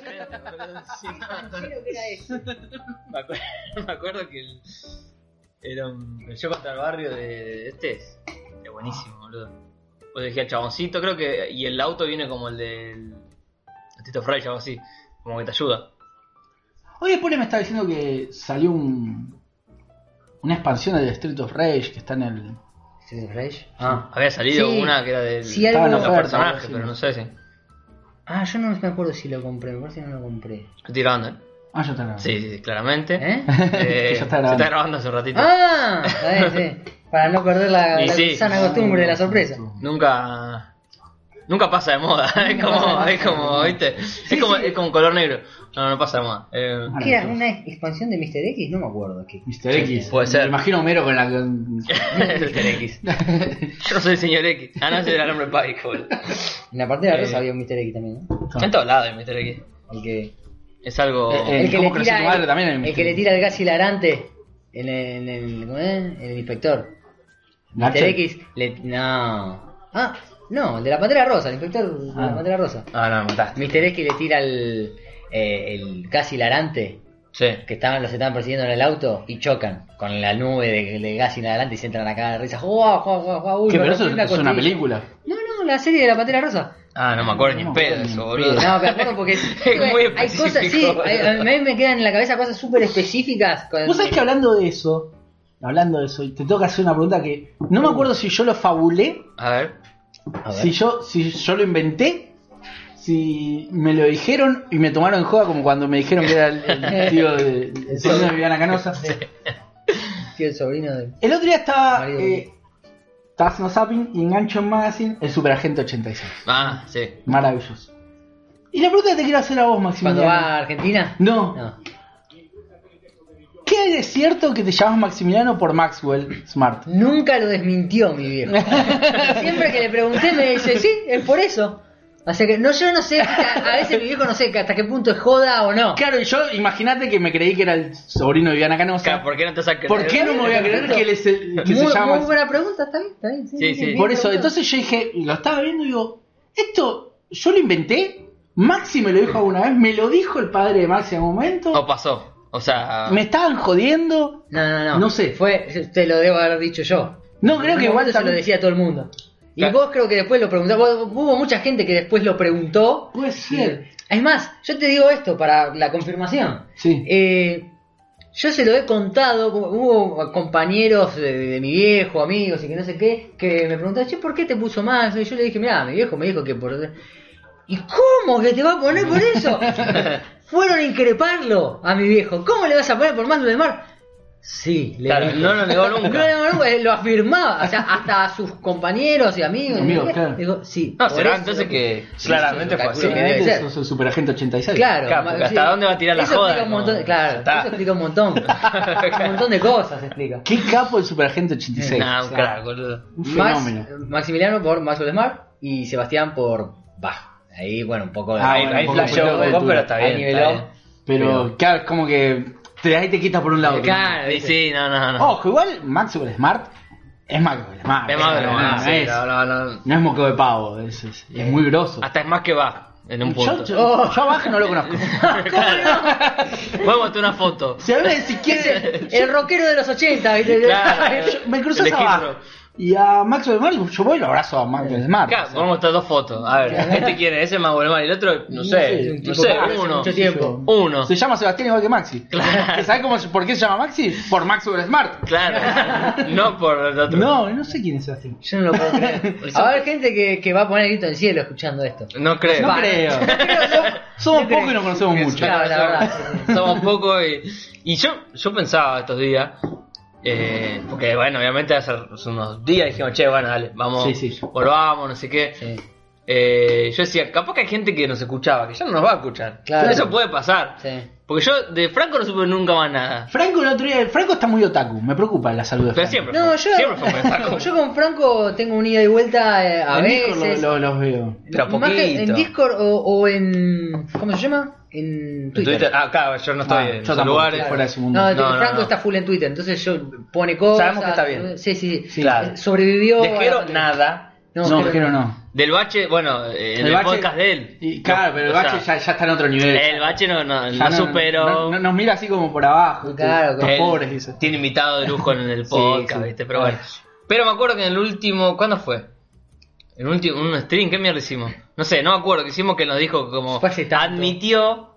claro, sí, me acuerdo, Creo que era eso. me acuerdo- me acuerdo que el- era un, el yo contra el barrio de, de este. Es era buenísimo, boludo. Vos decías chaboncito, creo que. Y el auto viene como el del. Tito Fry, algo así. Como que te ayuda. Hoy después me está diciendo que salió un. Una expansión del Street of Rage que está en el. Street of Rage. Ah, había salido Sí. una que era del. Sí, de algo- los Oferta, personajes, sí. pero no sé si. Estoy Ah, yo no me acuerdo si lo compré, me parece que no lo compré. tirando, ¿eh? Ah, yo te lo Sí, sí, sí, claramente. ¿Eh? Eh, Que ya está se grabando. está grabando hace un ratito. ¡Ah! Está bien, sí. Para no perder la, Y la sí. sana costumbre de la sorpresa. Nunca. Nunca pasa de moda. Es como, es como, ¿viste? es como, sí. es como color negro. No, no pasa de moda. Eh, ¿Qué era? ¿Una expansión de Mr. X? No me acuerdo. ¿Qué? Mr. X. Puede ser. Me imagino Homero con la. con- Mr. X. Eh, Yo soy el señor X. Ah, no, ese era el hombre pálico. boludo. En la parte de la Eh. rosa había un Mr. X también, ¿no? Está en todos lados el Mr. X. El que, Es algo. Eh, eh. el que ¿Cómo le creció tira tu madre? el, También el el que Mr. le tira el gas hilarante en el, en el, ¿cómo es? En el inspector. Mr. Nacho. X le... No. Ah, no, el de la pantera rosa, el inspector de Ah. la pantera rosa. Ah, no, me mataste. Mr. X le tira el, eh, el gas hilarante Sí. que estaban, los estaban persiguiendo en el auto y chocan con la nube de, de gas y adelante y se entran acá de risa. ¡Guau, guau, guau, guau! Uy, ¿Qué? me Pero eso rompí es es una costilla. película. No, no, la serie de la Pantera Rosa. Ah, no me acuerdo ni No en me pedo acuerdo de ni eso, en boludo. No, me acuerdo porque muy hay específico, cosas, sí, boludo. hay- a mí me quedan en la cabeza cosas súper específicas. con- Vos sabés que hablando de eso, hablando de eso, te tengo que hacer una pregunta que no me acuerdo si yo lo fabulé, A ver. A ver. si yo, si yo lo inventé, si me lo dijeron y me tomaron en joda como cuando me dijeron que era el, el tío de, el sobrino de Viviana Canosa. Sí, el sobrino de... El otro día estaba, Marido eh, estaba haciendo zapping y engancho en Magazine el Superagente 86. Ah, sí. Maravilloso. Y la pregunta que te quiero hacer a vos, Cuando Maximiliano. va a Argentina. No, No. ¿qué hay de cierto que te llamas Maximiliano por Maxwell Smart? Nunca lo desmintió mi viejo. Siempre que le pregunté me dice, sí, es por eso. Así que no, yo no sé, a a veces mi viejo no sé hasta qué punto es joda o no. Claro, y yo imagínate que me creí que era el sobrino de Viviana Canosa. Claro, ¿por qué no te sacas? ¿Por qué no me voy a creer que, él es el- que muy, se llama? muy buena pregunta, está bien, está bien. Sí, Sí, sí, sí. bien Por eso, preguntado. entonces yo dije, y lo estaba viendo y digo, esto yo lo inventé, Maxi me lo dijo alguna vez, me lo dijo el padre de Maxi en algún No momento, pasó. O sea. me estaban jodiendo, No, no, no. No sé. Fue, te lo debo haber dicho yo. no creo En que un igual momento se lo también- decía a todo el mundo. Y Claro. vos creo que después lo preguntaste. vos- Hubo mucha gente que después lo preguntó. puede ser. Es más, yo te digo esto para la confirmación. Sí. Eh, yo se lo he contado, hubo compañeros de, de mi viejo, amigos y que no sé qué, que me preguntaron, che, ¿por qué te puso más? Y yo le dije, mirá, mi viejo me dijo que por... ¿Y cómo que te va a poner por eso? Fueron a increparlo a mi viejo. ¿Cómo le vas a poner por más del mar? Sí, le Claro, dije. no lo negó No, nunca. no, no, eh, lo afirmaba, o sea, hasta a sus compañeros y amigos. Amigos, ¿no? claro. Digo, sí. No, por será eso entonces lo- que. Sí, Claramente sí, lo fue calculo así. que debe Claramente ser. sos el superagente 86. Claro, Claro, porque ma- hasta dónde va a tirar la eso joda, Explica un no, montón, ya claro, está. eso explica un montón. un montón de cosas explica. Qué capo el superagente 86. Nah, O un sea, crack, boludo. un Max- fenómeno. Maximiliano por Maxwell Smart y Sebastián por Bach. Ahí, bueno, un poco de. Ah, Ahí, bueno, ahí un poco flasheó de un poco, cultura. pero está bien. Ahí niveló. está bien. Pero claro, es como que te, ahí te quitas por un lado. Claro, Sí, dice. sí, no, no, no. Ojo, igual Maxwell Smart es Maxwell Oh, Smart. Es más no, ah, broma, no sí, es, no, no, no. no es moco de pavo, es, es- es muy grosso. Hasta es más que va en un Yo, punto. yo, yo a Bach no lo conozco. Voy a mostrar una foto. Si a mí me decís quién es- El rockero de los 80, ¿viste? Claro. yo- me cruzas El a Bach esquirro. y a Maxwell Smart, yo voy y lo abrazo a Eh, Maxwell Smart. Acá, vamos a mostrar dos fotos. A ver, este quién es, ese es más bueno, el otro, no No sé, sé, un no tipo sé, que hace uno. mucho tiempo. Uno. Se llama Sebastián igual que Maxi. Claro. ¿Sabes cómo, se- por qué se llama Maxi? Por Maxwell Smart. Claro, no por el otro. Eh, No, no sé quién es Sebastián. Yo no lo puedo creer. Va a haber gente que, que va a poner el grito en el cielo escuchando esto. No creo. No creo. Somos pocos y nos conocemos Es- mucho. Claro, la verdad, sí, sí. Somos pocos y, y yo, yo pensaba estos días, eh, porque bueno, obviamente hace unos días dijimos, che, bueno, dale, vamos, Sí, sí. volvamos, no sé qué. Sí. Eh, yo decía, capaz que hay gente que nos escuchaba, que ya no nos va a escuchar. Claro. Eso puede pasar. Sí. Porque yo de Franco no supe nunca más nada. Franco el otro día, Franco está muy otaku, me preocupa la salud de Pero Franco. siempre. No, fue, yo, Siempre fue muy Franco. yo con Franco tengo un ida y vuelta eh, a En Discord veces. lo- lo- los veo. Pero Más que poquito. en Discord o, o en. ¿Cómo se llama? En En Twitter. Twitter, ah, claro, yo no estoy Ah, en yo esos tampoco, lugares. estoy fuera de su mundo. No, No, no, Franco no. está full en Twitter, entonces yo pone cosas. eh, Sabemos que está bien. Sí, sí, sí. Claro. Sobrevivió. De a la Jero, pandemia. nada. No, creo Jero que- no. Del bache, bueno, eh, en El el, Bache- podcast de él. Y, claro, pero el O sea, bache ya, ya está en otro nivel. El bache no, no, Ya no no- superó. no- no- nos mira así como por abajo. Claro, Los Él pobres, dice. Tiene invitado de lujo en el podcast, sí. ¿viste? Pero bueno. Pero me acuerdo que en el último. ¿Cuándo fue? El último, un stream, ¿qué mierda hicimos? No sé, no me acuerdo, que hicimos que nos dijo como. Fue hace tanto. Admitió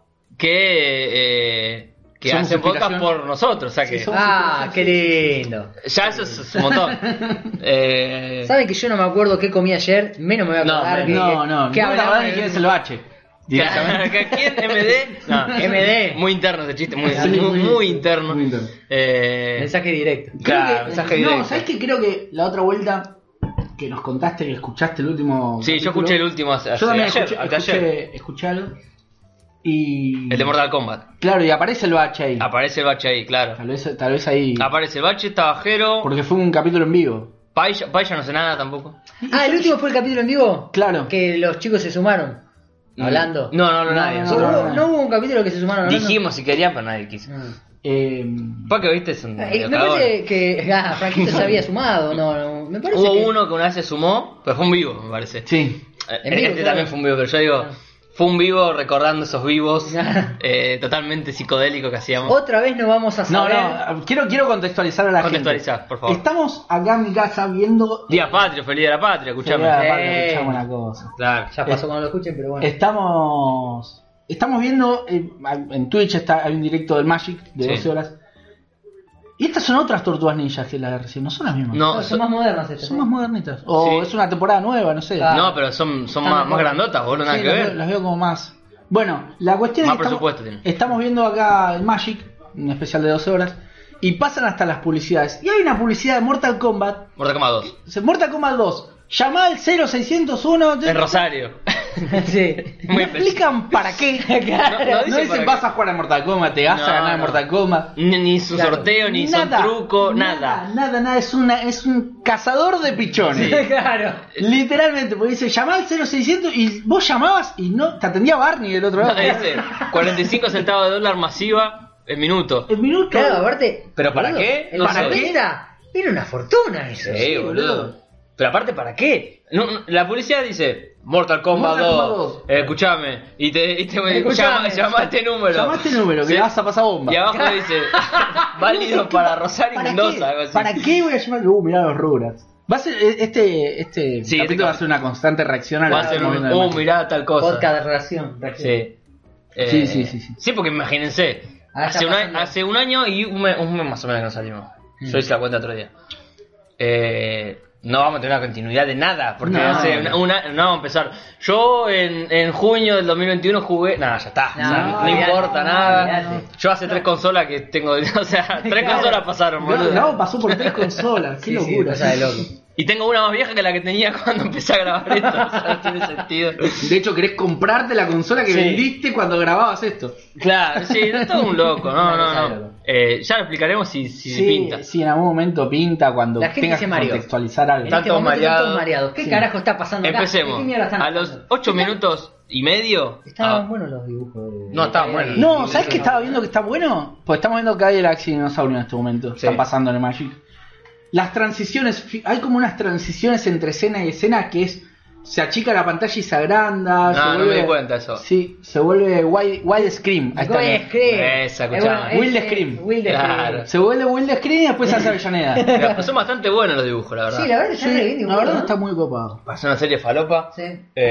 que. eh, que Somos hacen podcast inspiración. por nosotros, o sea que. Sí, somos- Ah, qué lindo. ya eso es un montón. Eh, ¿Saben que yo no me acuerdo qué comí ayer? Menos me voy a No, acordar. me- que- No, no, que no la hablaba verdad ni quién de- es el bache. Directamente. que aquí en MD. No, MD. Muy interno ese chiste, muy, Sí, muy, muy- muy interno. muy interno. Eh, Mensaje directo. Creo Claro, que- mensaje no, directo. ¿sabes qué? Creo que la otra vuelta que nos contaste que escuchaste el último. sí, yo capítulo, escuché el último hace, Yo también ayer, escuché, anteayer. escuché- escuché algo. Y. El de Mortal Kombat. Claro, y aparece el bache ahí. Aparece el bache ahí, claro. Tal vez, tal vez ahí. Aparece el bache, Tabajero, Porque fue un capítulo en vivo. Paya, Paya no sé nada tampoco. Ah, el último fue el capítulo en vivo. Claro. Que los chicos se sumaron. Hablando. Mm. No, no, no, No, nadie. no, ¿Hubo- nosotros no, no. hubo un capítulo que se sumaron hablando? Dijimos si querían, pero nadie quiso. Ah. Eh, ¿Para qué viste? Son Eh, medio me cagones. parece que ah, Franquito se había sumado, no, no, me parece Hubo que- uno que una vez se sumó, pero fue un vivo, me parece. sí. Eh, En vivo, este claro. también fue un vivo, pero yo digo, fue un vivo recordando esos vivos Ah. eh, totalmente psicodélicos que hacíamos. otra vez no vamos a No, saber. no, quiero, quiero contextualizar a la Contextualizar, gente. por favor. Estamos acá en mi casa viendo. Día Patrio, feliz día de la patria, escuchame. Pará, Eh. pará, escuchame una cosa. Claro. Ya pasó cuando lo escuchen, pero bueno. Estamos. Estamos viendo. eh, en Twitch está, hay un directo del Magic de Sí. 12 horas. Y estas son otras tortugas ninjas que las de recién, no son las mismas. No, No, so- son más modernas estas. Son más modernitas. O Sí. es una temporada nueva, no sé. Ah, no, pero son, son más, más grandotas, boludo, nada Sí, que las, veo, ver. las veo como más. Bueno, la cuestión Más es que estamos, presupuesto tienen. estamos viendo acá el Magic, un especial de 12 horas, y pasan hasta las publicidades. Y hay una publicidad de Mortal Kombat, Mortal Kombat 2. dice, Mortal Kombat 2, llamá al 0601. En Rosario. ¿eh? sí. No Muy explican para qué. No- no no, dicen para dicen vas a jugar a Mortal Kombat, te vas No, a ganar a no. Mortal Kombat. Ni, ni su Claro. sorteo, ni su truco, nada. Nada, nada, es, una, es un cazador de pichones. claro. Literalmente, porque dice llamá al 0600 y vos llamabas y no te atendía Barney del otro No, lado. ese, 45 centavos de dólar masiva en minuto. El minuto. Claro, aparte. ¿Pero para boludo, qué? el No ¿Para sé. qué era? Era una fortuna eso. Sí, sí, boludo. boludo. Pero aparte, ¿para qué? No, no, la publicidad dice Mortal Kombat Mortal 2. Kombat 2. eh, escuchame. Y te, y te llama, Escuchame. llama a este número. Llamá a este número que Sí. le vas a pasar bomba. Y abajo dice: Válido para Rosario y ¿Para Mendoza. qué? algo así. ¿Para qué voy a llamar? Uh, mirá los Rugrats. Va a ser, eh, este, este Sí, este capítulo va a capítulo. ser una constante reacción a Va a la ser movida un. de Uh, Magic. mirá tal cosa. Podcast de relación. Sí. Eh, Sí, sí, sí, sí. porque imagínense. Ah, está Hace un, año, pasando. hace un año y un mes, un mes más o menos que nos salimos. Yo hice la cuenta otro día. Eh, no vamos a tener una continuidad de nada. Porque No. hace una, una- no vamos a empezar. Yo en, en junio del 2021 jugué. Nada, ya está. No, O sea, No, olvidate, importa nada. olvidate. Yo hace tres consolas que tengo. O sea, tres Claro. consolas pasaron, Gra- boludo. Grabo pasó por tres consolas, qué Sí, sí, locura. cosa de loco. Y tengo una más vieja que la que tenía cuando empecé a grabar esto. O sea, no tiene sentido. De hecho, querés comprarte la consola que Sí. vendiste cuando grababas esto. Claro, sí, no es todo un loco, no, Una cosa no, de no. loco. Eh, ya lo explicaremos si, si pinta. sí, en algún momento pinta cuando La gente tengas se que mareó. contextualizar algo. En Tanto este momento están mareado. todos mareados. ¿Qué Sí. carajo está pasando acá? Empecemos. ¿Qué mierda están A los pasando? 8 minutos y medio. Estaban ah, buenos los dibujos. de- No, estaban de- buenos. No, ¿sabes qué estaba viendo que está bueno? Pues estamos viendo que hay el Axi Dinosaurio en este momento. Sí. Está pasando en el Magic. Las transiciones, fi- hay como unas transiciones entre escena y escena que es. Se achica la pantalla y se agranda. se no, no vuelve- me di cuenta eso. Sí, se vuelve wide, wide screen. Ahí está Wild bien. Scream. Esa, escuchame. Wild Scream. Wild Scream. Claro. Se vuelve wide screen y después hace Avellaneda. Pero son bastante buenos los dibujos, la verdad. Sí, la verdad que está re bien Sí, la dibujado, verdad ¿no? está muy copado. Pasó una serie falopa. Sí,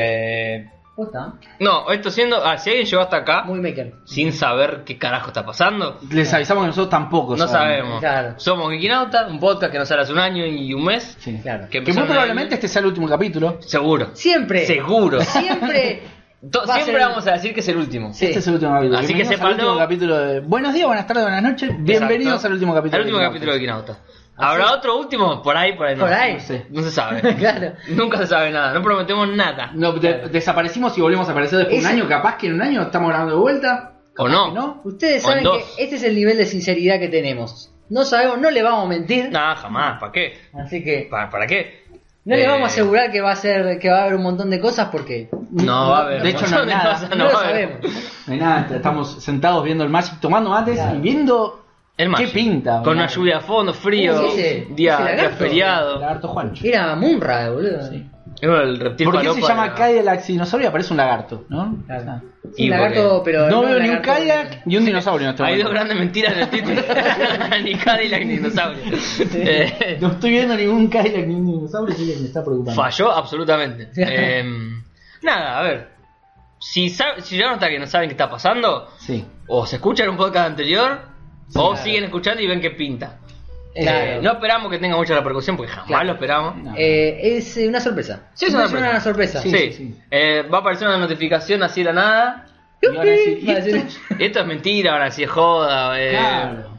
Eh, posta. no, esto siendo. Ah, si alguien llegó hasta acá Muy maker. sin saber qué carajo está pasando, Les avisamos que nosotros tampoco no sabemos. Claro. Somos Geekinauta, un podcast que nos sale hace un año y un mes. Sí. Claro. Que Que empezó muy en el- probablemente este sea el último capítulo. Seguro. Siempre. Seguro. Siempre. To- va a Siempre ser- vamos a decir que es el último. Sí. Este es el último capítulo. Así que Bienvenidos sépanlo. al último capítulo de... Buenos días, buenas tardes, buenas noches. Bienvenidos Exacto. al último capítulo. Al último de ¿Ah, capítulo de Kinauta. ¿Habrá otro último? Por ahí, por ahí. Por ahí. No, sé. No se sabe. Claro. Nunca se sabe nada. No prometemos nada. No, de- desaparecimos y volvemos a aparecer después de un Ese- año. Capaz que en un año estamos grabando de vuelta. ¿O no? ¿No? Ustedes Con saben dos. que este es el nivel de sinceridad que tenemos. No sabemos, no le vamos a mentir. Nada, jamás. ¿Para qué? Así que ¿Para, para qué? no Eh, le vamos a asegurar que va a ser que va a haber un montón de cosas porque No va a haber. De hecho, no hay nada. no, no lo va a haber. sabemos. No hay nada. Estamos sentados viendo el Magic, tomando mates Claro. y viendo El qué Magic. pinta. Con una ¿no? lluvia a fondo, frío, Uh, ese- día, ese día lagarto. feriado. Lagarto Juancho. Era Munra, boludo. Sí. Era el reptil ¿Por qué se falopa llama era- Cadillac si dinosaurio? Aparece un lagarto, ¿no? Claro. O Y Sí, un lagarto, porque sea, pero. no no veo ni un lagarto- kayak ni un dinosaurio en este Hay dos momento. grandes mentiras en el título. ni Cadillac ni dinosaurio. Eh, No estoy viendo ningún Cadillac ni un dinosaurio, así que me está preocupando. falló absolutamente. Em, nada, a ver. Si, sab- si llegaron hasta que no saben qué está pasando, Sí. o se escuchan un podcast anterior, Sí, o claro. siguen escuchando y ven que pinta. Claro. Eh, no esperamos que tenga mucha repercusión porque jamás Claro. lo esperamos. No. Eh, es eh, una sorpresa. Sí, es una sorpresa. sorpresa. Sí, sí, sí. Eh, va a aparecer una notificación así de la nada. Y van a decir, Va a "¿Y decir- esto?". Esto es mentira, ahora sí es joda. Eh, Claro.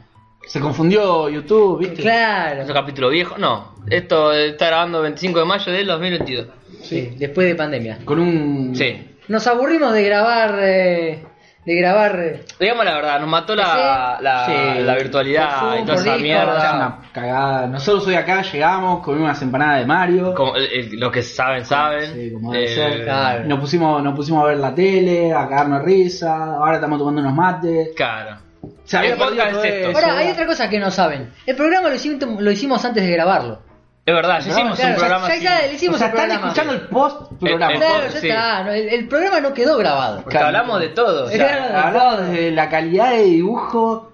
Se confundió YouTube, ¿viste? Es Claro. un capítulo viejo. No, esto está grabando 25 de mayo del 2022. Sí, después de pandemia. Con un. Sí. Nos aburrimos de grabar. eh, de grabar. eh, Digamos la verdad, nos mató la, la, Sí. la virtualidad Por Zoom, y toda por esa Discord, mierda. ya. Era una cagada. Nosotros hoy acá llegamos, comimos unas empanadas de Mario. Como, eh, eh, los que saben, saben. Sí, como debe Eh, ser. claro. Nos pusimos, nos pusimos a ver la tele, a cagarnos de risa. Ahora estamos tomando unos mates. Claro. Se había El podcast perdido todo es esto. eso, Ahora, hay ¿verdad? otra cosa que no saben. El programa lo hicimos, lo hicimos antes de grabarlo. Es verdad, ya hicimos un Claro, ya- programa ya, así. ya le hicimos O sea, el están programa. escuchando el post programa. El- el Claro, ya Sí. está. no, el, el programa no quedó grabado. Porque hablamos de todo. o sea, Claro. Hablamos de la calidad de dibujo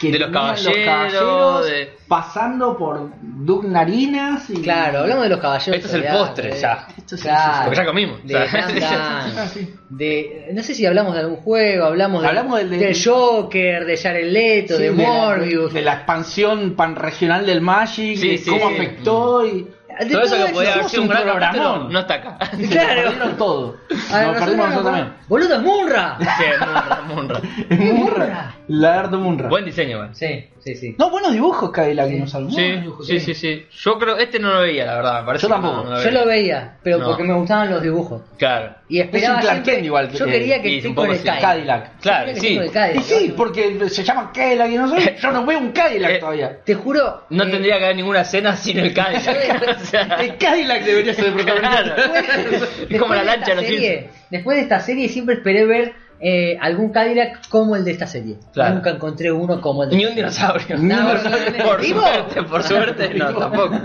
que De los tenían caballeros, caballeros, de- pasando por Doug Narinas y Claro, hablamos de los caballeros. Este es el zodiacos, postre, de- ya. Esto es- Claro. ah, Porque ya comimos. De O sea, Dan Dan, Ah, sí. de- no sé si hablamos de algún juego, hablamos, del- Hablamos del del, de- Joker, de Jared Leto, Sí, de la- Morbius. de la expansión panregional del Magic, Sí, de sí, cómo sí. afectó y De todo eso que podía haber hicimos sido un un gran capítulo programón. no está acá. Sí, y Claro. se lo perdieron todo. A Lo nosotros perdimos nos nosotros acordamos. también. ¡Boludo, es Munra! Munra, Munra. Es Munra, Lagarto Munra. Buen diseño, güey. Sí, sí, sí. No, buenos dibujos, Cadillac Dinosaurio. Buenos Sí, dibujos. sí, sí, sí. Yo creo, este no lo veía, la verdad. Me parece Yo que tampoco. no- no Yo lo veía, pero No. porque me gustaban los dibujos. Claro. Y esperaba un Clark siempre- Kent igual que- Yo quería que y el es un tipo poco le así, caiga. Cadillac. Claro, Yo quería que el sí. tipo le caiga. Y sí, porque se llama Cadillac Dinosaurio. Yo no veo un Cadillac Eh, todavía. Te juro. No que- tendría que haber ninguna cena sin el Cadillac. O sea, El Cadillac debería ser el protagonista. claro. Es como después la de lancha, esta ¿no? serie, Después de esta serie siempre esperé ver eh, algún Cadillac como el de esta serie. Claro. Nunca encontré uno como el de Ni un dinosaurio. Ni un No, dinosaurio. Por ¿Vivo? suerte, por suerte, no, tampoco.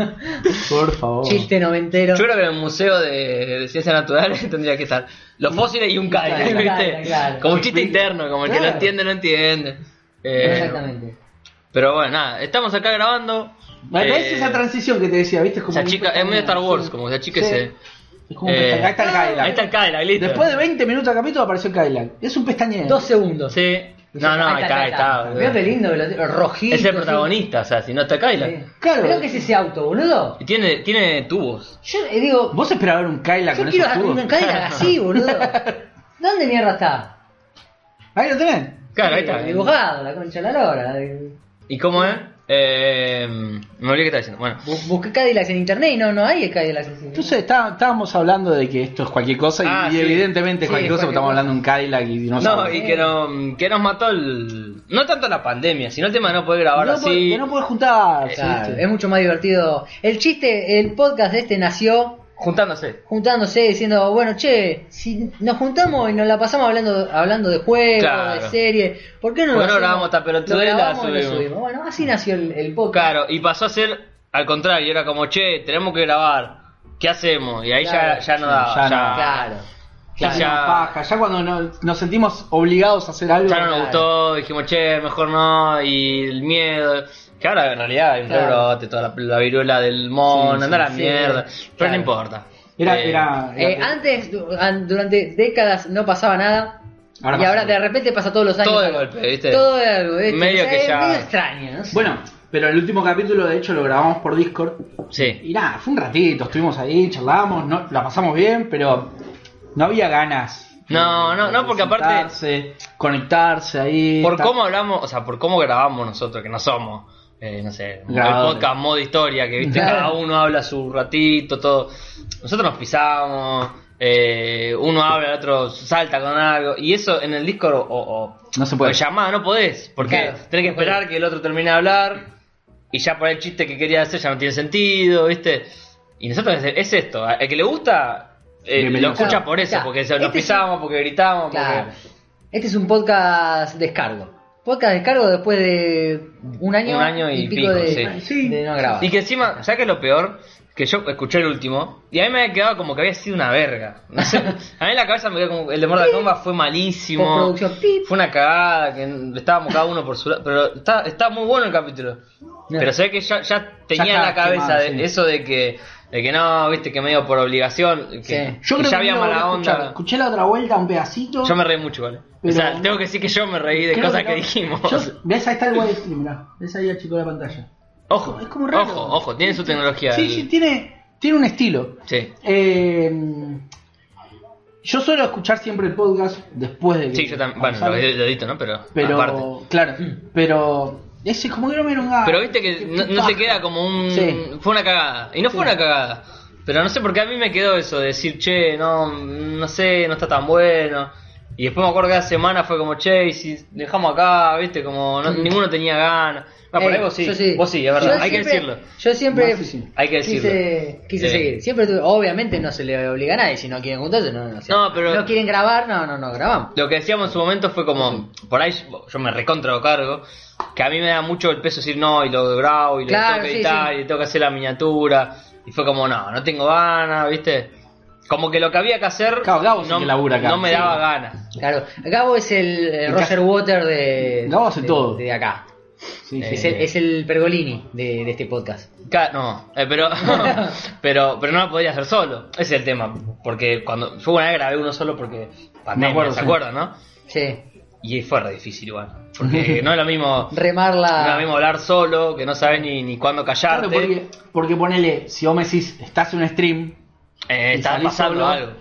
Por favor. Chiste noventero. Yo creo que en el Museo de, de Ciencias Naturales tendría que estar los fósiles y un Cadillac, Claro, ¿viste? claro, claro. Como un chiste interno, como el que Claro. no entiende, no entiende. Eh, Exactamente. pero bueno, nada, estamos acá grabando. Me Eh, parece esa transición que te decía, ¿viste? Como esa chica, es medio Star Wars, Sí. como esa chica Sí. se... Es como Eh, acá está el Cadillac. Ahí está el Cadillac, listo. Después de 20 minutos de capítulo apareció el Cadillac. Es un pestañeo. Dos segundos. Sí. No, no, ahí está, ahí está. boludo. Mirá qué lindo, que lo tiene, rojito. Es el sí. protagonista, o sea, si no está Sí. Cadillac. Claro. Mirá que es ese auto, boludo. Y tiene, tiene tubos. Yo eh, digo, Vos esperabas ver un Cadillac yo con quiero esos tubos. un Cadillac así, boludo. ¿Dónde mierda está? Ahí lo tenés. Claro, ahí Sí, está. Dibujado, la concha de la lora. eh. ¿Y cómo es? Eh, me olvidé qué estaba diciendo. Bueno. Bu- Busqué Cadillacs en internet y no, no hay Cadillacs así. Entonces está- estábamos hablando de que esto es cualquier cosa y, Ah, y sí. evidentemente es Sí, cualquier cosa, cualquier porque estamos hablando de un Cadillac y No, dinosaurios. y que, no, que nos mató el... No tanto la pandemia, sino el tema de no poder grabar No, podés- así. que no podés juntar. Claro, es mucho más divertido. El chiste, el podcast este nació Juntándose. juntándose diciendo, bueno, che, si nos juntamos y nos la pasamos hablando hablando de juegos, Claro. de series, ¿por qué no lo Bueno, hacemos? grabamos esta pelotudez y la Lo grabamos y lo subimos. subimos. Bueno, así nació el, el podcast. Claro, y pasó a ser al contrario. Era como, che, tenemos que grabar. ¿Qué hacemos? Y ahí ya, Claro. ya no daba. Ya, Ya no. Claro. ya- Ya, paja, ya cuando no- nos sentimos obligados a hacer algo. ya no nos gustó. Dijimos, che, mejor no. Y el miedo. Que ahora en realidad hay un Claro. rebrote, toda la, la viruela del mono, Sí, anda la sí, mierda. sí. Pero Claro. no importa. Era, Eh, era, Eh, era- antes, du- an- durante décadas no pasaba nada. Ahora y pasa ahora algo. de repente pasa todos los años. Todo de algo. golpe, ¿viste? Todo de algo, ¿viste? Medio O sea, que es ya- medio extraño, ¿no? sé. Bueno, pero el último capítulo de hecho lo grabamos por Discord. Sí. Y nada, fue un ratito, estuvimos ahí, charlamos, no, la pasamos bien, pero no había ganas. No, no, no, porque aparte. Sentarse, Conectarse ahí. Por estar- cómo hablamos, o sea, por cómo grabamos nosotros, que no somos, eh, no sé, Grabadores. el podcast modo historia, que viste, Claro. cada uno habla su ratito, todo. Nosotros nos pisamos, eh, uno habla, el otro salta con algo, y eso en el Discord o, o, No se puede. o llamada no podés, porque Claro, tenés que no podés. esperar que el otro termine de hablar, y ya por el chiste que quería hacer ya no tiene sentido, viste. Y nosotros es, es esto, el que le gusta, eh, Bienvenido. lo escucha Claro, por eso, claro. porque se- nos Este es un- pisamos, porque gritamos, Claro. porque... Este es un podcast descargo. Podcast descargo después de un año, Un año y pico, de, sí. de no grabar. Y que encima, ¿sabes qué es lo peor? que yo escuché el último y a mí me había quedado como que había sido una verga. No sé, a mí en la cabeza me quedó como el de Mortal Kombat fue malísimo. Postproducción, pip. Fue una cagada, que estábamos cada uno por su lado, pero está, está muy bueno el capítulo. Pero sé que ya, ya tenía en la estaba cabeza quemado, de- sí. eso de que de que no, viste que medio por obligación, que, Sí. que ya había no lo mala voy a escuchar. onda. Escuché la otra vuelta un pedacito. Yo me reí mucho, ¿vale? Pero- o sea, tengo que decir que yo me reí de Creo cosas que que, no. dijimos. Yo- ¿Ves? Ahí está el widestream, mirá. ¿Ves ahí chico de la pantalla? Ojo, Es como raro. ojo, ojo, tiene su tecnología. Sí, el- sí, tiene, tiene un estilo. sí. Eh, yo suelo escuchar siempre el podcast después de que. Sí, yo también. Bueno, lo, sale, lo edito, ¿no? Pero, Pero, aparte. claro, pero. Ese como que no me elongaba. Pero viste que Qué no, no paja. se queda como un. Sí. Fue una cagada. Y no fue Sí. una cagada. Pero no sé por qué a mí me quedó eso de decir, che, no, no sé, no está tan bueno. Y después me acuerdo que cada semana fue como, che, y si dejamos acá, viste, como no- Mm. ninguno tenía ganas. Va, Ah, por Eh, ahí vos sí. yo Vos sí, es verdad. Yo Hay que siempre- decirlo. Yo siempre Más sí, sí. Hay que quise, decirlo. quise Sí. seguir. Siempre tuve- obviamente no se le obliga a nadie. Si no quieren juntarse, no, no. No, pero- no quieren grabar, no, no, no grabamos. Lo que decíamos en su momento fue como, por ahí yo- yo me recontra lo cargo, que a mí me da mucho el peso decir no, y lo grabo, y lo Claro, tengo que sí, editar, sí. y tengo que hacer la miniatura, y fue como, no, no tengo ganas, ¿viste? Como que lo que había que hacer Claro, Gabo sí no, que labura acá. no me Sí. daba ganas. Claro. Gabo es el eh, Y Roger Water de. Gabo hace de- todo. De acá. Sí, Eh, sí. Es el, es el Pergolini de, de este podcast. Ca- No, eh, pero, pero pero no lo podía hacer solo, ese es el tema, porque cuando yo una vez grabé uno solo porque pandemia, acuerdo, ¿se sí. acuerdan, no? Sí. Y fue re difícil igual, porque no es lo mismo, no es lo Remarla. mismo hablar solo, que no sabes ni, ni cuándo callarte. Claro, porque, porque ponele, si vos me decís, estás en un stream, Eh, Y está salís pasando solo. algo.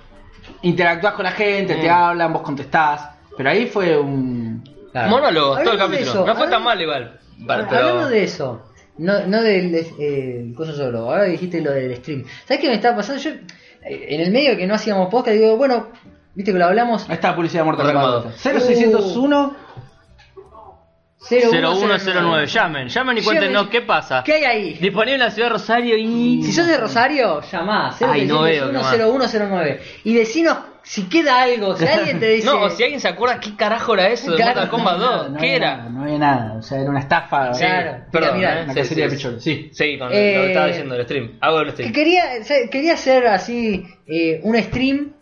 interactúas con la gente, te Mm. hablan, vos contestás. Pero ahí fue un. Claro. Monólogos, todo el Hablando de capítulo. eso, no fue tan hablando- mal igual. Para- Ah, pero- Hablando de eso, no, no del eh, cosa solo, ahora dijiste lo del stream. ¿Sabes qué me estaba pasando? Yo, eh, en el medio que no hacíamos podcast, digo, bueno, viste que lo hablamos. Ahí está la publicidad de Mortal Mortal Kombat. Uh. 0601. 0109, llamen, llamen y Llamen. cuéntenos qué pasa. ¿Qué hay ahí? Disponible en la ciudad de Rosario y. Si sos de Rosario, llamá. Ay, no veo, qué mal. 0109 Y decinos si queda algo, si alguien te dice. No, o si alguien se acuerda qué carajo era eso de Claro. Mortal Kombat 2, No ¿qué había era? nada, no había nada, o sea, era una estafa. Sí, Claro, mira, perdón, mira, eh, Una sí, cacería sí, de pichones, sí. Sí, con Eh, lo que estaba diciendo el stream. Hago el que stream. quería, o sea, quería hacer así eh, un stream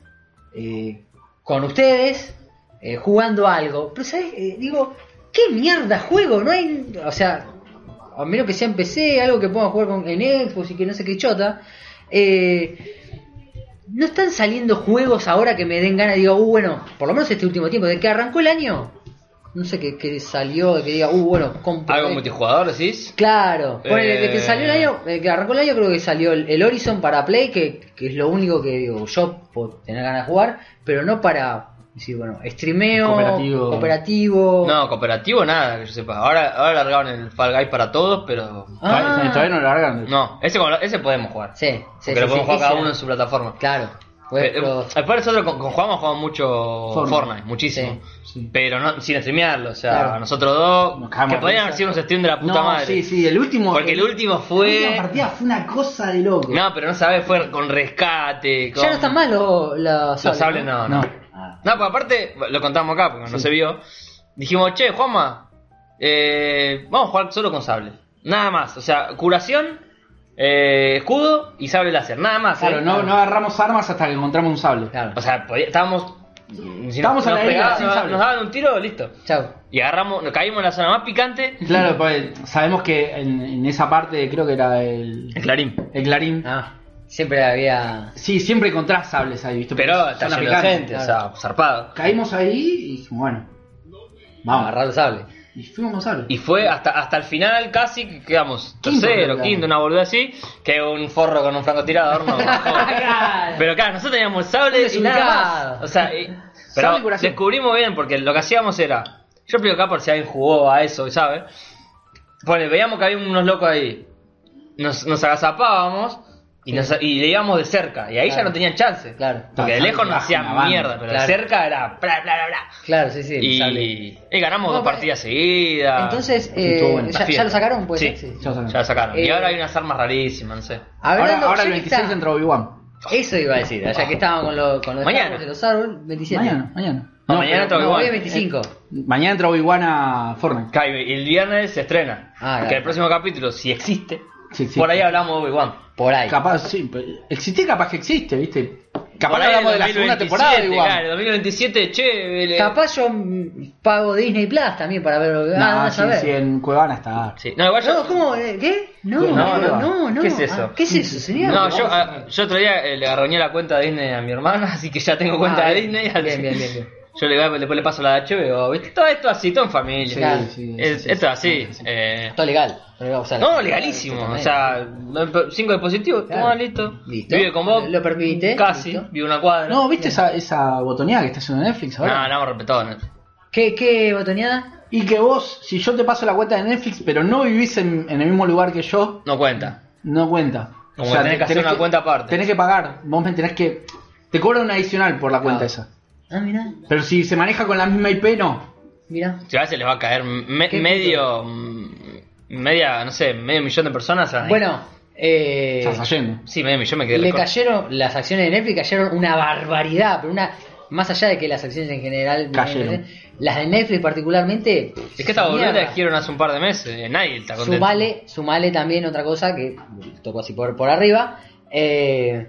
eh, con ustedes eh, jugando algo. Pero, ¿sabes? Eh, digo, ¿qué mierda juego? No hay. O sea, a menos que sea en PC, algo que pueda jugar con, en Xbox y que no sé qué chota. eh, no están saliendo juegos ahora que me den ganas. Digo, uh, bueno, por lo menos este último tiempo, de que arrancó el año. No sé qué, qué salió, de que diga, uh, bueno, compro. ¿Algo esto. multijugador decís? Claro, bueno, Eh. desde que salió el año, desde que arrancó el año creo que salió el, el Horizon para Play, que, que es lo único que digo, yo puedo tener ganas de jugar, pero no para decir, bueno, streameo, Cooperativo. cooperativo. No, cooperativo nada, que yo sepa. Ahora, ahora largaron el Fall Guys para todos, pero. Ah. Todavía no lo largan. No, ese, como- ese podemos jugar. Sí, sí, sí, Porque lo sí, podemos jugar ese cada era. uno en su plataforma. Claro. Pues, Eh, Bueno, eh, Después nosotros con, con Juan hemos jugado mucho Pues, Fortnite. Fortnite, muchísimo. Sí. Pero no, sin streamearlo, o sea, Claro. nosotros dos, Nos cagamos que de podrían risa. haber sido un stream de la puta No, madre. sí, sí, el último. Porque el último La fue... última partida fue una cosa de loco. No, pero no sabes, fue con rescate, con... ya no están mal los los Los sables, sables ¿no? no, no. No. No, pues aparte, lo contamos acá porque no se vio. Dijimos, che, Juanma, eh, vamos a jugar solo con sable. Nada más, o sea, curación, eh, escudo y sable láser, nada más. Claro, ¿eh? no, no agarramos armas hasta que encontramos un sable. Claro. O sea, podía- estábamos... Si Estábamos a la deriva, pegaban, sin nos- sable. nos daban un tiro, listo. Chao. Y agarramos, nos caímos en la zona más picante. Claro, pues sabemos que en, en esa parte creo que era el, El Clarín. el clarín. Ah, siempre había Sí, siempre encontrás sables ahí, ¿viste? Pero Porque está son lleno de aplicables. gente, claro. o sea, zarpado. Caímos ahí y dijimos, bueno, agarrar vamos. los sables. Y fuimos con sables. Y fue hasta, hasta el final casi que quedamos Quinto, tercero, creo que quinto, una boluda así, que un forro con un francotirador no bajó. Pero claro, nosotros teníamos sable y Desubicado. nada más. O sea, y- Sable pero y curación. descubrimos bien porque lo que hacíamos era, yo explico acá por si alguien jugó a eso, ¿sabes? Bueno, veíamos que había unos locos ahí. Nos, nos agazapábamos y, nos, y le íbamos de cerca. Y ahí ya Claro. no tenían chance. Claro. Porque de Sable lejos nos baja Ah, una hacían banda. mierda, pero Claro. de cerca era bla bla bla bla. Claro, sí, sí. el sable. Y, y ganamos No, dos pero- partidas seguidas. Entonces, Y eh, estuvo bueno. ya, Está ya lo fiel. sacaron? Pues, Sí. Ya ya sacaron. la sacaron. y Eh, ahora hay unas armas rarísimas, no sé. ahora, ahora el ya que está- 26 entra Obi-Wan. Eso iba a decir, ya que estábamos con, lo, con los Mañana. árboles de los árboles, 27. Mañana, mañana. No, mañana Eh, pero- entra No, Obi-Wan. hoy es 25. Mañana entra Obi-Wan a Fortnite. Cae- El viernes se estrena. Ah, claro. Que el próximo capítulo, si existe, Sí, sí. por ahí hablamos de Obi-Wan. Por ahí. Capaz, sí, pe- existía, capaz que existe, ¿viste? Capaz Por ahí hablamos de la el segunda 2027, temporada igual. Claro, 2027, che. el- Capaz yo mm, pago Disney Plus también para verlo. No, Ah, andás sí, a ver. sí, en Cuevana está. Sí. No, igual yo- No, ¿cómo? Eh, ¿Qué? No, No, no, no. no, no, ¿Qué es eso? Ah, ¿Qué es eso, señor? No, yo, ah, yo otro día eh, le agarroñé la cuenta de Disney a mi hermana, así que ya tengo cuenta Ah, de bien. Disney. así- Bien, bien, bien, bien. Yo le, voy a- después le paso la de HBO, ¿viste? Todo esto así, todo en familia. Sí, Claro. sí, sí, Es- sí, esto sí. así. eh, Está legal. pero, o sea, no, legalísimo. O sea, no- cinco dispositivos, Claro. toma, listo. Listo. Vive con vos. Lo permite, Casi, listo. vive una cuadra. No, ¿viste esa, esa botonía que está haciendo Netflix no, ahora? no, hemos respetado. ¿no? ¿Qué, qué botoneada? Y que vos, si yo te paso la cuenta de Netflix, pero no vivís en, en el mismo lugar que yo, No cuenta. no cuenta. Como que tenés que hacer una cuenta aparte. Tenés que pagar. Vos me tenés que. Te cobra un adicional por la cuenta Ah. esa. Ah, mirá, Pero si se maneja con la misma IP, no. Eh. mirá. Si a veces les va a caer me- ¿Qué medio. mm, Media, no sé, medio millón de personas. ahí. Bueno, eh, Estás yendo. Sí, medio millón me quedé le recorto. cayeron, las acciones de Netflix cayeron una barbaridad, pero una... Más allá de que las acciones en general... Cayeron. Las de Netflix particularmente... Es que esta boludez mierda. la dijeron hace un par de meses. eh, Nadie está contento. Sumale, sumale también otra cosa que toco así por, por arriba. eh,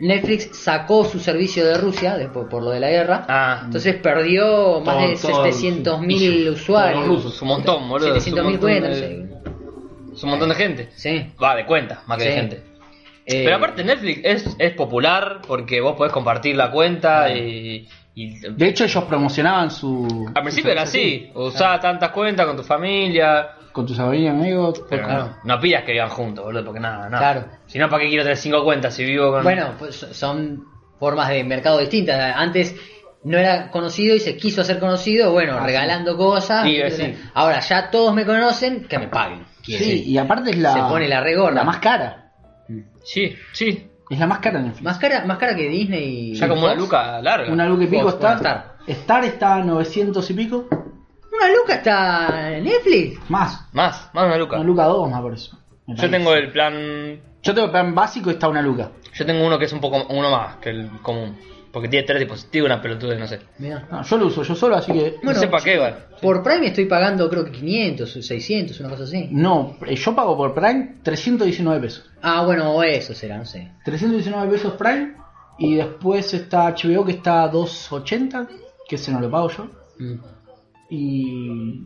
Netflix sacó su servicio de Rusia después por lo de la guerra. Ah, Entonces perdió más de Todo- todo el- 700.000 usuarios. todos los rusos. es un montón, boludo. es un 700.000 montón cuentas. de- Es un montón de gente. Sí. Va, de cuenta, más que de Sí. gente. Eh, Pero aparte Netflix es, es popular porque vos podés compartir la cuenta Ah. y, y- De hecho, ellos promocionaban su. Al principio su era servicio así. Ah. Usaba tantas cuentas con tu familia. Con tus amigos, amigos. Pero No pidas que vivan juntos, boludo, porque nada, nada. Claro. Si no, ¿para qué quiero tener cinco cuentas si vivo con... Bueno, pues son formas de mercado distintas. Antes no era conocido y se quiso hacer conocido, bueno, Ah, sí. regalando cosas. Sí, sí. Ahora ya todos me conocen, que me paguen. Quiere Sí, decir, y aparte es la. Se pone la regorda. La más cara. Sí, sí. Es la más cara de Netflix. Más cara, más cara que Disney. y- Ya como una luca larga. Una luz que pico Fox, está. Star. Star está a 900 y pico. Una luca está en Netflix. Más. Más, más una luca. Una luca 2 más por eso. me Yo parece. tengo el plan... Yo tengo el plan básico y está una luca. Yo tengo uno que es un poco uno más que el común. Porque tiene tres dispositivos, una pelotuda, no sé. Mirá. No, yo lo uso yo solo, así que. no Bueno, sé para qué, igual. Por Prime estoy pagando creo que 500 o 600, una cosa así. No, eh, yo pago por Prime 319 pesos. Ah, bueno, o eso será, no sé. 319 pesos Prime. Y después está HBO que está a 280. Que ese no lo pago yo. Mm. Y.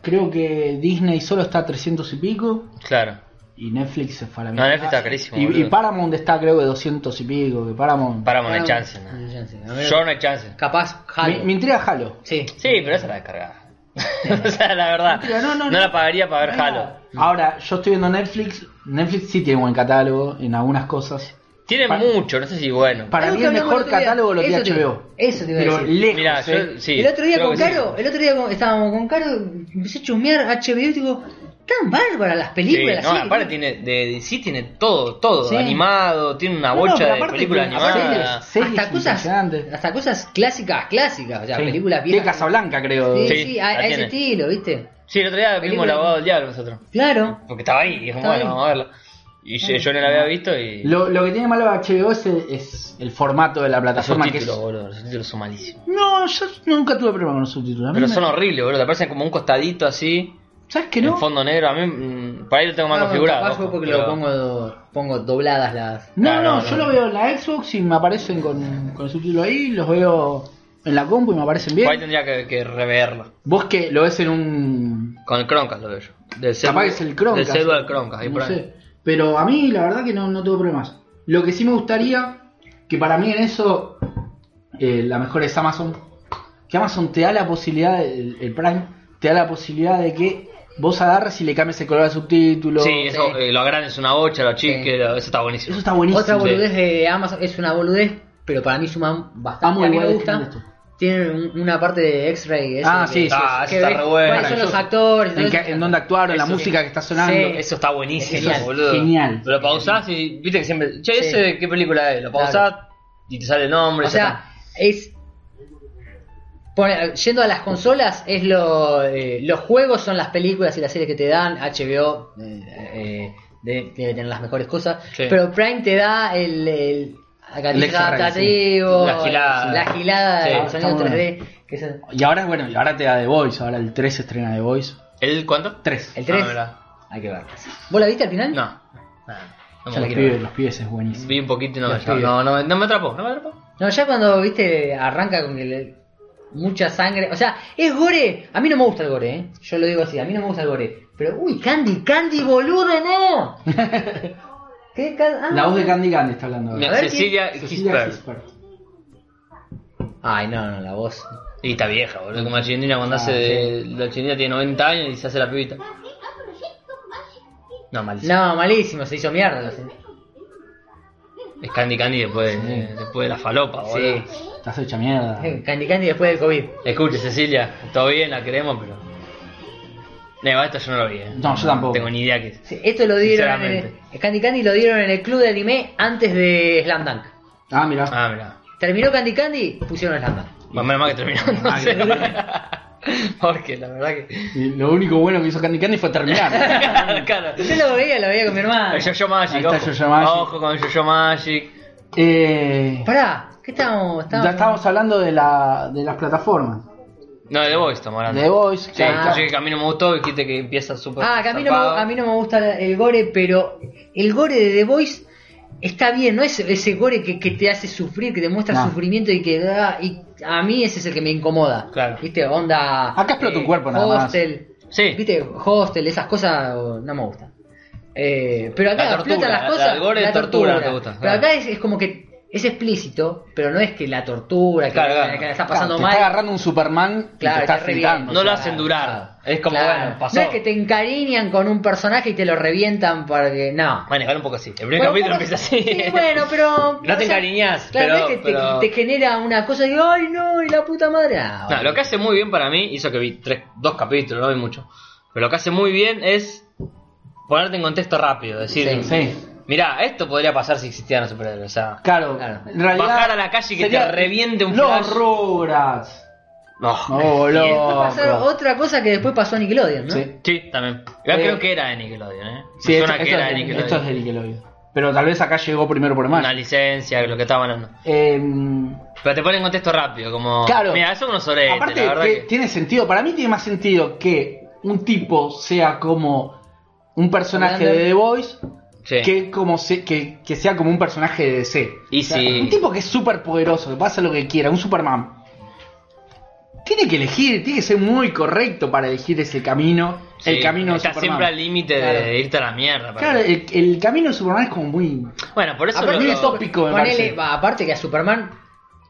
Creo que Disney solo está a 300 y pico. Claro. Y Netflix se fue a la No, Netflix está carísimo, Y- Y, boludo. Paramount está creo que 200 y pico. Que Paramount. Paramos, no hay Ah, chance. no no. hay chance. A ver, Yo no hay chance. Capaz, Mi, Halo. mi intriga es Halo. Sí. Sí, pero esa la descargada. o sea, la verdad. Mentira, no, no, no. la pagaría para ver Halo. Ahora, yo estoy viendo Netflix. Netflix sí tiene buen catálogo en algunas cosas. Tiene Pa- mucho, no sé si bueno. Para Algo mí que el hablamos mejor el otro día. catálogo lo tiene Eso te- HBO. eso te iba a Pero decir. lejos, Mirá, yo ¿eh? sí. el otro día creo con que sí. Caro, el otro día con- estábamos con Caro, empecé a chusmear HBO y digo, tan bárbaras las Sí, películas. no, así, aparte ¿no? tiene, de DC tiene todo, todo, Sí. animado, tiene una No, no, bocha pero de aparte películas tiene- aparte animadas. series hasta cosas, impresionantes. hasta cosas clásicas, clásicas, o sea, Sí. películas Tiene viejas. Casablanca, creo. Sí, Sí, sí, a, la a ese tiene. estilo, ¿viste? Sí, el otro día vimos Película- el abogado del diablo nosotros. Claro. Porque estaba ahí, y dijimos, Estaba bueno, ahí. vamos a verla. Y yo, yo no la había visto y. Lo, lo que tiene malo HBO es, es el formato de la Los plataforma que es... subtítulos, boludo. Los subtítulos son malísimos. No, yo nunca tuve problema con los subtítulos. A mí Pero me- son horribles, boludo. Te aparecen como un costadito así. ¿Sabes que no? Ah, En fondo negro, a mí mm, por ahí lo tengo mal No, configurado. Ah, capaz ojo, fue porque pero- lo pongo, pongo dobladas las. No, Ah, no, no, yo no. lo veo en la Xbox y me aparecen con, con el subtítulo ahí, los veo en la compu y me aparecen bien. Por ahí tendría que, que reverlo. Vos que lo ves en un... Con el Croncast lo veo yo. Del Capaz celu- que es el Chromecast. Del celular al Croncast, ahí no por ahí. sé. Pero a mí la verdad que no, no tuve problemas. Lo que sí me gustaría, que para mí en eso eh, la mejor es Amazon. Que Amazon te da la posibilidad, el, el Prime, te da la posibilidad de que vos agarres y le cambies el color al subtítulo. Sí, eso, Sí. eh, lo grande es una bocha, lo chique, Sí. lo- eso está buenísimo. Eso está buenísimo. Otra sí. boludez de Amazon es una boludez, pero para mí suma bastante. Amo a mí igual me de gusta. esto. Tienen un- una parte de X-ray. ese Ah, que- sí, sí, Ah, que eso ves está re bueno. ¿Cuáles son los Maravilloso. actores? En, qué- en dónde actuaron, la Eso música sí. que está sonando. Sí. Eso está buenísimo, Es genial, boludo. genial. Pero lo pausás y viste que siempre. Che, Sí. ese qué película es. Lo pausás y te sale el nombre. O ya sea, es. pone- yendo a las consolas, es lo, eh, los juegos son las películas y las series que te dan. HBO eh, eh, de- debe tener las mejores cosas. Sí. Pero Prime te da el. el El extra, adaptativo, sí. La gilada. la gilada, Sí, el está sonido muy 3D. Que es el, Y ahora, bueno, y ahora te da The Voice, ahora el 3 estrena The Voice. está. ¿El cuánto? 3. el 3. Ah, mirá. Hay que verlas. ¿Vos la viste al final? no. Nada, Ah, No me ya la los, quiero ver. pibes, los pibes es buenísimo. Vi un poquito y no, Ya ya- sigue. no, no, me- no me atrapó, no me atrapó. No, ya cuando, viste, arranca con que le- mucha sangre. O sea, es gore. A mí no me gusta el gore, ¿eh? Yo lo digo así, a mí no me gusta el gore. Pero, uy, Candy, Candy, boludo, no. ¿Qué Can- ah. La voz de Candy Candy está hablando Mira, ahora. ver quién- Cecilia Cecilia Gisbert. Gispert. Ay, no, no, la voz. Y está vieja, boludo, como la chilindrina cuando Ah, hace de, la chilindrina tiene 90 años y se hace la pibita. No, malísimo. No, malísimo, se hizo mierda. lo sé. Es Candy Candy después, de- después de la falopa, boludo. Sí. Estás hecha mierda. Candy Candy después del COVID. Escuche, Cecilia, todo bien, la queremos, pero. No, esto yo no lo vi. eh. No, yo tampoco. Tengo ni idea que es. Sí, Esto lo dieron en Sinceramente. el, Candy Candy lo dieron en el club de anime antes de Slam Dunk. Ah, mira. Ah, mirá. Terminó Candy Candy, pusieron Slam Dunk. Más menos mal que terminó. No Ay, sé. no. Porque la verdad que. Lo único bueno que hizo Candy Candy fue terminar. Claro. Yo lo veía, lo veía con mi hermano. El Yo-Yo Magic, Ahí está ojo. Yo-Yo Magic. Ojo con el Yo-Yo Magic. eh, Pará, ¿qué estábamos? ya estábamos hablando de, la, de las plataformas. No, de The Voice estamos hablando. De Voice, Sí, claro, yo claro. sé que a mí no me gustó, dijiste que empieza súper. Ah, que a mí, no me, zarpado. a mí no me gusta el gore, pero el gore de The Voice está bien, no es ese gore que, que te hace sufrir, que te muestra No. sufrimiento y que da. Y a mí ese es el que me incomoda. Claro. ¿Viste? Onda. Acá explota un cuerpo nada más. hostel, Sí. ¿Viste? Hostel, esas cosas oh, no me gustan. Eh, pero acá La tortura, explotan la- las cosas. el gore de tortura te gusta, Pero claro. acá es, es como que es explícito, pero no es que la tortura, que, Claro, la, claro. que la está Claro, pasando te mal. está agarrando un Superman y Claro, te está está re fritando. bien. No lo Claro, hacen durar. Es como, Claro. bueno, pasó. No es que te encariñan con un personaje y te lo revientan porque. No. Manejar un poco así. El primer capítulo Bueno, empieza así. sí, bueno, pero. No o te sea, encariñas, Claro, pero. no es que te- pero- te, genera una cosa de. ¡Ay, no! Y la puta madre. Ah, No, lo que hace muy bien para mí, hizo que vi tres, dos capítulos, no vi mucho. Pero lo que hace muy bien es ponerte en contexto rápido. Decir, Sí, Sí. mirá, esto podría pasar si existieran los superhéroes. O sea, Claro, Claro. en realidad. Bajar a la calle y que te reviente un Los flash. Rugrats. no. Oh, Y después loco. pasar otra cosa que después pasó a Nickelodeon, ¿no? Sí, Sí, también. Yo Eh, creo que era de Nickelodeon, ¿eh? Me sí esto, suena que esto era de es, de- Nickelodeon. esto es de Nickelodeon. Pero tal vez acá llegó primero por Una más. licencia, lo que estaba hablando. Eh, Pero te pone en contexto rápido, como. Claro. Mira, son unos oretes, Aparte, este, la verdad que que. tiene sentido. Para mí tiene más sentido que un tipo sea como un personaje Hablando- de The Voice Sí. que, como se- que, que sea como un personaje de DC. Y si- Un tipo que es súper poderoso, que pasa lo que quiera, un Superman. Tiene que elegir, tiene que ser muy correcto para elegir ese camino. Sí, el camino de Está Superman. siempre al límite Claro. de irte a la mierda. Claro, parece. el, el camino de Superman es como muy. Bueno, por eso. Aparte lo- que tiene lo- tópico, me Ponele- parece. va, aparte que a Superman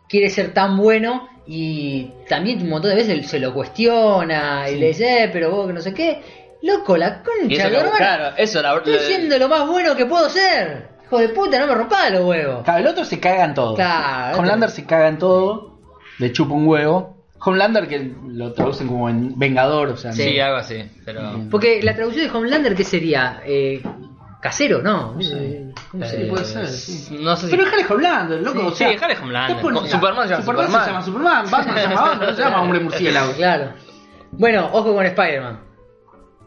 quiere ser tan bueno y también un montón de veces él se lo cuestiona y Sí. le dice, "Eh, pero vos que no sé qué. Loco, la Y concha, eso lo- de tu hermana. claro, eso la Estoy siendo lo más bueno que puedo ser. Hijo de puta, no me rompa los huevos. Claro, el otro se caga en todo. Claro, Homelander otro- se caga en todo, le chupa un huevo. Homelander que lo traducen como en Vengador, o sea, Sí, no- algo así. Pero. Porque la traducción de Homelander, ¿qué sería? Eh, casero, ¿no. sé. ¿Cómo eh, sería? puede ser, sí. No sé si. Pero déjale Homelander, loco, Sí, o sea. dejale Homelander. ¿qué pones Con- acá? Superman se llama se Superman. llama Superman, Batman se llama Batman, no se llama Hombre Murciélago. Claro. Bueno, ojo con Spider-Man.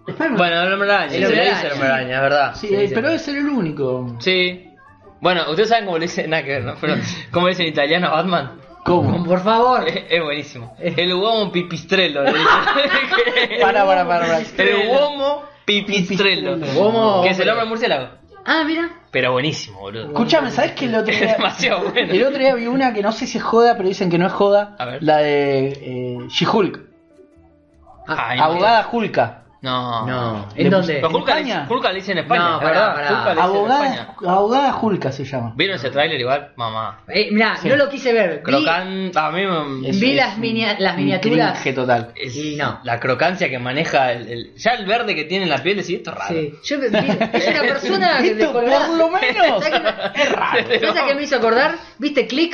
Spider-Man- Bueno, el hombre araña. El se hombre le dice araña. el hombre araña, es verdad. sí, sí, eh, sí. pero debe ser el único. Sí. Bueno, ustedes saben cómo le dicen. Nada que ver, ¿no? Pero. ¿Cómo le dicen en italiano a Batman? ¿Cómo? Por favor. Eh. Es es buenísimo. El uomo pipistrello. le dicen. Para, para, para, para. El uomo pipistrello. Pipistrello. Uomo, Que es el hombre. hombre murciélago. Ah, mira. Pero buenísimo, boludo. Escuchame, ¿sabes que el otro Es día, demasiado el bueno. otro día vi una que no sé si es joda, pero dicen que no es joda? A ver. La de eh, She-Hulk, Ay, abogada Hulka. No. Ah, No. Le ¿En dónde? Pero ¿En Julka le, España? dice- Julka le dice en España, No, es pará, verdad. pará. Julka le dice en Abogada, España. abogada Hulka se llama. ¿Vieron ese tráiler igual? Mamá. Eh, mirá, no lo quise ver. Vi- Crocante. A mí me- Es- Vi las minia- las miniaturas. un cringe total. es Y no. la crocancia que maneja el, el- ya el verde que tiene en la piel decís esto es raro. Sí. Yo me- vi- es una persona que Esto, descolgada. por lo menos. ¿Sabes qué me- Es raro. ¿Sabes a qué me hizo acordar? ¿Viste Click?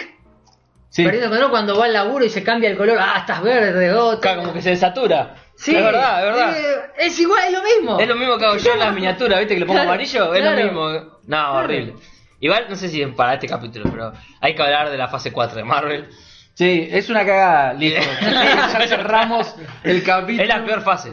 Sí. Perdiendo el control cuando va al laburo y se cambia el color. Ah, estás verde, Acá otra. como que se desatura. Sí, Es verdad, es verdad. Eh, es igual, es lo mismo. Es lo mismo que hago yo en las miniaturas, ¿viste? Que le pongo Claro, amarillo, es claro. lo mismo. No, horrible. Igual, no sé si es para este capítulo, pero hay que hablar de la fase 4 de Marvel. Sí, es una cagada. Listo. ya cerramos el capítulo. Es la peor fase.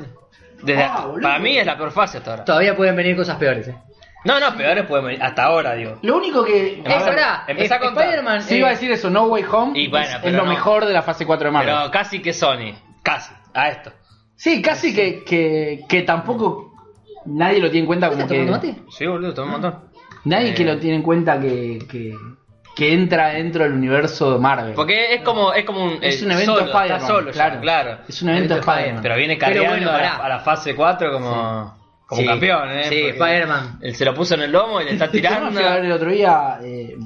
Desde Ah, hasta- boludo. para mí es la peor fase hasta ahora. Todavía pueden venir cosas peores. eh. No, no, peores pueden venir. Hasta ahora, digo. Lo único que. Empezá- Es verdad. empezá a contar. Spider-Man. Sí, eh, iba a decir eso. No Way Home Y bueno, es- es pero lo no. mejor de la fase 4 de Marvel. Pero casi que Sony. Casi. A esto. Sí, casi que, que, que tampoco nadie lo tiene en cuenta como ¿Estás que. tomando mate? Sí, boludo, tomé un montón. Nadie Eh. que lo tiene en cuenta que, que, que entra dentro del universo de Marvel. Porque es como, es como un. Es eh, un evento solo, está Spider-Man, solo, claro. ya, claro. Es un evento Spider-Man. Pero viene Pero cargando bueno, a, la, pará. a la fase 4 como, como Sí. campeón, ¿eh? Sí, Porque Spider-Man. Él se lo puso en el lomo y le está Yo tirando. me fui a ver el otro día eh,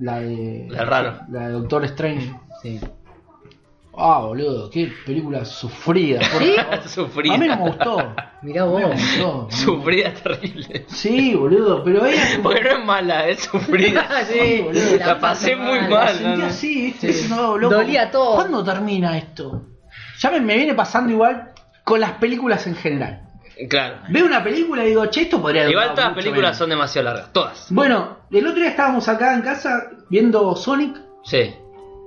la de. La de raro. La de Doctor Strange. Sí. Ah, boludo, qué película sufrida. por favor. Sufrida. A mí no me gustó. A Mirá mí vos. no me gustó. Sufrida terrible. Sí, boludo, pero era como- Porque no es mala, es sufrida. Sí, boludo, la pasé muy la mal, sentí no, no. así, ¿viste? Sí. Diciendo, "Oh, loco, Dolía todo". ¿Cuándo termina esto? Ya me, me viene pasando igual con las películas en general. Claro. Veo una película y digo, che, esto podría haber Igual durado todas las mucho películas menos". son demasiado largas. Todas. Bueno, el otro día estábamos acá en casa viendo Sonic. Sí.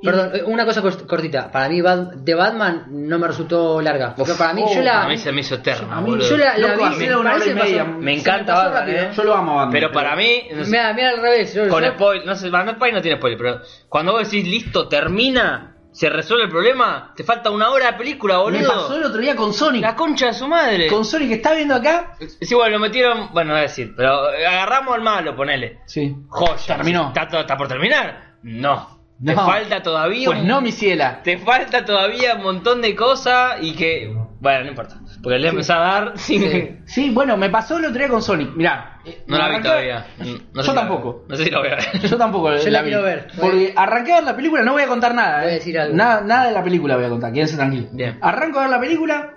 Perdón, eh, una cosa cort- cortita. Para mí, Bad- The Batman no me resultó larga. Porque para mí, oh, yo la. A mí se me hizo eterna, A mí- boludo. Yo la, la Loco, a mí vi. era una hora parece y que media. pasó- Me se encanta pasó Batman, rápido. ¿eh? Yo lo amo a Batman. Pero para mí. no sé, Mira, mira al revés. yo- con yo- spoiler. No sé, para mí no tiene spoiler, pero cuando vos decís listo, termina, se resuelve el problema, te falta una hora de película, Me pasó boludo. el otro día con Sonic. La concha de su madre. Con Sonic que está viendo acá. Sí, bueno, lo metieron. Bueno, no voy a decir, pero eh, agarramos al malo, ponele. Sí. Joya. Terminó. ¿Está, to- está por terminar? No. Te No. falta todavía. Pues un- no, mi ciela. Te falta todavía un montón de cosas y que. Bueno, no importa. Porque le empezó a dar sin. Sí, bueno, me pasó el otro día con Sonic. Mirá. eh, No la vi arranqué- todavía. No sé Yo si la- tampoco. No sé si la voy a ver. Yo tampoco Yo la vi. quiero ver. Porque arranqué a ver la película, no voy a contar nada. Voy a eh. decir algo. Nada, nada de la película voy a contar, quédense tranquilos. Bien. Arranco a ver la película.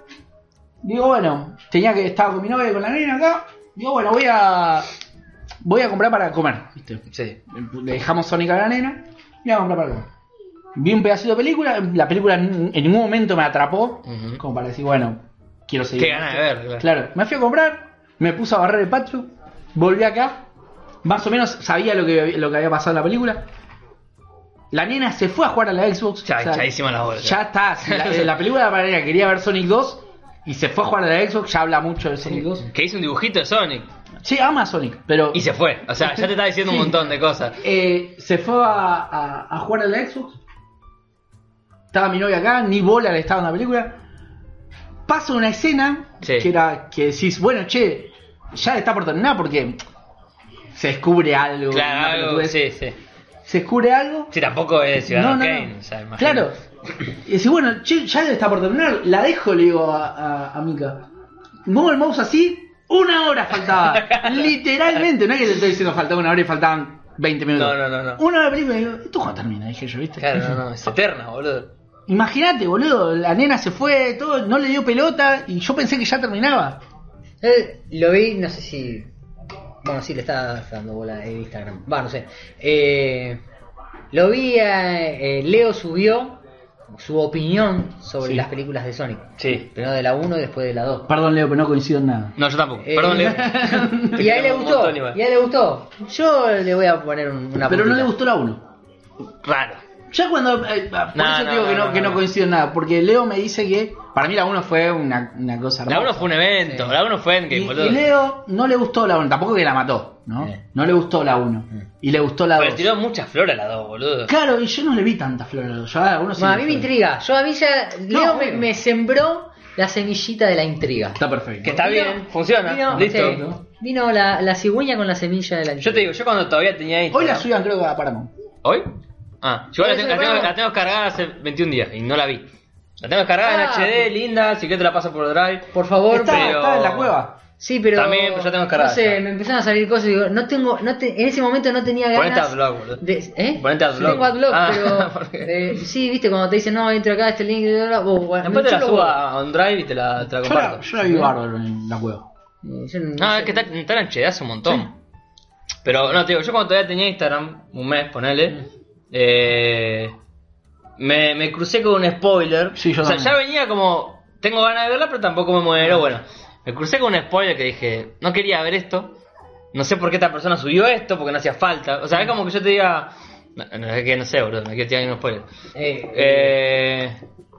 Digo, bueno, tenía que estaba con mi novia y con la nena acá. Digo, bueno, voy a voy a comprar para comer, ¿viste? Sí. Le dejamos Sonic a la nena. Voy a comprar para comer. Vi un pedacito de película, la película en en ningún momento me atrapó, Ujú. como para decir, bueno, quiero seguir. Qué ganas de ver. claro. Claro, me fui a comprar, me puse a barrer el patio, volví acá, más o menos sabía lo que, lo que había pasado en la película. La nena se fue a jugar a la Xbox. Ya, o sea, ya hicimos las bolas. ya está, si la, eh, la película de la nena quería ver Sonic 2 y se fue a jugar a la Xbox, ya habla mucho de Sonic 2. Que hizo un dibujito de Sonic Sí, ama a Sonic, pero y se fue. O sea, ya te está diciendo un montón de cosas. eh, se fue a, a- a jugar a la Xbox. Estaba mi novia acá, ni bola le estaba en la película. Pasa una escena Sí. que era que decís, bueno, che, ya está por terminar porque se descubre algo. una Claro, algo. pelotudez. Sí, sí. Se descubre algo. Sí, tampoco es Ciudadano No, no, Kane. no. o sea, imagino. claro. Y decís, bueno, che, ya está por terminar. La dejo, le digo a, a, a Mika. Muevo el mouse así, una hora faltaba. Literalmente, no es que te estoy diciendo faltaba una hora y faltaban 20 minutos. No, no, no, no. Una hora de película y digo, esto cuándo termina, dije yo, ¿viste? Claro, no, no. Es eterna, boludo. Imagínate, boludo, la nena se fue, todo, no le dio pelota y yo pensé que ya terminaba. Eh, lo vi, no sé si. Bueno, sí, le está dando bola en Instagram. Va, no sé. Eh, lo vi, eh, eh, Leo subió su opinión sobre Sí. las películas de Sonic. Sí. Primero de la 1 y después de la 2. Perdón, Leo, pero no coincido en nada. No, yo tampoco. Eh, Perdón, Leo. Y a él le Un gustó. montón Y a igual. él le gustó. Yo le voy a poner un- una pero no puntita. le gustó la 1. Raro. Ya cuando. eh, por No, eso no, te digo que, no, no, no, que no no. coincido en nada, porque Leo me dice que. Para mí la 1 fue una, una cosa La hermosa. 1 fue un evento. La 1 fue Y, Endgame, y boludo. Leo no le gustó la 1, tampoco que la mató, ¿no? Eh. No le gustó la 1. Eh. Y le gustó la Pero 2. tiró muchas flores a la 2, boludo. Claro, y yo no le vi tanta flor a la 2. Yo a la 1 sí Bueno, a le mí me fui. intriga. Yo a mí ya. Leo me, bueno. me sembró la semillita de la intriga. Está perfecto. Que está bien, funciona. Vino, Listo. sí, vino la, la cigüeña con la semilla de la Yo te digo, yo cuando todavía tenía Hoy la Instagram- subían creo que a Paramount. ¿Hoy? Ah, yo la Puede tengo, ser, la, tengo, bueno. la tengo cargada hace 21 días y no la vi. La tengo cargada Ah. en HD, linda, si querés te la paso por Drive. Por favor, está, pero- está en la cueva. Sí, pero. También, pero ya tengo cargada, No sé, ya. me empezaron a salir cosas y digo, no tengo. No te- en ese momento no tenía ganas. Ponete adblock, boludo. de- ¿Eh? Ponete Sí, adblock. tengo adblock, Ah, pero. ¿por qué? eh, sí, viste, cuando te dicen, no, entra acá este link, bla, bla, bla, vos, bueno, Después te yo la lo subo guardo. a un Drive y te la, te la Yo la, comparto. yo la vi bárbaro en la cueva. Eh, yo no No, es sé. Ah, que está, está en HD hace un montón. Pero no, te digo, yo cuando todavía tenía Instagram, un mes, Mm. ponele, eh, me, me crucé con un spoiler. Sí, yo o sea, también. ya Ah. venía como, tengo ganas de verla, pero tampoco me muero. Bueno, me crucé con un spoiler que dije, no quería ver esto. No sé por qué esta persona subió esto, porque no hacía falta. O sea, Mm. es como que yo te diga... No, no, es que no sé, boludo, no quiero tirar ningún spoiler. Eh, Eh,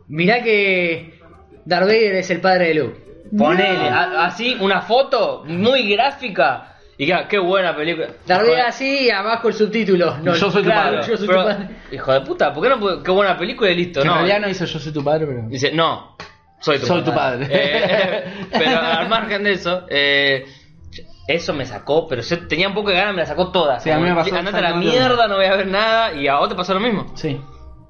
Mirá que. Darth Vader es el padre de Luke. ponele, a- así, una foto muy gráfica. Y claro, qué buena película. Darth Vader así y abajo el subtítulo. No, Yo soy tu claro, padre. Yo soy pero- tu padre. Hijo de puta, ¿por qué no? eh. puedo- Qué buena película y listo, Que no. en realidad no hizo Yo soy tu padre, pero. Dice, no. soy tu Soy padre. tu padre. Eh, pero al margen de eso, eh, eso me sacó, pero yo tenía un poco de ganas, me la sacó toda. Sí, a mí me Como, pasó Andate a la exactamente lo mierda, no voy a ver nada, y a vos te pasó lo mismo. Sí.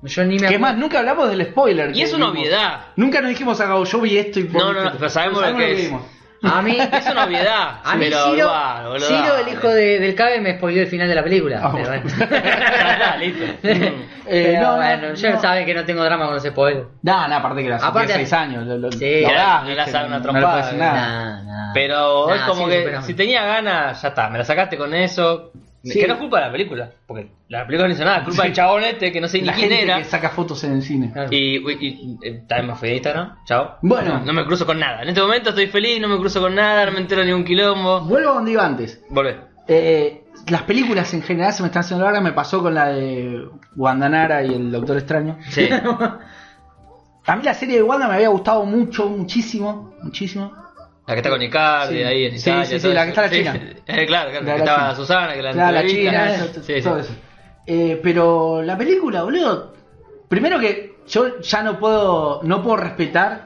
Yo ni me Que acuerdo. más, nunca hablamos del spoiler. Y que es una vimos. obviedad. Nunca nos dijimos, acabo, yo vi esto y por No, no, esto". pero sabemos lo que es. vimos. A mí, Es una obviedad. a mí pero, Ciro, va, boludo, Ciro, el dale. hijo de- del Cabe, me spoileó el final de la película. Ah, pero bueno. Ya está, listo. Mm. Pero no, no, bueno, ya no. saben que no tengo drama con los spoilers. No, no, aparte que la Aparte- aparte 6 años. Lo, lo, Sí, lo no hablás, le das viste, una no trompada, le puedes decir nada. Nah, nah. Pero Nah, es como Ciro, que superame. si tenía ganas, ya está, me la sacaste con eso. Sí. Que no es culpa de la película, porque la película no hizo nada, es culpa del chabón este que no sé ni La quién gente era. que saca fotos en el cine. Claro. Y, y- y- eh, también me fui de Instagram, chao. Bueno. No me cruzo con nada. En este momento estoy feliz, no me cruzo con nada, no me entero ni un quilombo. Vuelvo a donde iba antes. Volvé. Eh, las películas en general se me están haciendo largas. Me pasó con la de Guandanara y el Doctor Extraño. Sí. A mí la serie de Wanda me había gustado mucho, muchísimo, muchísimo. La que está con Icardi Sí. ahí en Sí, Italia. sí, sí, todo la que eso. está la Sí. China. Eh, claro, claro, La que de la estaba China. Susana, que la Claro, la entrevista. China, Sí, eso, t- sí. todo eso. Eh, pero la película, boludo. Primero que yo ya no puedo, no puedo respetar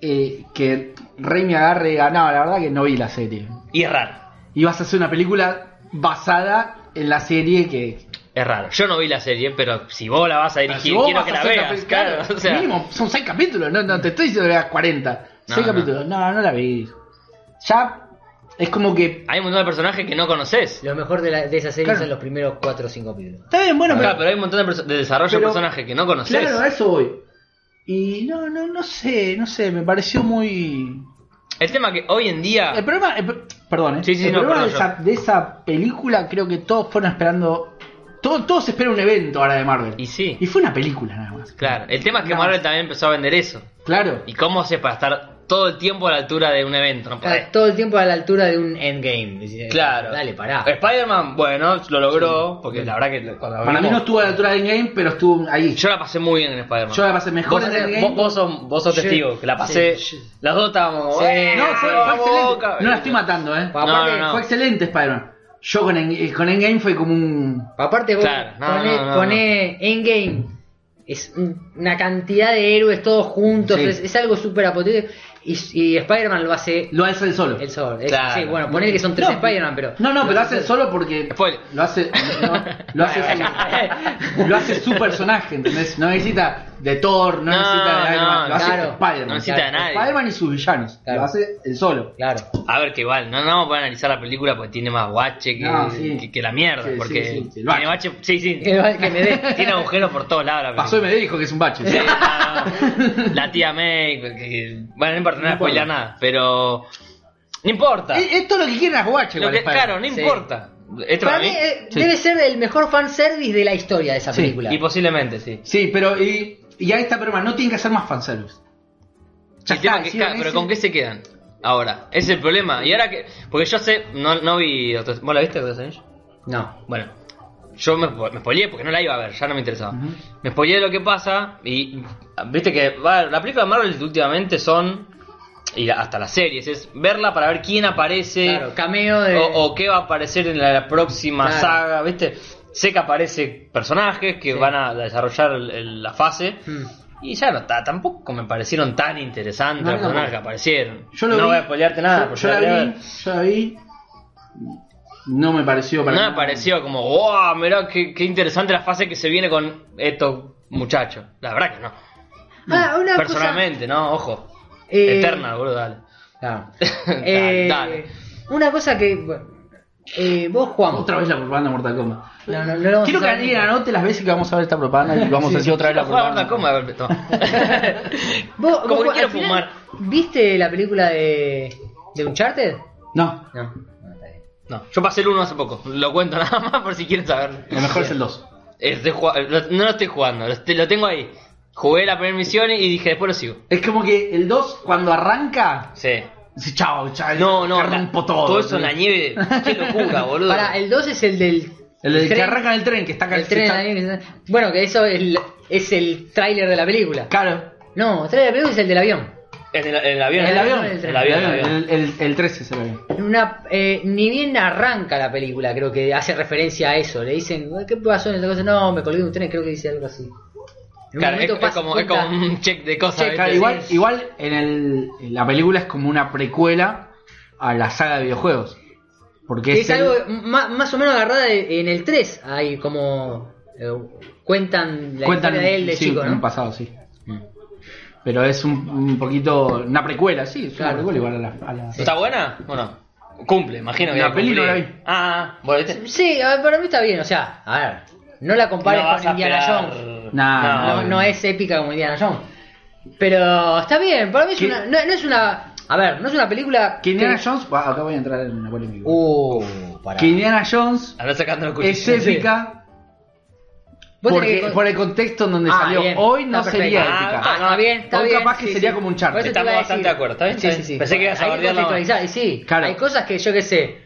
eh, que Rey me agarre ganado. La verdad que no vi la serie. Y es raro, Y vas a hacer una película basada en la serie que. es raro. Yo no vi la serie, pero si vos la vas a dirigir, Ah, Si vos quiero vas que a la hacer una veas. peli- Claro, o sea. mínimo, son seis capítulos, no, no te estoy diciendo que eran 40. No, seis no. capítulos, no, no la vi. Ya es como que. Hay un montón de personajes que no conoces. Lo mejor de, la- de esa serie Claro. son los primeros 4 o 5 capítulos. Está bien, bueno, pero. Claro, pero hay un montón de, perso- de desarrollo Pero- de personajes que no conoces. Claro, a eso voy. Y no, no, no sé, no sé, me pareció muy. El tema que hoy en día. El problema, el pr- perdón, ¿eh? Ah. Sí, sí, el no, problema perdón, de, esa, de esa película creo que todos fueron esperando, todo, todos esperan un evento ahora de Marvel. Y sí. Y fue una película nada más. Claro, el tema es que No. Marvel también empezó a vender eso. Claro. ¿Y cómo haces para estar todo el tiempo a la altura de un evento? No Eh, podés. Está Todo el tiempo a la altura de un endgame. Decís, Eh. Claro. Eh. Dale, ah, pará. Spider-man, bueno, lo logró, porque la verdad que cuando Para mí no vimos- estuvo a la altura del game, pero estuvo ahí. Yo, Yo la pasé muy bien en Spider-Man. la pasé mejor Vos, en el vos, game. vos sos, vos sos Sí. testigo, que la pasé. Sí. Las dos estábamos como, Sí. "Eh, no, fue, fue vamos, excelente. cabrón". No la estoy matando, eh. Pa- No, no, no. Fue excelente Spider-Man. Yo con, en, con Endgame fue como un. Aparte vos Claro, no, no, poné, no, no. poné Endgame. Es un- una cantidad de héroes todos juntos. Sí. Es, es algo súper apoteótico. Y, y Spider-Man lo hace Lo hace el solo. el sol. Es- Claro. Sí, bueno, poner que son tres Spider-Man, pero. No, no, pero lo hace solo porque. Spoiler. Lo hace. no, lo hace. su- lo hace su personaje, ¿entendés? No necesita de Thor, no, No, necesita de Iron Man, lo hace claro. Spider-Man. No necesita de nadie. Spider-Man y sus villanos. Claro. Lo hace el solo. Claro. A ver, que igual, no, no vamos a poder analizar la película porque tiene más guache que, No, sí. que, que la mierda. Sí, sí, porque sí, sí, el tiene bache, sí, sí. Que, que me dé. Tiene agujeros por todos lados la película. Pasó y me dijo que es un bache. Sí, no, no. La tía May, que- que- bueno, no importa, no voy a No spoilear importa. nada, pero no importa. Es, es todo lo que quieren las guachas. Lo igual, que- Spider-Man. claro, no Sí. importa. Esto Para mí eh, debe ser el mejor fanservice de la historia de esa Sí. película. Y posiblemente, sí. Sí, pero. Y, y ahí está Spider-Man. No tiene que hacer más fanservice. Ya El tema está, que- hicieron claro, ese. pero ¿con qué se quedan? Ahora, ese es el problema. Y ahora que. Porque yo sé, no, no vi. Doctor- ¿Vos la viste, Doctor Strange? No. Bueno, yo me, me spoileé porque no la iba a ver, ya no me interesaba. Ujú. Me spoileé lo que pasa y. Viste que. va, la película de Marvel últimamente son. Y hasta las series, es verla para ver quién aparece. Claro, cameo de. O, o qué va a aparecer en la, la próxima Claro. saga, ¿viste? Sé que aparecen personajes que Sí. van a desarrollar el- el- la fase. Mm. Y ya no está, tampoco me parecieron tan interesantes No, los no, personajes no. que aparecieron. Yo lo no vi, voy a spoilearte nada, Yo, porque yo la voy a ver. vi. Yo la vi. No me pareció para No me nada. pareció como, wow, mirá qué, qué interesante la fase que se viene con estos muchachos. La verdad que no. Ah, una Personalmente, ¿no? Ojo. cosa. eh, Eterna, boludo, dale. Claro. dale, Eh, dale. Una cosa que. bueno, eh, vos, Juan. Otra vez la propaganda de Mortal Kombat. No, no, no lo vamos Quiero a que hacer alguien nunca. anote las veces que vamos a ver esta propaganda y vamos a decir otra vez la Quiero jugar a propaganda. Mortal Kombat, toma. Vos, Como vos, que al quiero final, fumar. ¿Viste la película de. de Uncharted? No, No. no está bien. No, yo pasé el 1 hace poco. Lo cuento nada más por si quieren saberlo. lo mejor es el 2. Estoy ju- lo- no lo estoy jugando, lo, estoy- lo tengo ahí. Jugué la primera misión y dije, después lo sigo. Es como que el 2 cuando arranca, Sí. dice chao, chao, No, no, te la- rompo todo. todo eso en la nieve. Qué locura, boludo. Pará, el 2 es el del. El de que tren- arranca en el tren, que está el tren está- ahí que está- Bueno, que eso es el, es el tráiler de la película. Claro, No, el tráiler de la película es el del avión. En el, en el avión. El avión, el el avión. El avión, el, el, el, 13 se lo ve. Una, eh, ni bien arranca la película, creo que hace referencia a eso. Le dicen, "Ay, ¿qué pasó en esta cosa? No, me colgué de un tren, creo que dice algo así. En un Claro, es, momento es pasa como, es cuenta- como un check de cosas. Check, ¿viste? Claro, Sí, igual, sí. igual en, el, en la película es como una precuela a la saga de videojuegos. Porque que es, es el- algo ma- más, o menos agarrada de- en el 3. Ahí como eh, cuentan la cuentan- historia de él de sí, chico, en un ¿no? pasado, sí. Pero es un, un poquito una precuela, sí, es Claro. una precuela igual a la, a la- ¿Está buena? Bueno, cumple, imagino que La ya peli no cumplí. la vi. Ah, bueno, ¿viste? Sí, a ver, para mí está bien, o sea, a ver, no la compares No vas con a Indiana esperar- Jones. Nah, No, no es épica como Indiana Jones. Pero está bien, para mí es ¿Qué? una, no, no es una... A ver, no es una película... Que Indiana que- Jones, bah, acá voy a entrar en una polémica. Uh, pará. que Indiana Jones Andá sacando los es cuchillos. épica Vos porque- tenés que- por el contexto en donde Ah, salió. bien. Hoy no Está sería perfecto. épica. Ah, está bien, está Hoy bien. capaz que sí, sería sí. como un charter. Por eso te Estamos iba a bastante decir. de acuerdo, ¿está bien? Sí, sí, sí. Pensé que ibas a Hay bardearla más. contextualizar, y sí, Claro. hay cosas que yo qué sé,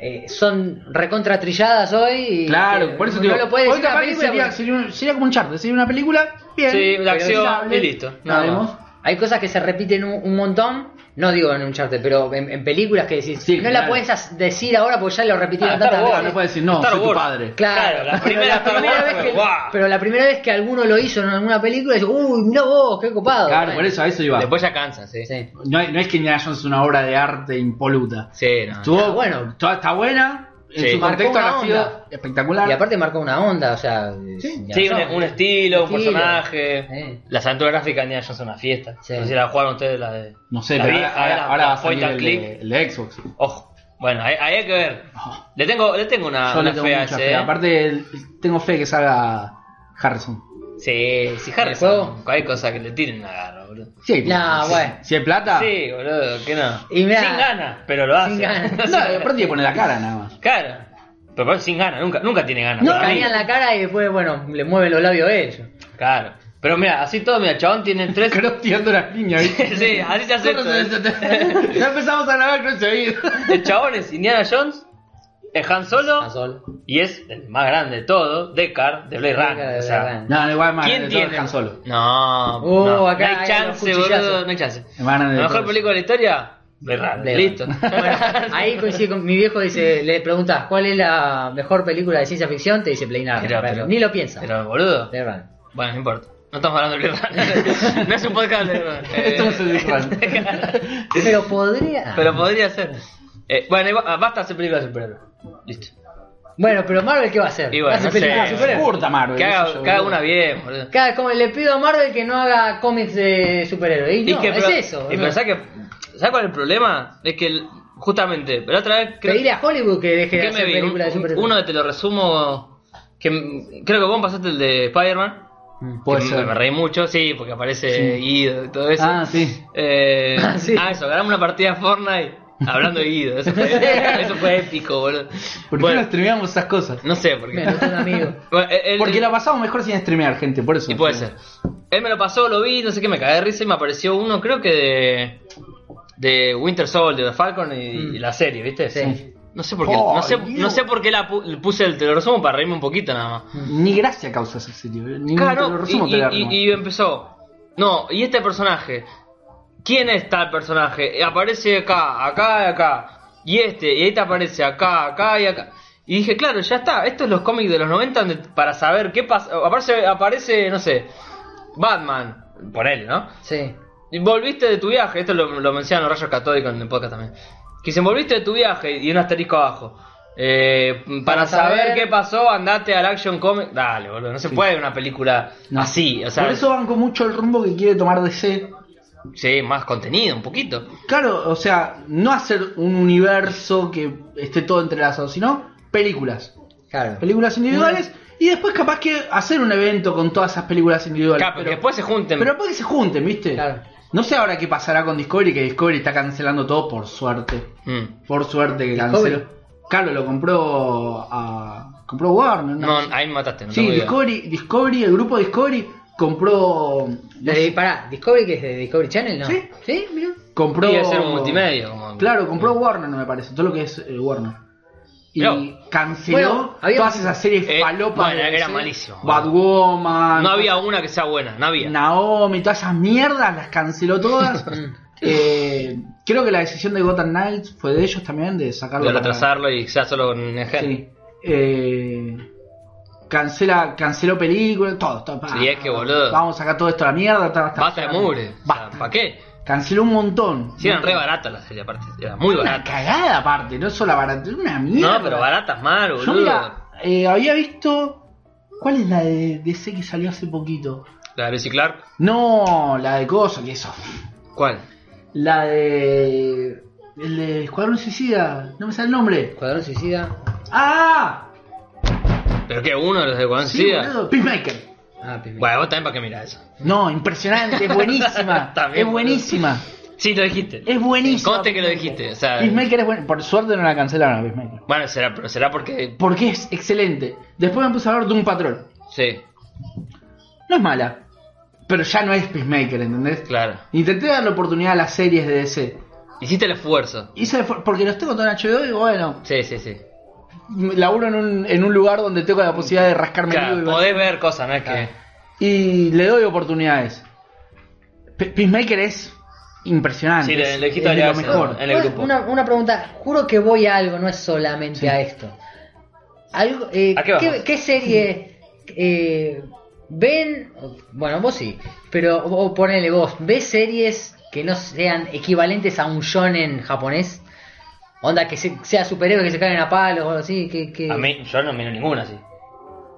eh, son recontratrilladas hoy. y Claro, que por eso no te digo. lo puedes hoy decir capaz una que película, sería, porque sería, un- sería como un charter, sería una película. Bien. Sí, la acción, realizable, y listo, Nada nada más. más. Hay cosas que se repiten un, un montón, no digo en un charte, pero en, en películas que decís, Sí, no la claro. puedes as- decir ahora porque ya lo repitieron Ah, Star tantas Wars, veces. No puedes decir, no, Star soy tu Wars. padre. Claro, Claro, la primera pero, la Star primera Wars vez fue, que, "Guau". pero la primera vez que alguno lo hizo en alguna película, dice, uy, mirá vos, qué copado. Claro, por Bueno, eso a eso iba. Después ya cansa, sí. sí. No, no es que Indiana Jones es una obra de arte impoluta. Sí, no. Estuvo, Ah, bueno. toda- está buena. En Sí. su Marcó contexto una ha sido onda. espectacular. Y aparte marcó una onda, o sea. Sí. Sí, un, razón. un estilo, un Estilo. personaje. Eh. La aventura gráfica de Indiana Jones es una fiesta. Sí. No sé si la jugaron ustedes, la de. no sé, la pero vieja, ahora, ahora- la- ahora la va a salir point and el, click. de- el de Xbox. Ojo. Bueno, ahí, ahí hay que ver. Oh, Le tengo, le tengo una, yo le una tengo fe a mucha ese, fe. eh. Aparte, el- tengo fe que salga Harrison. Sí, si ¿El Harrison, juego? cualquier cosa que le tiren la agarro, boludo. Sí, hay- No, si- bueno. Si hay plata. Sí, boludo, que no. Y mirá- sin ganas, pero lo hace. Sin ganas. No, aparte tiene que poner la cara nada más. Claro. Pero, pero sin ganas, nunca, nunca tiene ganas. No, para mí. caían la cara y después, bueno, le mueven los labios a ellos. Claro. Pero mira, así todo, mira, el chabón tiene tres. Cross tirando las piñas, ¿viste? sí, así se hace. Cross en esto, el set- Ya empezamos a grabar Cross seguido. ¿eh? El chabón es Indiana Jones, es Han A Solo Sol. y es el más grande de todo, Deckard de Blade Deckard Runner. de O sea, Blade No, no, igual más. ¿quién de todos tiene? Han Solo. No, Uh, no. acá no hay hay chance, unos cuchillazos. boludo, no hay chance. El más grande de La mejor todos. película de la historia, Blade Runner, Blade listo. Bueno, ahí coincide con mi viejo, dice, le preguntas, ¿cuál es la mejor película de ciencia ficción? Te dice Plain Runner. Pero- Bueno, pero- Ni lo piensa. Pero, boludo. De verdad. Bueno, no importa. No estamos hablando de Blade Runner. No es un podcast de Blade Runner. Esto no es el Eh, Pero podría. Pero podría ser. Eh, bueno, igual- ah, basta hacer películas de superhéroes. Listo. Bueno, pero Marvel, ¿qué va a hacer? Y bueno, ¿Va a hacer no sé. películas de superhéroes? Curta, Marvel. Que qué sé haga, yo, que haga boludo. una bien, boludo. Cada- como le pido a Marvel que no haga cómics de superhéroes. Y, no, que, es pero- eso. Y ¿no? pensá que. ¿Sabes cuál es el problema? Es que, el- justamente, pero otra vez creo. Pedirle a Hollywood que deje de ¿Qué me hacer vi? Un- películas de un- superhéroes. Uno de te lo resumo. Que m- creo que vos pasaste el de Spider-Man. Mm. Puede que ser. Me reí mucho, sí, porque aparece Sí. Guido y todo eso. Ah, sí. Eh, Ah, sí. Ah, eso, ganamos una partida de Fortnite hablando de Guido. Eso fue, eso fue épico, boludo. ¿Por qué Bueno, no streameamos esas cosas? no sé por qué. Me anotó un amigo. Bueno, eh, él- él- Porque la pasamos mejor sin streamear, gente, por eso. Y puede ser. Él me lo pasó, lo vi, no sé qué, me cagué de risa y me apareció uno, creo que de. de Winter Soldier, de Falcon y, Mm. y la serie, ¿viste? Sí. No sé por qué, Oh, no, sé, Dios. no sé por qué la pu- le puse el te lo resumo para reírme un poquito nada más. Ni gracia causa ese sitio. eh. Ni te lo Claro, resumo y, te y- la y- armo. y empezó. No, y este personaje. ¿Quién es tal personaje? Eh, Aparece acá, acá y acá. Y este, y ahí te aparece acá, acá y acá. Y dije, claro, ya está. Esto es los cómics de los 90 donde- para saber qué pasa. Aparece, aparece, no sé, Batman. Por él, ¿no? Sí. Y volviste de tu viaje, esto lo, lo mencionan los rayos catódicos en el podcast también. Que se volviste de tu viaje y un asterisco abajo. Eh, para, Para saber, saber- qué pasó, andate al action comic. Dale, boludo, no se puede una película No. así. O sea, Por eso banco mucho el rumbo que quiere tomar DC. sí, más contenido, un poquito. Claro, o sea, no hacer un universo que esté todo entrelazado, sino películas. Claro. Películas individuales y después capaz que hacer un evento con todas esas películas individuales. Claro, pero pero, que después se junten. pero después que se junten, ¿viste? Claro. No sé ahora qué pasará con Discovery, que Discovery está cancelando todo por suerte. Mm. Por suerte que canceló. Claro, lo compró a... compró Warner. No, ahí me mataste. No Sí, tengo idea. Discovery, Discovery, el grupo Discovery compró. Desde- pará, ¿Discovery que es de Discovery Channel? No. Sí. ¿Sí? Mirá. compró Debe ser un multimedia, como- Claro, compró Warner, me parece, todo lo que es eh, Warner. Y Claro. canceló Bueno, había- todas esas series Eh, falopas. bueno, de era DC, malísimo. Batwoman, No había una que sea buena, no había. Naomi, todas esas mierdas las canceló todas. Mm. Eh, creo que la decisión de Gotham Knights fue de ellos también, de sacarlo. De para- retrasarlo y sea solo un ejemplo. Sí. Eh, cancela, canceló películas, todo, todo. pa, Sí, es que, boludo. Vamos a sacar todo esto a la mierda. ta, ta, Basta de ta. mugre. Basta. ¿Para qué? Canceló un montón. Sí, eran re baratas las series aparte. Era muy Una baratas. cagada aparte, no solo barata, era una mierda. No, pero baratas mal, Yo boludo. mira, eh, había visto. ¿Cuál es la de DC que salió hace poquito? La de Lucy Clark. No, la de Cosa, que eso. ¿Cuál? La de. El de Escuadrón Suicida, no me sale el nombre. Escuadrón Suicida. ¡Ah! ¿Pero qué? ¿Uno de los de Juan Sí, boludo, Peacemaker. Ah, pime. Bueno, vos también para qué mirás eso. No, impresionante, es buenísima. Está bien, es buenísima. Sí, lo dijiste. Es buenísima. Conste que lo dijiste. O sea, Peacemaker es bueno. Por suerte no la cancelaron a Peacemaker. bueno, será, pero será porque. Porque es excelente. Después me puse a hablar de un patrón. Sí, No es mala. Pero ya no es Peacemaker, ¿entendés? claro. Intenté darle oportunidad a las series de DC. Hiciste el esfuerzo. Hice esfuer- porque los tengo todo en HBO y bueno, Sí, sí, sí. laburo en un, en un lugar donde tengo la posibilidad de rascarme el Claro, libro y- podés ver cosas, no es que. Y le doy oportunidades. Pe- Peacemaker es impresionante. Sí, le- es- le quito es de a lo Jackson. mejor. En el grupo. Una, una pregunta, juro que voy a algo, no es solamente a esto. Algo, eh, ¿A qué vamos? serie eh, ven? Bueno, vos sí, pero o ponele vos, ¿ves series que no sean equivalentes a un shonen japonés? Onda, que se- sea superhéroe, que se caigan a palos o algo así. Que, que- A mí, yo no miro ninguna así.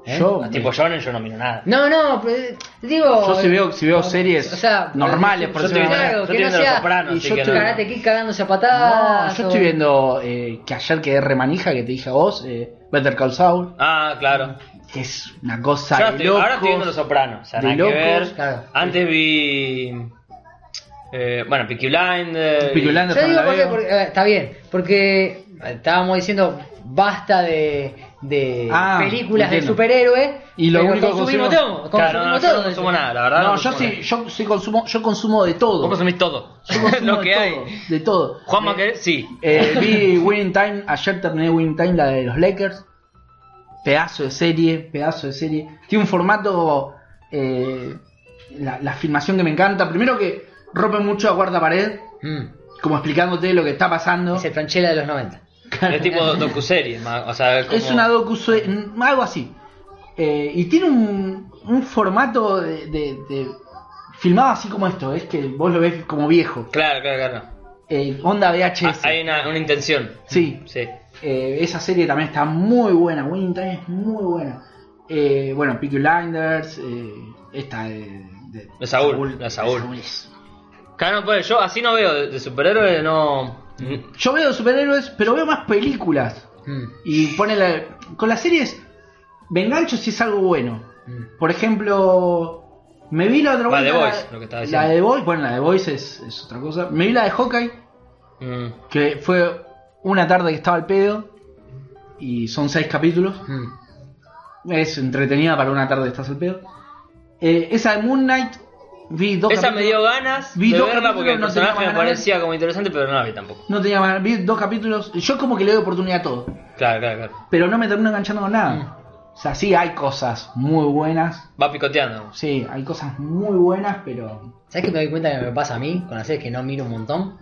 ¿Eh? Yo, Ah, Tipo Shonen, yo no miro nada. No, no, pero, eh, digo. Yo si veo- si veo series normales, por yo decirlo de claro, manera. Yo estoy que no viendo Los sea Sopranos, y así yo que estoy- no. Karate Kid cagándose a No, patadas. yo o- estoy viendo eh, que ayer quedé remanija, que te dije a vos, eh, Better Call Saul, Ah, claro. que es una Yo cosa ahora de estoy- ahora estoy viendo Los locos. Sopranos. O sea, nada de que locos, ver. claro. Antes vi. eh, bueno, Peaky Blinders. Peaky Blinders. Yo Anderson digo la porque, veo. porque- eh, está bien, porque eh, estábamos diciendo basta de, de Ah, películas de entiendo. superhéroes Y lo pero único que consumimos consumimos- todo, Claro, no, consumimos no, yo no todo. consumo nada, la verdad. No, yo consumo sí, nada. yo sí consumo, yo consumo de Vos todo. consumís todo. Yo consumo Lo de que todo, hay. de todo. Juan Maquer, sí. Eh, vi Winning Time, ayer terminé Winning Time, la de los Lakers. Pedazo de serie, pedazo de serie. Tiene un formato, eh, la, la filmación que me encanta. Primero que rompe mucho la cuarta pared, Mm, como explicándote lo que está pasando. es el Franchella de los 90. Es tipo docuserie. ma- O sea, como- Es una docu, mm, algo así. Eh, y tiene un, un formato de, de- de- filmado así como esto, es que vos lo ves como viejo. Claro, claro, claro. Eh, onda VHS. Ah, Hay una, una intención. Sí, Sí. Eh, esa serie también está muy buena, Winning Time es muy buena. Eh, bueno, Peaky Blinders, eh, esta de, de- De Saúl, la Saúl. es- Claro, pues yo así no veo. De, de superhéroes no. mm, Yo veo superhéroes, pero veo más películas. Mm, Y pone la- con las series, me engancho si es algo bueno. mm. Por ejemplo, me vi la otra La de vuelta Boys, lo que estaba la diciendo. de The Boys, bueno, la de Boys es, es otra cosa. Me vi la de Hawkeye, Mm. que fue una tarde que estaba al pedo. Y son seis capítulos. Mm. Es entretenida para una tarde estás al pedo. Eh, esa de Moon Knight, vi dos Esa me dio capítulos. ganas Vi de dos verla porque el capítulos, no tenía personaje me ganas. parecía como interesante, pero no la vi tampoco. No tenía más- vi dos capítulos. Yo como que le doy oportunidad a todo. Claro, claro, claro. Pero no me termino enganchando con nada. O sea, sí hay cosas muy buenas. Va picoteando. Sí, hay cosas muy buenas, pero. ¿Sabes que me doy cuenta que me pasa a mí con las series que no miro un montón?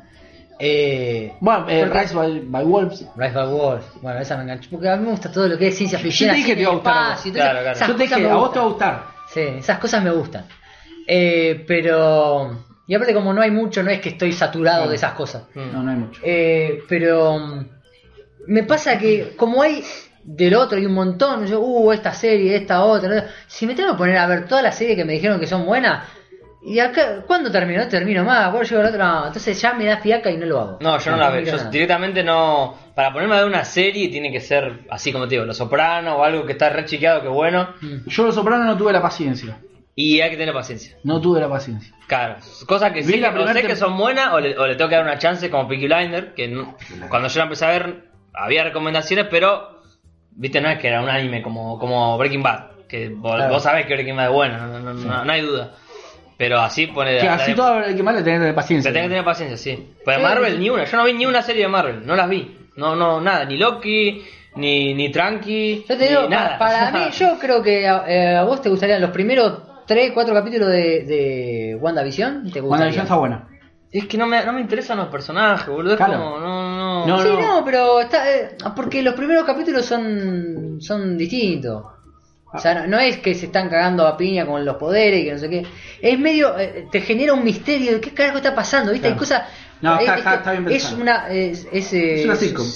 Eh, Bueno, eh, Porque- Rise by, by Wolves. Rise by Wolves, bueno, esa me enganchó porque a mí me gusta todo lo que es ciencia Yo te ficción. dije así que te iba a en el gustar a vos. espacio, entonces Claro, claro. esas Yo te cosas dije, me a vos te gustan. va a gustar. Sí, esas cosas me gustan. Eh, pero. Y aparte, como no hay mucho, no es que estoy saturado de esas cosas. Mm. No, no hay mucho. Eh, pero. mm, Me pasa que, como hay del otro, hay un montón. Yo, uh, esta serie, esta otra. Si me tengo que poner a ver todas las series que me dijeron que son buenas. ¿Y acá, cuándo termino? No termino más. ¿Cuándo llego a la otra? No. Entonces ya me da fiaca y no lo hago. No, yo no la veo. miro Yo nada. directamente no. Para ponerme a ver una serie tiene que ser así como te digo, Los Soprano o algo que está re chiqueado que bueno. Mm. Yo los soprano no tuve la paciencia. Y hay que tener paciencia. No tuve la paciencia. Claro, cosas que Vi sí la que no sé primera que tem- son buenas o le, o le tengo que dar una chance como Peaky Blinder, que no- cuando yo la empecé a ver había recomendaciones, pero viste, no es que era un anime como, como Breaking Bad, que vos, Claro. vos sabés que Breaking Bad es bueno, no, no- no- no hay duda. Pero así pone... que la- así la- todo el que mal le tenés que tener Se paciencia. tiene que tener paciencia, sí. Pues Sí. Marvel ni una, yo no vi ni una serie de Marvel, no las vi. No, no, nada, ni Loki, ni, ni Tranqui, Yo te ni digo, pa- nada. para mí, yo creo que a, eh, a vos te gustarían los primeros 3, 4 capítulos de, de WandaVision. Te WandaVision gustaría. está buena. Es que no me, no me interesan los personajes, boludo, es Claro. como... No, no, No, sí, no, pero está, eh, porque los primeros capítulos son, son distintos. O sea, no, no es que se están cagando a piña con los poderes y que no sé qué. Es medio. eh, te genera un misterio de qué carajo está pasando, ¿viste? Hay Claro. cosas. eh, No, está- es- está- es- está bien es pensado. una, es, es, eh, Es una sitcom.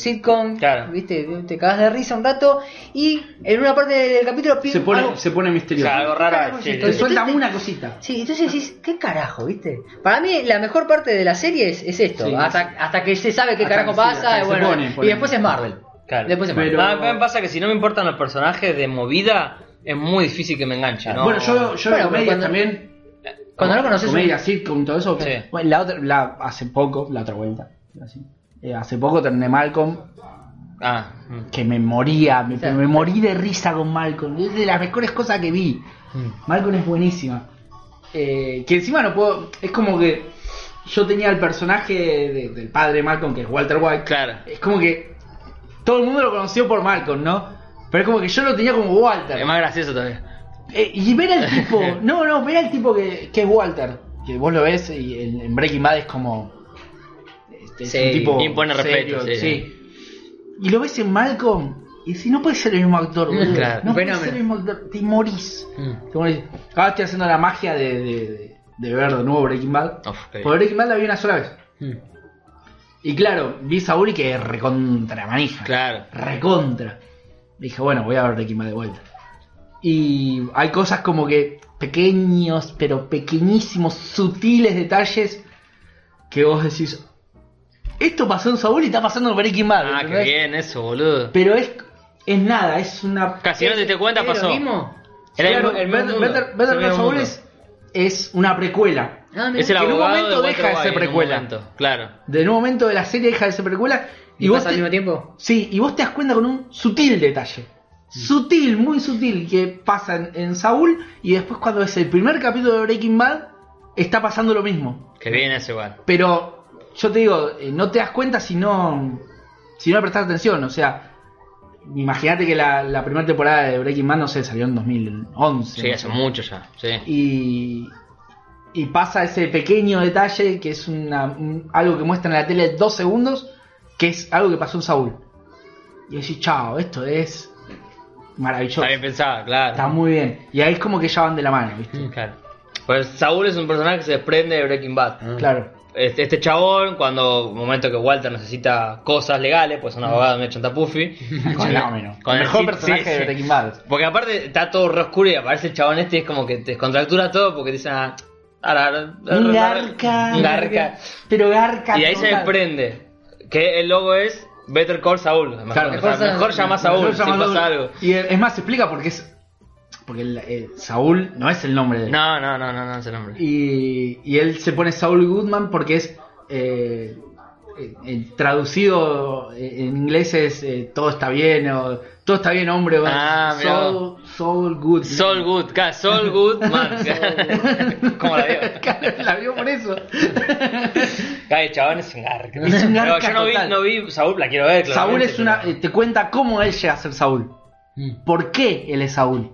Claro. ¿viste? Te cagas de risa un rato y en una parte del capítulo. pim, Se pone, algo- se pone O misterioso. sea, algo raro. Claro, sí, esto sí, Te sí. suelta una cosita. Sí, entonces decís, ¿qué carajo, viste? Para mí la mejor parte de la serie es, es esto, Sí. hasta, hasta que se sabe qué Hasta carajo que sí, hasta pasa, que y, se bueno, pone, y pone. después es Marvel. Claro. Después es Marvel. Pero- No, a mí me pasa que si no me importan los personajes de movida, es muy difícil que me enganche. ¿no? Ah, Bueno, yo, yo Bueno, la comedia cuando- también. Cuando no conoces Comedia, sitcom, todo eso. Sí. Bueno, la otra, la, hace poco, la otra vuelta. así, eh, hace poco terminé Malcolm, Ah, mm. que me moría, me, Sí. me morí de risa con Malcolm. Es de las mejores cosas que vi. Malcolm es buenísima. Eh, que encima no puedo. Es como que yo tenía el personaje de- del padre de Malcolm, que es Walter White. claro. Es como que todo el mundo lo conoció por Malcolm, ¿no? Pero es como que yo lo tenía como Walter. Es más gracioso todavía. Eh, y ver al tipo, no, no, ver al tipo que, que es Walter. Que vos lo ves y en, en Breaking Bad es como. Este, es Sí, un tipo impone respeto, serio, sí. Y lo ves en Malcolm y si no puede ser el mismo actor, boludo. Claro. No puede Fenómeno. ser el mismo actor, te morís. Mm. Te morís. Ahora estoy haciendo la magia de, de- de- de ver de nuevo Breaking Bad. Uf, qué- Porque Breaking Bad la vi una sola vez. Mm. Y claro, vi Sauri que es recontra manija. Claro. Recontra. Dije, bueno, voy a ver Breaking Bad de vuelta. Y hay cosas como que pequeños, pero pequeñísimos, sutiles detalles que vos decís, esto pasó en Saúl y está pasando en Breaking Bad. Ah, qué ¿entendés? bien eso, boludo. Pero es, es nada, es una... Casi no te diste cuenta, ¿Es lo pasó. mismo? Era el Claro, mu- el Better- mundo. Better- Better Se Call ve un Saul mundo. es, es una precuela. Ah, mira. Es el en un abogado momento de Walter deja de White ser en un precuela. momento, Claro. De un momento de la serie deja de ser precuela. ¿Y, vos pasa al te- mismo tiempo? Mm. Sí, y vos te das cuenta con un sutil detalle. Sutil, muy sutil, que pasa en, en Saúl y después cuando es el primer capítulo de Breaking Bad, está pasando lo mismo. Que bien eso igual. Pero yo te digo, eh, no te das cuenta si no, si no prestas atención. O sea, imagínate que la, la primera temporada de Breaking Bad, no sé, salió en 2011. Sí, no hace sé. mucho ya. Sí. Y, y pasa ese pequeño detalle que es una, un- algo que muestra en la tele dos segundos, que es algo que pasó en Saúl. Y decís, chao, esto es maravilloso. Está bien pensado, claro. Está muy bien. Y ahí es como que ya van de la mano, ¿viste? Mm, Claro. Pues Saúl es un personaje que se desprende de Breaking Bad. Claro. Este, este chabón, cuando momento que Walter necesita cosas legales, pues un abogado me chanta Puffy. Fenómeno. Con el mejor sit- personaje sí, de sí. Breaking Bad. Porque aparte está todo re oscuro y aparece el chabón este y es como que te descontractura todo porque te dicen... Ah, ara, ara, ara, Un ara, garca. un garca. Pero garca. Y de ahí se total. desprende que el logo es Better Call Saúl. Mejor, Claro. o sea, Mejor mejor Saúl. llama a Saúl Mejor si llamarlo- pasa algo. Y es más, se explica porque es. Porque el- eh, Saúl no es el nombre de No, no, no, no, no es el nombre. Y, y él se pone Saul Goodman porque es. eh, eh, eh, traducido eh, en inglés es eh, todo está bien o todo está bien, hombre. o- Ah, mirá. Saul, Saul Goodman. Sol Good, ca- Sol Good Man. ¿Cómo la digo? Claro, la vio por eso. Cada chabón es un garca. Es un garca Pero yo no vi, total. no vi Saúl, la quiero ver. Saúl claramente, es una. pero- eh, Te cuenta cómo él llega a ser Saúl. ¿Por qué él es Saúl?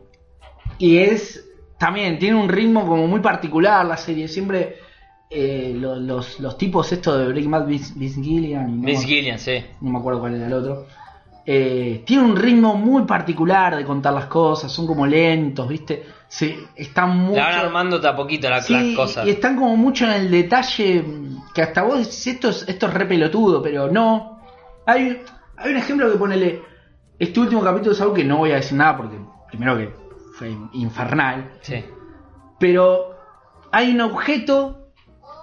Y es. También tiene un ritmo como muy particular la serie. Siempre eh, lo- los, los tipos estos de Breaking Bad, Vince, Vince Gilligan. y no Miss me- Gillian, sí. no me acuerdo cuál era el otro. eh, tiene un ritmo muy particular de contar las cosas, son como lentos, ¿viste? Se, están mucho, La van armando de a poquito la, Sí, las cosas. y este- están como mucho en el detalle mm, que hasta vos decís, esto es, esto es re pelotudo, pero no. Hay, hay un ejemplo que ponele, este último capítulo es algo que no voy a decir nada porque primero que fue infernal, Sí. pero hay un objeto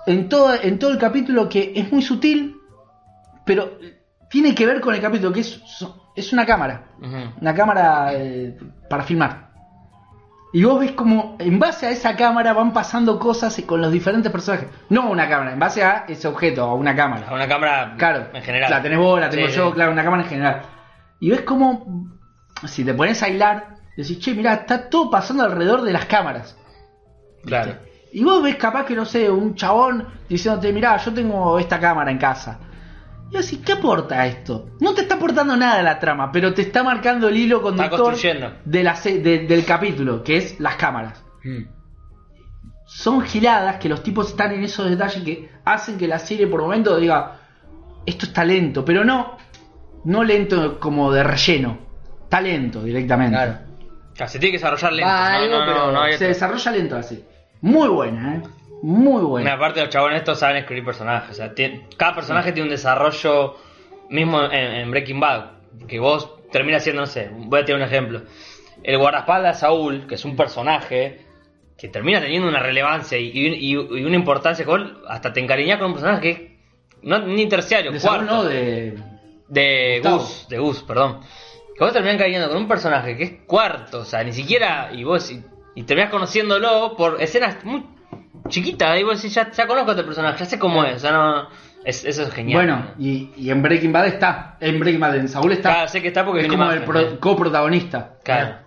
en todo, en todo el capítulo que es muy sutil, pero tiene que ver con el capítulo, que es, es una cámara, Ujú. una cámara eh, para filmar. Y vos ves como en base a esa cámara van pasando cosas con los diferentes personajes. No una cámara, en base a ese objeto, a una cámara. A Una cámara Claro. en general. La tenés vos, la tengo Sí, yo, sí. claro, una cámara en general. Y ves como, si te pones a hilar, decís, che, mirá, está todo pasando alrededor de las cámaras. Claro. Y vos ves capaz que, no sé, un chabón diciéndote, mirá, yo tengo esta cámara en casa. Y así, ¿qué aporta esto? No te está aportando nada a la trama, pero te está marcando el hilo conductor construyendo. de la se- de- del capítulo, que es las cámaras. Son giladas que los tipos están en esos detalles que hacen que la serie por momento diga, esto está lento, pero no, no lento como de relleno, está lento directamente. Claro. O sea, se tiene que desarrollar lento. Va no, algo, no, no, pero no hay Se otra. desarrolla lento así. Muy buena, ¿eh? Muy buena. Mm. Aparte, los chabones estos saben escribir personajes. O sea, tien- cada personaje tiene un desarrollo mismo en, en Breaking Bad. Que vos terminas siendo, no sé, voy a tirar un ejemplo. El guardaespaldas Saúl, que es un personaje que termina teniendo una relevancia y, y- y- y una importancia que vos hasta te encariñás con un personaje que es no, ni terciario, De Saúl, cuarto. no, de. De Gustavo. Gus, de Gus, perdón. Que vos terminás cayendo con un personaje que es cuarto, o sea, ni siquiera. Y vos. Y, y terminás conociéndolo por escenas muy chiquitas. Y vos decís, ya, ya conozco a este personaje, ya sé cómo es, o sea, no. es- eso es genial. Bueno, y, y en Breaking Bad está. En Breaking Bad, en Saúl está. Claro, sé que está porque es tiene como el imagen, pro- ¿no? coprotagonista. Claro.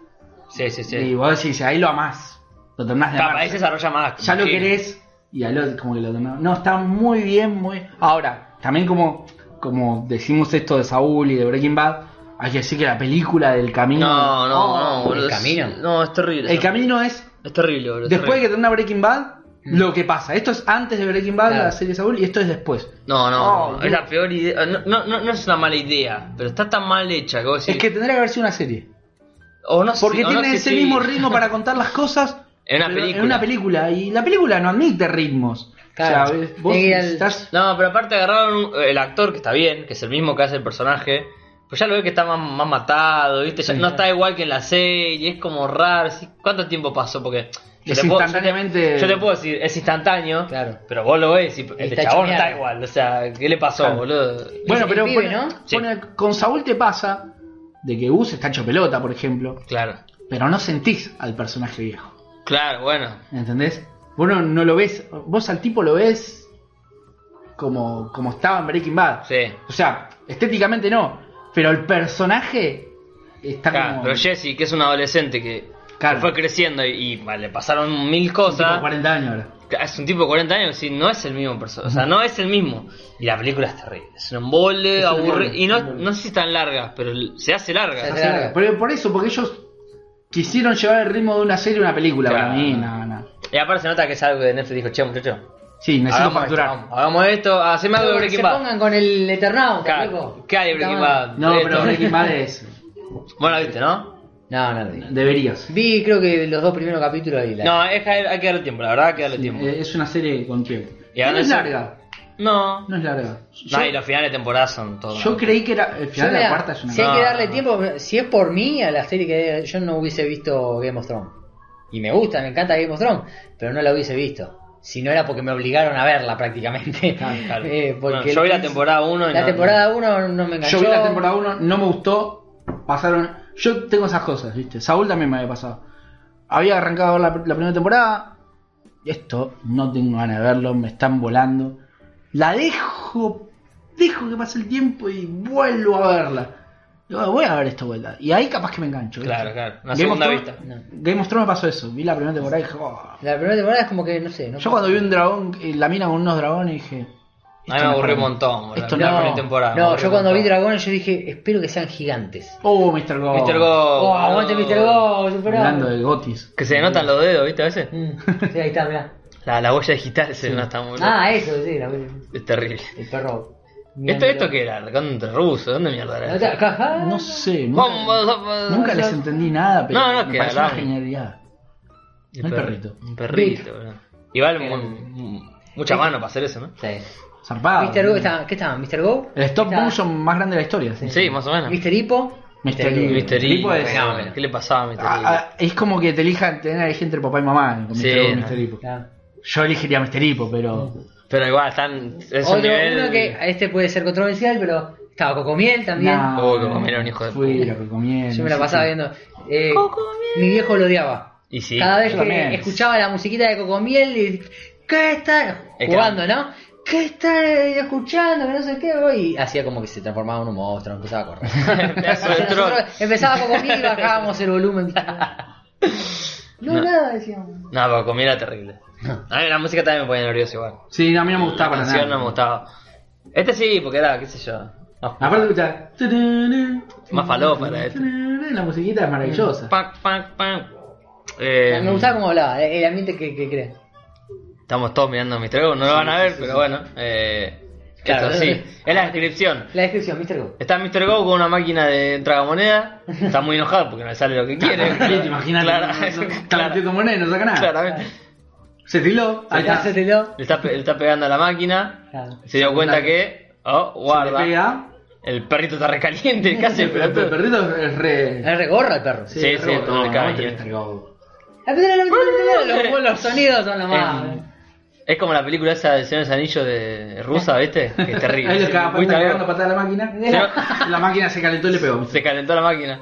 Sí, sí, sí. Y vos decís, ahí lo amás. Lo terminás de Capaz, amar. ahí se desarrolla más. Ya lo sí. querés. Y al otro, como que lo terminás. No, está muy bien, muy. Ahora, también como, como decimos esto de Saúl y de Breaking Bad, hay que decir que la película del camino. No, no, no, Oh, boludo. el es- camino. No, es terrible. El eso. camino es Es terrible, boludo. es Después de terrible. que termina Breaking Bad, lo que pasa. Esto es antes de Breaking Bad, Mm. Claro. la serie Saúl, y esto es después. No, no, Oh, no, es la peor idea. No, no, no, no es una mala idea, pero está tan mal hecha que vos decís. Es que tendría que haber sido una serie. O no sé- Porque o no tiene sé ese si- mismo ritmo para contar las cosas. En una pero película. una película, Y la película no admite ritmos. Claro. O sea, vos Tiene que ir al- estás. No, pero aparte agarraron un- el actor que está bien, que es el mismo que hace el personaje. Pues ya lo ve que está más, más matado, ¿viste? Ya Sí. no está igual que en la serie, es como raro. ¿sí? ¿Cuánto tiempo pasó? Porque. yo Es te puedo- yo instantáneamente. te, puedo decir, es instantáneo. Claro. Pero vos lo ves y el Está chabón no hecho está mierda. igual. O sea, ¿qué le pasó, Claro. boludo? Bueno, El pero pibe, pone- ¿no? Sí. pone- con Saúl te pasa de que Gus está hecho pelota, por ejemplo. Claro. Pero no sentís al personaje viejo. Claro, bueno. ¿Entendés? Vos no, no lo ves. Vos al tipo lo ves como, como estaba en Breaking Bad. Sí. O sea, estéticamente no, pero el personaje está Claro, como. pero Jesse, que es un adolescente que Claro. fue creciendo y, y, vale, le pasaron mil un tipo de cosas. 40 años ahora. Es un tipo de 40 años, sí, no es el mismo personaje. O sea, no es el mismo. Y la película es terrible. Es un embole, Es un aburrido. embole, Y no, es un embole. no sé si tan largas, pero l- se hace Se larga. hace- Así larga. que, Por, por eso, porque ellos quisieron llevar el ritmo de una serie a una película Claro. para mí. No, no. Y aparte se nota que es algo de Netflix dijo, che, muchacho. Sí, necesito Hagamos esto, facturar. vamos, hagamos esto, haceme algo de Pero que Breaking se Bad. pongan con el Eternauta, Claro, loco. ¿Qué hay de Breaking Puta madre. Bad? no, pero Esto. Breaking Bad es. Vos la viste, ¿no? No, no lo vi. Deberías. Vi creo que los dos primeros capítulos y la... No, es que hay, hay que darle tiempo, la verdad hay que darle tiempo. Eh, Es una serie con tiempo. Y ahora no es eso- larga. No. No es larga. Yo, No, y los finales de temporada son todos. yo creí que era. El Yo, final de mira, la cuarta es una. si hay No. que darle tiempo, si es por mí a la serie que yo no hubiese visto Game of Thrones. Y me gusta, me encanta Game of Thrones, pero no la hubiese visto. Si no era porque me obligaron a verla prácticamente. Claro, claro. Eh, porque Bueno, yo vi la temporada 1 y La no- temporada 1 no me enganchó. Yo vi la temporada 1, no me gustó. Pasaron. Yo tengo esas cosas, ¿viste? Saúl también me había pasado. Había arrancado la, la primera temporada. y Esto no tengo ganas de verlo, me están volando. La dejo. Dejo que pase el tiempo y vuelvo a verla. Digo, voy a ver esta vuelta. Y ahí capaz que me engancho. ¿viste? Claro, claro. Una Game segunda of vista. Thrones- No. Game of Thrones me pasó eso. Vi la primera temporada y dije, "Oh". La primera temporada es como que no sé. No Yo cuando vi un dragón, eh, la mina con unos dragones, dije. A mí me aburrió un montón, boludo. Esto La no- primera temporada. me No, aburrió yo un cuando vi montón. dragones yo dije, espero que sean gigantes. Oh, Mr. Go. Mr. Go. Oh, aguante Mr. Go, superado. Hablando de Gotis. Que se denotan los dedos, ¿viste? A veces. Mm, sí, ahí está, mirá. La, la huella digital se nota muy. Ah, eso, sí, la- el Es terrible. perro. ¿Esto, esto qué era? ¿Recontra ruso? ¿Dónde mierda era? eso? No No sé, nunca, Vamos, vamos, nunca les vamos. entendí nada, pero No, no, me que parece una hablaban. genialidad. El no el perro- perrito. Eh, Un perrito, boludo. Y vale mu- mu- mucha mano para hacer eso, ¿no? Sí. Zarpado. Mr. Ah, Go, está- ¿qué estaba? ¿Mr. Go? El stop Está- motion más grande de la historia. sí. Sí, más o menos. ¿Mr. Hippo? Mr. Lee. Mr. eh, El tipo Lee, es- fenómeno. ¿Qué le pasaba a Mr. Ah, Lee? ah, es como que te elijan tener a gente entre papá y mamá con Mr. Sí, Go y no. Mr. Hippo. Claro. Yo elegiría a Mr. Hippo, pero. Pero igual, están. Es Otro un nivel. uno que a este puede ser controversial, pero estaba Cocomiel también. Nah, Oh, que comiera un hijo de Fui, puta. lo que comieron, Yo me la sí, pasaba sí. viendo. Eh, mi viejo lo odiaba. Y sí. Cada vez yo que también. escuchaba la musiquita de Cocomiel, y, ¿qué está Es jugando, no? ¿Qué está escuchando? Que no sé qué, bro? y hacía como que se transformaba en un monstruo, empezaba a correr. Pedazo de troll. Nosotros empezaba Cocomiel y bajábamos el volumen. No, No. nada, decíamos. No, pero comida era terrible. A mí la música también me ponía nervioso igual. Sí, no, a mí no me gustaba la para canción nada. no me gustaba. Este sí, porque era, qué sé yo. Más, Aparte, escuchá, tararán, más falopa era este. tararán, La musiquita es maravillosa. Pac, pac, pac. Eh, Me gustaba cómo hablaba, el ambiente que, que crea. Estamos todos mirando mis tragos, no lo van a ver, pero bueno. Eh, Claro, Esto, no, sí. no. Es la descripción. La descripción, Mr. Go. Está Mr. Go con una máquina de tragamoneda. Está muy enojado porque no le sale lo que quiere. Imagínate, Claro, no- no- está claro, metido como nene, no saca nada. claramente. Se estiló, Acá acá se te lo. Le está, pe- le está pegando a la máquina. Claro. Se dio cuenta Claro. que. Oh, se le guarda. pega. El perrito está recaliente. ¿Qué hace el Pero el pelotudo? perrito es re. Es regorra el perro. Sí, sí, re- todo el no, cabello. no te entregó. La película, la película, la película, los, los sonidos son la más. En- Es como la película esa de Señor de los Anillos de rusa, ¿viste? Que es terrible. Ahí lo estaba Fuiste a ver- pegando patada a la máquina. La máquina se calentó y le pegó. Se calentó la máquina.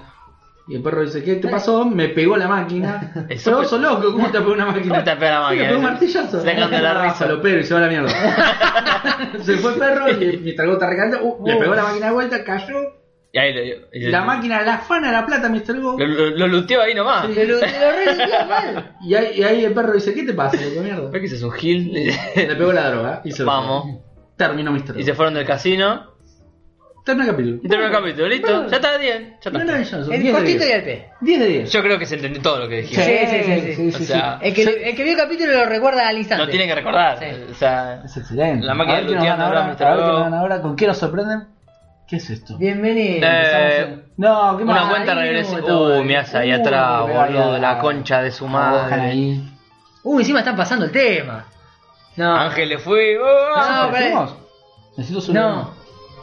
Y el perro dice, ¿qué te pasó? Me pegó la máquina. Eso Pero fue- vos sos loco, ¿cómo te pegó una máquina? ¿Cómo te pegó la máquina? Me pegó un martillazo. Se canta la Ah, risa. Lo pego y se va a la mierda. se fue el perro y mientras Go está recando, uh, le pegó la máquina de vuelta, cayó. Y ahí le- y le- La máquina la afana la plata, Mr. Go. Lo, lo, lo luteó ahí nomás. Te lo, te lo re limpió mal. Y ahí, y ahí el perro dice, ¿qué te pasa, loco mierda? ¿Ves que ese es un gil? Le pegó la droga. Y se lo- Vamos. Terminó Mr. Y Go. se fueron del casino. Terminó el capítulo. Y terminó el capítulo. Listo. Ya está bien. Ya está. Maravilloso. El 10 de cortito y 10. el pez. 10 de 10. Yo creo que se entendió todo lo que dijimos. Sí, sí, sí, sí. sí, O sí, sí. sea, El que, el que vio el capítulo lo recuerda al instante. Lo tienen que recordar. Sí. O sea, Es excelente. La máquina a ver qué nos luteando dan ahora, ahora, Mr. a ver qué Go. nos dan ahora, ¿con qué nos sorprenden? ¿Qué es esto? Bienvenido. Eh, empezamos No, ¿qué más? una cuenta Ahí regresiva. mismo todo. Uh, me hace ahí Uh, atrás, me da boludo. ahí La atrás. concha de su Ojalá madre. ahí. en- Uh, encima están pasando el tema. No. Ángel le fue. oh. No, Ah, pero- ¿Decimos? Necesito subir. No.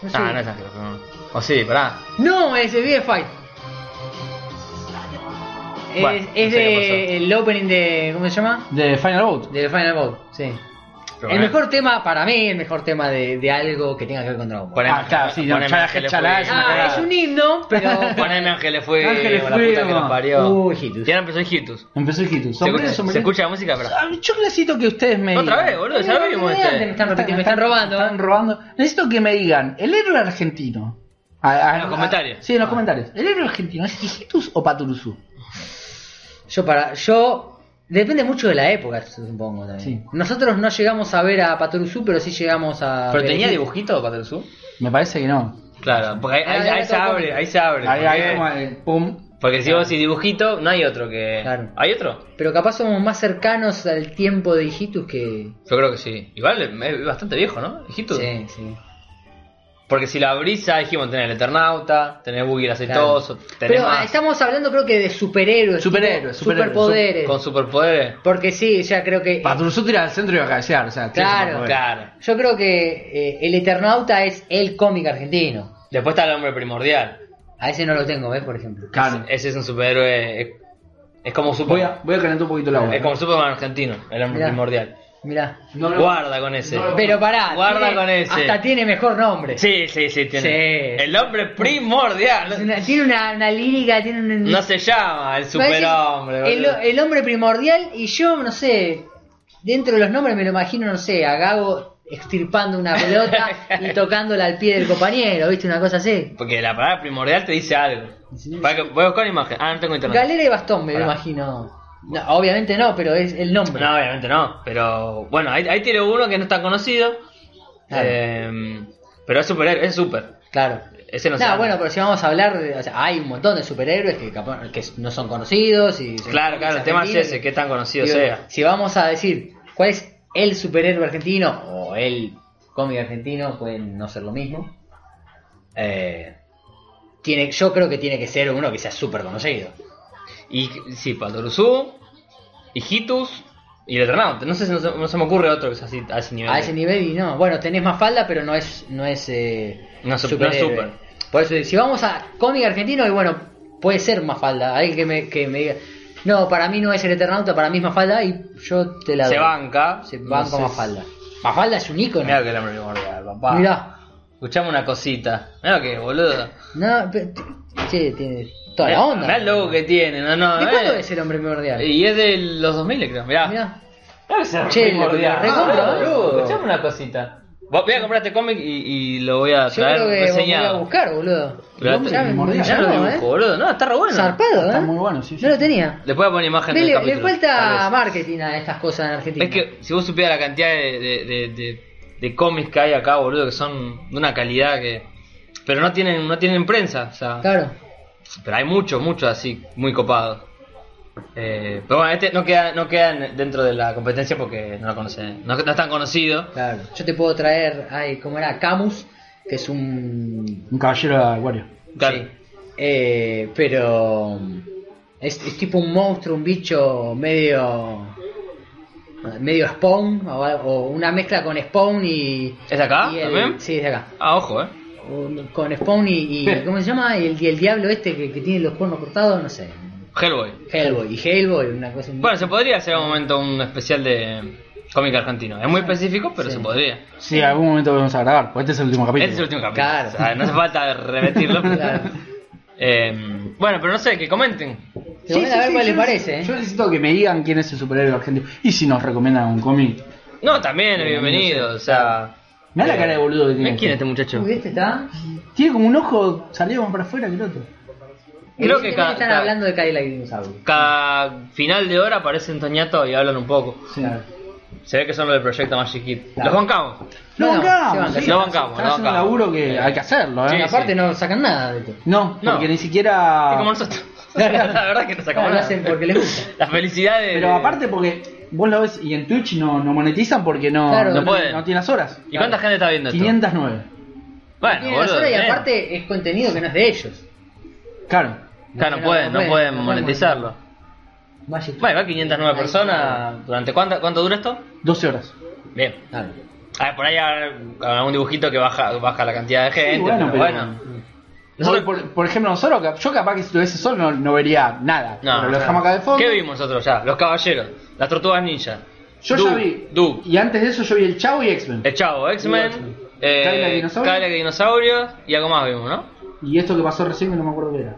No, sé. no es Ángel. no. O sí, pará. No, es de BF Fight. Es, Bueno, no sé es qué de el opening de. ¿Cómo se llama? De Final Boat. De Final Bout, sí. Pero el bueno. mejor tema, para mí, el mejor tema de, de algo que tenga que ver con Dragon Ball. Poneme, Ah, claro, sí, no, poneme chala, Ángel le chala, fue. es una Ah, cagada. es un himno, pero. Poneme Ángel le fue. Ángel le la fue, puta que mamá. lo parió. Uy, Hitus. Y ahora empezó el Hitus. Empezó el hito. Se Sombrero, escucha, se sombrero. escucha la música, pero. Ah, Yo necesito que ustedes me digan. Otra vez, boludo, ya lo vimos Me este. están repitiendo, me están robando. Me están robando. Necesito que me digan, ¿el héroe argentino? A- a- En los a- comentarios. Ah. Sí, en los comentarios. ¿El héroe argentino es Hijitus o Paturuzú? Yo para. Yo. Depende mucho de la época, supongo también. Sí. Nosotros no llegamos a ver a Patrusú, pero sí llegamos a. ¿Pero ver- tenía dibujito para Sur? Me parece que no. Claro, porque ahí, ahí- Ah, Ahí ahí se todo abre, cómico. ahí se abre. Ahí, porque, ahí como el pum. porque si vos decís dibujito, no hay otro que. Claro. ¿Hay otro? Pero capaz somos más cercanos al tiempo de Hijitus que. Yo creo que sí. Igual es es bastante viejo, ¿no? Hijitus. Sí, sí. Porque si la brisa, dijimos, tenés el Eternauta, tenés Boogie el aceitoso, tenés Pero ah, más. estamos hablando, creo que de superhéroes. Superhéroes, tipo, superhéroes, Superpoderes. Con superpoderes. Porque sí, ya creo que. Paturuzú tira al centro y va a cabecear. O sea, tiene Claro, superpoder. Claro. Yo creo que eh, el Eternauta es el cómic argentino. Después está el hombre primordial. A ese no lo tengo, ¿ves? Por ejemplo. Claro. Ese es un superhéroe. Es, es como Voy Superman. a, voy a calentar un poquito el agua. Es como Superman argentino, el hombre Mirá. primordial. Mirá. No, no. Guarda con ese. No lo- Pero pará. Guarda tiene- con ese. Hasta tiene mejor nombre. Sí, sí, sí, tiene. Sí. El hombre Es primordial. una- tiene una, una lírica, tiene un. No se llama el Parece superhombre. El, boludo. el hombre primordial y yo, no sé, dentro de los nombres me lo imagino, no sé, a Gago extirpando una pelota y tocándola al pie del compañero, ¿viste? Una cosa así. Porque la palabra primordial te dice algo. Para que- voy a buscar una imagen. Ah, no tengo internet. Galera y bastón me lo Pará. imagino. No, obviamente no, pero es el nombre. No, obviamente no. Pero bueno, ahí, ahí tiene uno que no está conocido. Claro. Eh, pero es superhéroe, es super. Claro. Ese no No, se llama. bueno, pero si vamos a hablar de. o sea, hay un montón de superhéroes que, capaz- que no son conocidos. y Claro, claro, el tema es ese, qué tan conocido Digo, sea. Si vamos a decir cuál es el superhéroe argentino o el cómic argentino, puede no ser lo mismo. Eh, tiene, yo creo que tiene que ser uno que sea súper conocido. Y sí, Pandoruzú, Hijitus y el Eternauta. No sé si no se, no se me ocurre otro que sea así a ese nivel. A ese nivel y no. Bueno, tenés más falda, pero no es. No es. eh, No es- no es superhéroe. súper. Por eso, si vamos a cómic argentino, y bueno, puede ser más falda. Alguien que me, que me diga. No, para mí no es el Eternauta, para mí es Mafalda y yo te la doy. se banca. Se van No con sé Mafalda. Mafalda es un ícono. si- Mirá que el hombre primordial, papá. Mirá. Escuchame una cosita. Mirá que boludo. No, pero, che, tiene toda Mirá- la onda. Eh, Mirá el logo que tiene. No, no, ¿De eh. cuándo es el hombre primordial? Y es de los 2000, creo. Mirá. Mirá. eh. Claro que se Che, primordial. lo recompro, Ah, boludo. Escuchame una cosita. Vo- Voy a comprar este cómic y, y lo voy a Yo creo que traer lo voy a reseñado. buscar, boludo. Lo voy a hombre Ya traer. me- primordial. Ya lo no, dibujo, eh. boludo. No, está re bueno. Zarpado, Está ¿eh? muy bueno, sí, sí. No lo tenía. Le voy a poner imagen Ve, del le, le capítulo. falta tal vez. marketing a estas cosas en Argentina. Es que si vos supieras la cantidad de, de, de- de- de cómics que hay acá, boludo, que son de una calidad que. Pero no tienen, no tienen prensa, o sea. Claro. Pero hay muchos, muchos así, muy copados. Eh, pero bueno, este no queda, no quedan dentro de la competencia porque no lo conocen, no, no es tan conocido. Claro. Yo te puedo traer, ay, ¿cómo era? Camus, que es un. Un caballero de acuario. Claro. Sí. Eh, pero. Es, es tipo un monstruo, un bicho medio. medio spawn, o, algo- o una mezcla con spawn y. ¿Es de acá? y el- ¿Ah? ¿También? sí, es de acá. Ah, ojo, eh. Un- Con spawn y. y- ¿Cómo se llama? Y el, y el diablo este que, que tiene los cuernos cortados, no sé. Hellboy. Hellboy. Y Hellboy, una cosa. Bueno, se podría hacer en un momento un especial de cómic argentino. Es muy específico, pero Sí. se podría. Sí, en algún momento vamos a grabar, porque este es el último capítulo. Este es el último capítulo. Claro. O sea, no hace falta repetirlo. pero- Claro. Eh, bueno, pero no sé, que comenten. Te voy a ver cuál les yo parece, ¿eh? Yo necesito que me digan quién es el superhéroe argentino. Y si nos recomiendan un cómic. No, también, bienvenido. O sea, Mirá la Eh, cara de boludo que tiene. ¿quién es este muchacho? Uy, este está. Tiene como un ojo salido más para afuera que el otro. Creo que Evidentemente cada, están cada, hablando de Cadillac Dinosaurio. cada final de hora aparecen Toñato y hablan un poco. Claro. Se ve que son los del proyecto Magic Kid. Claro. Los bancamos. Lo Bueno, se bancamos. banca, se banca. Lo bancamos, lo Están haciendo un bancamos. laburo que hay que hacerlo, Sí, ¿eh? Y aparte no sacan nada de esto. No, No. porque ni siquiera. Y como nosotros. la verdad que nos Claro, sacamos lo la, hacen porque les gusta. la felicidad de- Pero aparte porque vos lo ves y en Twitch no, no monetizan porque no, Claro. No no, pueden. no tiene las horas. ¿Y cuánta gente está viendo esto? 509. Bueno, Tienen las boludo, horas y eh. aparte es contenido que no es de ellos. Claro. Claro, no pueden, no pueden monetizarlo. Magic. Bueno, va 509 Ahí personas. ¿Durante cuánto, cuánto dura esto? 12 horas. Bien. Claro. A ver, por ahí habrá algún dibujito que baja, baja la cantidad de gente. Sí, bueno, pero pero- bueno. Nosotros- Hoy, por, por ejemplo, nosotros, cap- yo capaz que si estuviese solo no, no vería nada. No, pero no. lo dejamos acá de fondo. ¿Qué vimos nosotros ya? Los caballeros, las tortugas ninja. Yo Du- ya vi. Du. Eh. Y antes de eso yo vi el Chavo y X-Men. El Chavo, X-Men, X-Men. eh, Cadillac Dinosaurio. Cadillac Dinosaurio y algo más vimos, ¿no? Y esto que pasó recién que no me acuerdo qué era.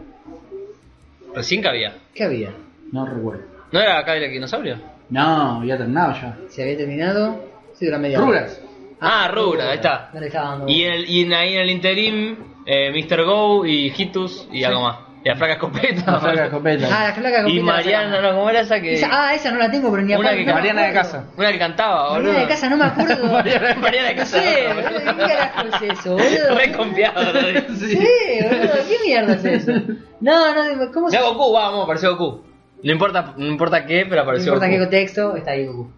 Recién que había. ¿Qué había? No recuerdo. ¿No era Cadillac Dinosaurio? No, había terminado ya. Se había terminado. Sí, dura media hora. Rugrats. Ah, Rura, ahí está. No le estaba dando. Y, el, y en- ahí en el interim, eh, Mr. Go y Hitus y algo más. Y la flaca escopeta. La flaca escopeta. Ah, la flaca y completa la Mariana, sacaban. no, ¿cómo era esa que...? Esa- ah, esa no la tengo, pero ni Una aparte, que- no me Mariana de acuerdo. casa. Una que cantaba, boludo. Mariana de casa, no me acuerdo. Mariana- Mariana de No casa. sé, boludo, ¿qué carajo es eso, boludo? Re confiado, boludo. Sí, boludo, ¿qué mierda es eso? No, no, ¿cómo se Ya Goku, vamos, apareció Goku. No importa, no importa qué, pero No apareció importa en qué Goku. contexto, está ahí Goku.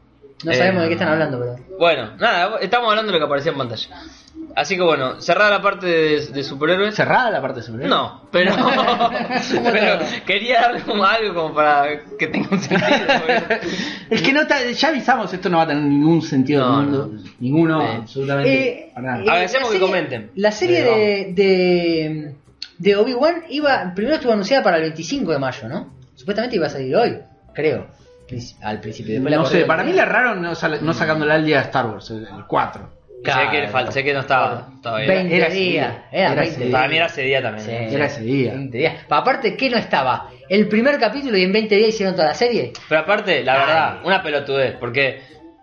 No Eh, sabemos de qué están hablando, pero. Bueno, nada, estamos hablando de lo que aparecía en pantalla. Así que bueno, cerrada la parte de, de superhéroes. ¿Cerrada la parte sobre No, pero, pero quería darle como algo como para que tenga un sentido. porque- Es que no está- ya avisamos, esto no va a tener ningún sentido No, del mundo. no. Ninguno, Sí. absolutamente. para nada. eh, agradecemos la que serie- comenten. La serie Eh, de, de, de Obi-Wan iba. Primero estuvo anunciada para el 25 de mayo, ¿no? Supuestamente iba a salir hoy, creo. Princi- Al principio. Después la no sé, corrieron. para mí le erraron no, sal- no sacándola al día de Star Wars, el, el 4. sé, que, le fal- sé que no estaba Ah, todavía. 20 era ese días. día. Era, Era 20 ese días. Para mí era ese día también. Sí, ¿eh? Era ese día. 20 días. Pa- Aparte, ¿qué no estaba? El primer capítulo y en 20 días hicieron toda la serie. Pero aparte, la Ay. verdad, una pelotudez, porque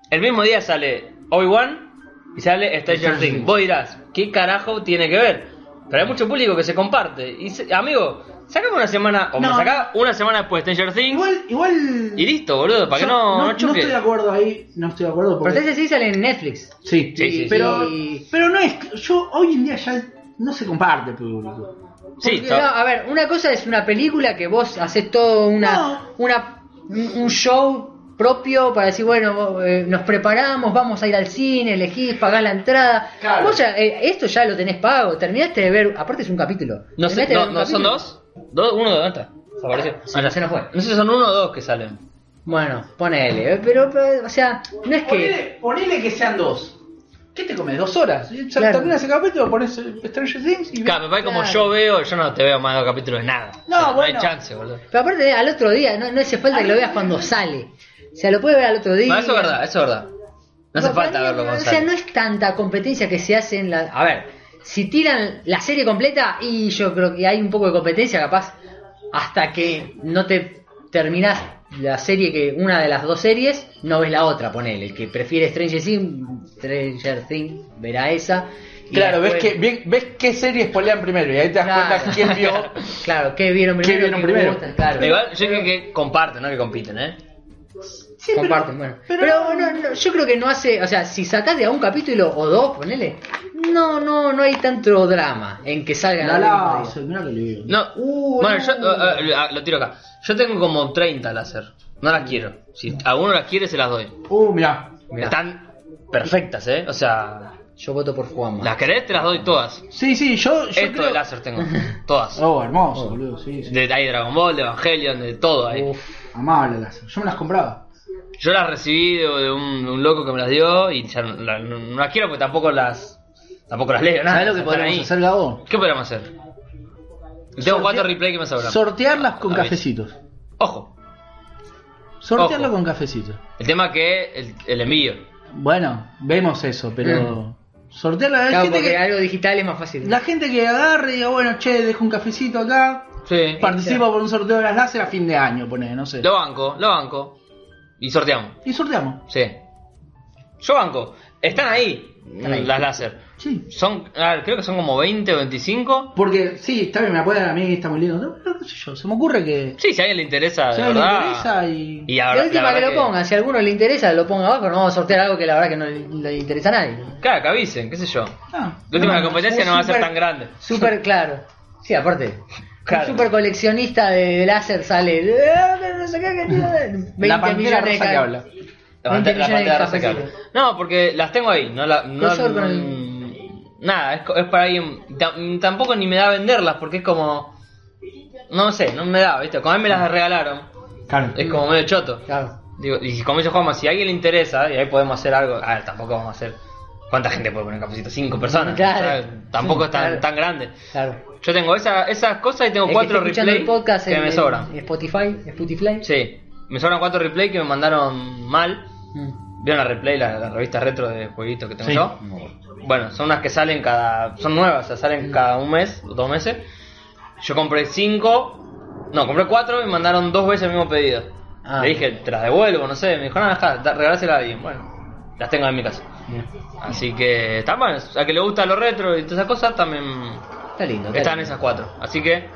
el mismo día sale Obi-Wan y sale Stranger Stranger Things. Things. Vos dirás, ¿qué carajo tiene que ver? Pero hay mucho público que se comparte. Y se- amigo, sacame una semana, o me No. sacá una semana después Stranger Things Igual, igual. y listo, boludo, para que yo no, no, choque. estoy de acuerdo ahí, no estoy de acuerdo. Pero Porque... entonces sí sale en Netflix. Sí, Sí, sí, sí. pero, Y- pero no es. Yo hoy en día ya no se comparte público. Sí, Porque, so- no, a ver, una cosa es una película que vos haces todo una, No. una un un show propio para decir, bueno, eh, nos preparamos, vamos a ir al cine, elegís, pagás la entrada. Claro. Vos ya, eh, esto ya lo tenés pago, terminaste de ver, aparte es un capítulo. no, sé, Terminaste de no, ver un no, ¿son capítulo. dos? ¿Dos? ¿Uno de dónde está? Desapareció. Sí, Ah, ya. se nos fue. No sé si son uno o dos que salen. Bueno, ponele, eh, pero, pero, o sea, no es que... Ponele, ponele que sean dos. ¿Qué te comes? ¿Dos horas? Ya Claro. Terminas el capítulo, pones eh, Stranger Things y. Claro, me parece como Claro. yo veo, yo no te veo más de dos capítulos de nada. No, no hay bueno. chance, boludo. Pero aparte, eh, al otro día, no, no hace falta que lo veas cuando sale. O sea, lo puedes ver al otro día. Bueno, eso es verdad, eso es verdad. No hace Pero falta para mí, verlo, O sea, Gonzalo. no es tanta competencia que se hace en la. A ver, si tiran la serie completa, y yo creo que hay un poco de competencia, capaz, hasta que no te terminás la serie que una de las dos series no ves la otra ponele el que prefiere Stranger Things Stranger Things verá esa y Claro, ves, después- que, bien- ves qué series polean primero y ahí te das Claro. cuenta quién vio. claro qué vieron primero vieron qué primero? gustan, claro Igual, yo creo que comparten, no que compiten, ¿eh? Sí, pero- comparten, bueno. Pero, pero- no, no, yo creo que no hace, o sea, si sacás de a un capítulo o dos, ponele, no, no, no hay tanto drama en que salgan La al mismo la, día. mira que le digo. No, Uh, bueno, no. yo eh, eh, ah, lo tiro acá. Yo tengo como 30 láser. No las quiero. Si alguno las quiere, se las doy. Uh, mirá. Mirá, Están perfectas, ¿eh? O sea, yo voto por Juanma. las querés, te las doy todas. Sí, sí, yo. yo Esto creo- de láser tengo. Todas. Oh, hermoso, Oh. boludo, sí, sí. De, hay Dragon Ball, de Evangelion, de todo ahí. Uf, Amable láser. Yo me las compraba. Yo las recibí de, de un, de un loco que me las dio y ya no, la- no- no las quiero porque tampoco las tampoco las leo. Nada, ¿Sabés lo que están podríamos ahí. hacer, Gabo? ¿Qué podríamos hacer? Y Tengo Sortea- cuatro replay que me sobran. Sortearlas con Ah, bien. cafecitos. Ojo, Sortearlas Ojo. con cafecitos. el tema que es el, el envío. Bueno, vemos eso, pero. Sortearlas. claro, hay gente porque que- algo digital es más fácil. La gente que agarre y diga, bueno, che, dejo un cafecito acá. Sí. Participa por un sorteo de las láser a fin de año, pone, no sé. Lo banco, lo banco. Y sorteamos. Y sorteamos. Sí. Yo banco. Están ahí, Están ahí. las láser. Sí. Son, a ver, creo que son como 20 o 25. Porque, sí, está bien, me la pueden a mí, está muy lindo. no, no, qué sé yo, se me ocurre que. Sí, si a alguien le interesa, Ah, de si a alguien le verdad. interesa y- Y ahora, La última verdad que lo pongan, si a alguno le interesa, lo ponga abajo, pero no vamos a sortear algo que la verdad que no le, le interesa a nadie. Claro, que avisen, qué sé yo. Ah, La última no, la competencia es no va a ser súper- tan grande. Súper claro. Sí, aparte. Claro. Un super coleccionista de, de láser sale. "Ah, pero no sé qué, que tiene 20 la pantera millones de rosa que cada- habla. La pantalla, la 20 millones de pantalla rosa que cafecitos. habla. No, porque las tengo ahí. No la, no, Crossover con mm, Nada, es, co- es para alguien. ta- mm, Tampoco ni me da venderlas porque es como. No sé, no me da, ¿viste? Como a mí me Ah. las regalaron, Claro. es como medio choto. Claro. Digo, y como dice Juanma, si a alguien le interesa, y ahí podemos hacer algo. A ver, tampoco vamos a hacer. ¿Cuánta gente puede poner cafecito? Cinco personas. Claro. ¿sabes? Tampoco es tan, Claro. tan grande. Claro. Yo tengo esa- esas cosas y tengo El que cuatro esté escuchando replays el podcast que en- me en sobran. Spotify, Spotify. Sí, me sobran cuatro replays que me mandaron mal. Mm. ¿Vieron la replay, la, la revista retro de jueguitos que tengo Sí. yo? Bueno, son unas que salen cada. Son nuevas, o sea, salen cada un mes, dos meses. Yo compré cinco. No, compré cuatro y me mandaron dos veces el mismo pedido. Ah. Le dije, te las devuelvo, no sé. Me dijo, no, está, da- regalásela a alguien. Bueno, las tengo en mi casa. Bien. Así que, está mal. A que le gusta lo retro y todas esas cosas, también Está lindo. está están lindo. esas cuatro. Así que,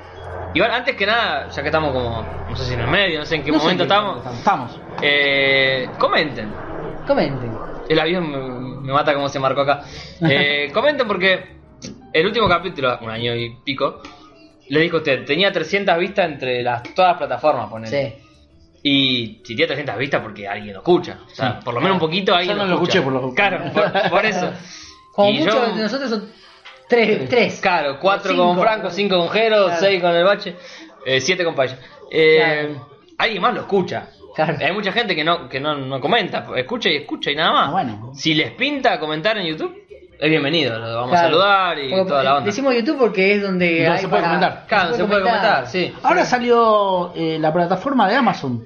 igual, antes que nada, ya que estamos como, no sé si en el medio, no sé en qué No sé momento estamos, Estamos. eh, comenten. Comenten. El avión me, me mata como se marcó acá. Eh, comenten porque el último capítulo, un año y pico, le dijo usted, tenía 300 vistas entre las todas las plataformas, ponele. Sí. Y si tiene 300 vistas porque alguien lo escucha. O sea, Sí. por lo menos un poquito alguien no lo escuché, por lo- Claro, por, por eso. Como Y yo- muchos de nosotros son tres. tres. Claro, cuatro Cinco. con Franco, cinco con Jero, Claro. seis con el bache, eh, siete con Paya. Eh, Claro. Alguien más lo escucha. Claro. Hay mucha gente que no, que no, no comenta, escucha y escucha y nada más. Ah, bueno. Si les pinta comentar en YouTube, es bienvenido, lo vamos a Claro. saludar y Porque eh, toda la onda. Decimos YouTube porque es donde. No hay se puede para- comentar. Claro, se puede comentar, sí. Ahora salió eh, la plataforma de Amazon.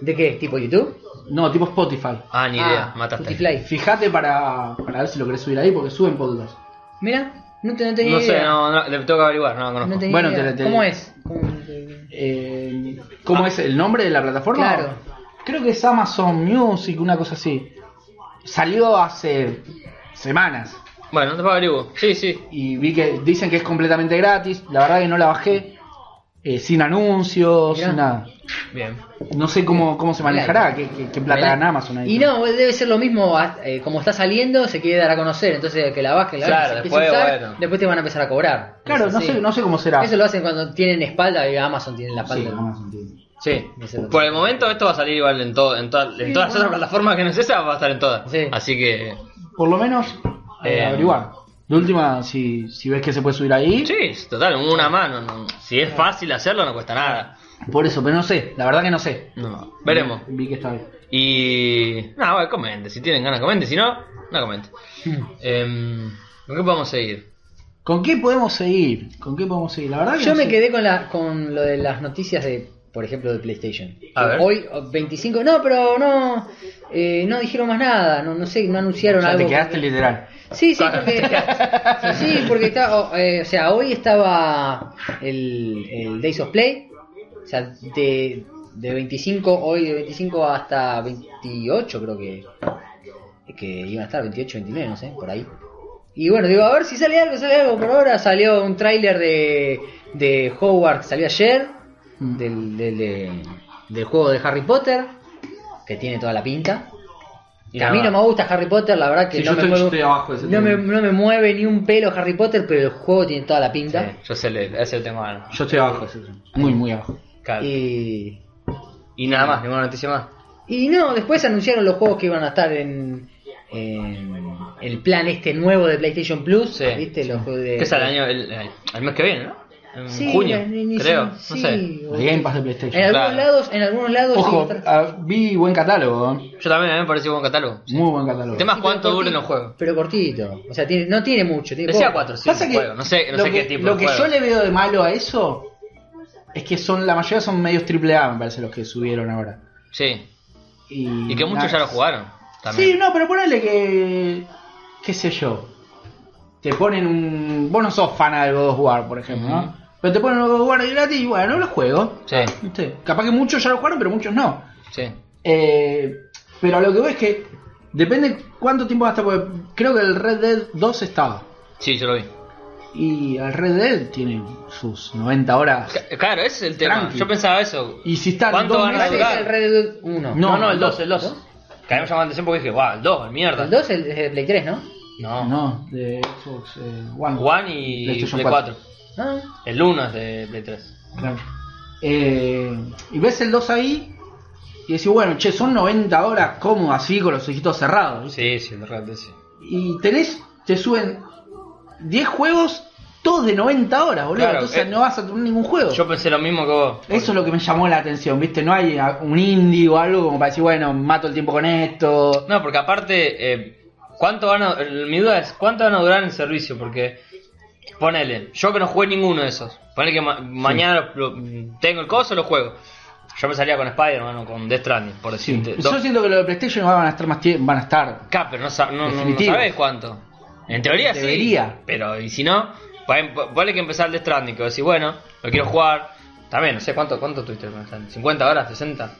¿De qué? ¿Tipo YouTube? No, tipo Spotify. Ah, ni idea, Ah, mataste. Spotify. Fíjate para, para ver si lo querés subir ahí porque suben podcast. Mira, no, te, no tenía No sé, idea. no, no, le tengo que averiguar, no lo No conozco. tenía Bueno, idea. te la- te- ¿Cómo es? ¿Cómo te- Eh, ¿Cómo es el nombre de la plataforma? Claro. Creo que es Amazon Music, una cosa así. Salió hace semanas Bueno, te averiguo. Sí, sí. y vi que dicen que es completamente gratis. La verdad que no la bajé. eh, sin anuncios, Mirá. sin nada. Bien. No sé cómo, cómo se manejará, qué, qué- qué plata Mirá. gana Amazon ahí. Y no, debe ser lo mismo, a- eh, como está saliendo, se quiere dar a conocer, entonces que la bajen, la Claro, bajen, se empiece a después, usar, bueno. después te van a empezar a cobrar. Claro, Es no así. sé, no sé cómo será. Eso lo hacen cuando tienen espalda, y Amazon tiene la Sí, espalda. Amazon tiene. Sí. No sé lo que- Por el momento esto va a salir igual en, todo, en, todas- en todas las otras plataformas que no es esa, va a estar en todas. Sí. Así que... Por lo menos eh, Eh, averiguar. De última, si, si ves que se puede subir ahí. Sí, es total, una mano. no- si es fácil hacerlo, no cuesta nada. Por eso, pero no sé, la verdad que no sé. No, veremos. Vi que está bien. Y. Nada, bueno, comente. Si tienen ganas, comente. Si no, no comente. Em, ¿Con qué podemos seguir? ¿Con qué podemos seguir? ¿Con qué podemos seguir? La verdad que Yo no me sé. quedé con, la, con lo de las noticias de, por ejemplo, de PlayStation. A ver. Hoy, oh, 25, no, pero no, eh, no dijeron más nada, no, no sé, no anunciaron O sea, algo. te quedaste porque- literal. Sí, sí, Claro. porque, sí, porque está, o, eh, o sea, hoy estaba el, el Days of Play, o sea, de, de 25, hoy de 25 hasta 28 creo que, que iban a estar, 28, 29, no sé, por ahí. Y bueno, digo, a ver si sale algo, sale algo, por ahora salió un tráiler de, de Howard, que salió ayer, Mm. del, del, de- del juego de Harry Potter. que tiene toda la pinta. Y Que a mí nada no me gusta Harry Potter, la verdad que Sí, no, yo me estoy- muevo- estoy abajo de ese no, me, tema. no me mueve ni un pelo Harry Potter, pero el juego tiene toda la pinta. Sí, yo sé, le- ese lo tengo ganas. Yo estoy abajo de ese tema. Muy, muy abajo. Claro. Y, Y, nada más, ninguna noticia más. y no, después anunciaron los juegos que iban a estar en, en el plan este nuevo de PlayStation Plus. Sí. ¿Viste? Los juegos Eh, de, Que es el año, el, el- el mes que viene, ¿no? En Sí, junio, la- ni- ni- creo. sí, no sé. sí, o- El Game Pass de En PlayStation. algunos Claro. lados, en algunos lados. Ojo, sí, está- ah, vi buen catálogo. ¿eh? Yo también, a mí me pareció buen catálogo. Muy buen catálogo. El tema es sí, cuánto pero duren cortito, los juegos. Pero cortito. O sea, tiene- no tiene mucho. Tiene Decía poco. 4 sí, Pasa que juegos. No sé, no lo sé que, qué tipo lo de que juego. yo le veo de malo a eso es que son la mayoría son medios AAA, me parece, los que subieron ahora. Sí. Y, Y que muchos nada, ya lo jugaron. Sí, También. no, pero ponele que. qué sé yo. Te ponen un. Vos no sos fan del God of War, por ejemplo, ¿no? Ujú. Pero te ponen un God of War gratis y bueno, lo juego. Sí. ¿Viste? Capaz que muchos ya lo jugaron, pero muchos no. Sí. Eh, pero a lo que voy es que. Depende cuánto tiempo gasta, porque creo que el Red Dead 2 estaba. Sí, yo lo vi. Y el Red Dead tiene sus 90 horas. C- Claro, ese es el tema. Tranqui. Yo pensaba eso. Y si está ¿Cuánto van a Parece que es el Red Dead 1. No, No, no, el el 2, el 2. ¿No? Que a mí me llamó la atención porque dije, wow, el 2, el mierda. El 2 es el es el Play 3, ¿no? No. No, de Xbox eh, One. One y PlayStation Play 4. 4. Ah, El 1 es de Play 3. Claro. Eh, y ves el 2 ahí y decís, bueno, che, son 90 horas como así con los ojitos cerrados. ¿viste? Sí, sí, el Red Dead, sí. Y tenés, te suben 10 juegos, todos de 90 horas, boludo. Claro, Entonces eh, no vas a tener ningún juego. Yo pensé lo mismo que vos. Eso es lo que me llamó la atención, ¿viste? No hay a- un indie o algo como para decir, bueno, mato el tiempo con esto. No, porque aparte, eh, ¿cuánto van a, el- mi duda es, ¿cuánto van a durar en el servicio? Porque, ponele, yo que no jugué ninguno de esos, ponele que ma- mañana lo- lo- tengo el coso, lo juego. Yo me salía con Spider-Man o con Death Stranding, por Sí. decirte. Yo Dos- siento que los de PlayStation van a estar más tie- van a estar. Acá, pero no, sa- no, no- no Definitivo. sabes cuánto. En teoría sí. Debería. Pero, y si no, pon- pon- ponle que empezar el Death Stranding, que vos decís, bueno, lo quiero jugar. También, no sé cuánto, cuánto tuviste con Death Stranding? ¿50 horas? ¿60?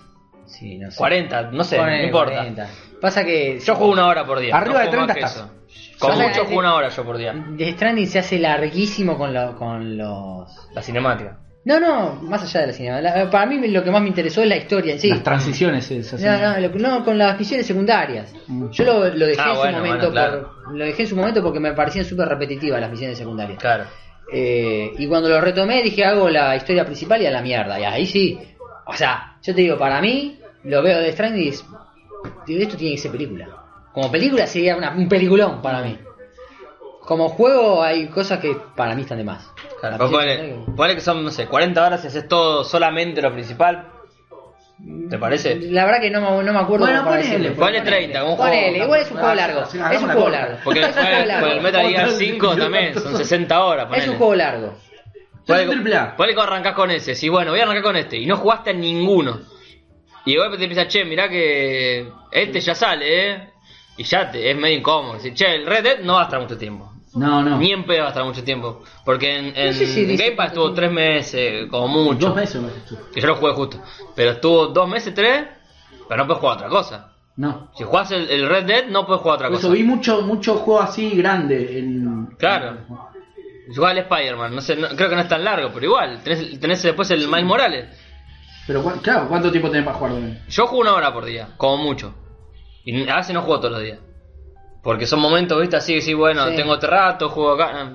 sí, no sé. 40, no sé, Ponele no importa. 40. Pasa que. Yo juego una hora por día. Arriba no de juego 30 más que estás. eso. Con Yo sé- mucho juego una hora yo por día. de Stranding se hace larguísimo con, lo- con los. La cinemática. No, no, más allá de la cinema. La- para mí lo que más me interesó es la historia en sí. Las transiciones esas. No, no, lo- no, con las misiones secundarias. Mm. Yo lo, lo dejé Ah, en su bueno, momento bueno, claro. por- lo dejé en su momento porque me parecían súper repetitivas las misiones secundarias. Claro. Eh, y cuando lo retomé dije hago la historia principal y a la mierda. Y ahí sí. O sea, yo te digo, para mí, lo veo de Stranding y es- digo, esto tiene que ser película. Como película sería una- un peliculón para mí. Como juego hay cosas que para mí están de más. claro. La Vos misión ponele- secundaria- ponele que son, no sé, 40 horas y haces todo solamente lo principal. ¿Te parece? Mm, La verdad que no, me- no me acuerdo. Bueno, cómo para ponele, decirlo. Ponele 30, como un juego. Ponele, igual es un juego Ah, largo. sí, Es un hagamos la juego corta. largo. Porque es un juego después con el largo. Metal Gear Otra 5 vez. también, son 60 horas. Es Ponele. un juego largo. Ponele, Es un triple A. ponele que arrancás con ese. Si bueno, voy a arrancar con este. Y no jugaste a ninguno. Y de golpe te empieza, che, mirá que este ya sale, ¿eh? Y ya te, es medio incómodo. Decir, che, el Red Dead no va a estar mucho tiempo. No, no. Ni en pedo va a estar mucho tiempo. Porque en, en No sé si dice Game Pass estuvo cuánto 3 meses, como mucho. Dos meses me parece. Que yo lo jugué justo. Pero estuvo 2 meses, 3. Pero no puedes jugar a otra cosa. No. Si jugás el, el Red Dead, no puedes jugar a otra Por cosa. eso vi mucho, mucho juego así grande en. Claro. Igual Spider-Man, no sé, no- creo que no es tan largo, pero igual, tenés, tenés después el Miles Morales. Pero cu- claro, ¿cuánto tiempo tenés para jugar también? Yo juego una hora por día, como mucho. Y a veces no juego todos los días. Porque son momentos, viste, así que sí, bueno, Sí. tengo otro rato, juego acá.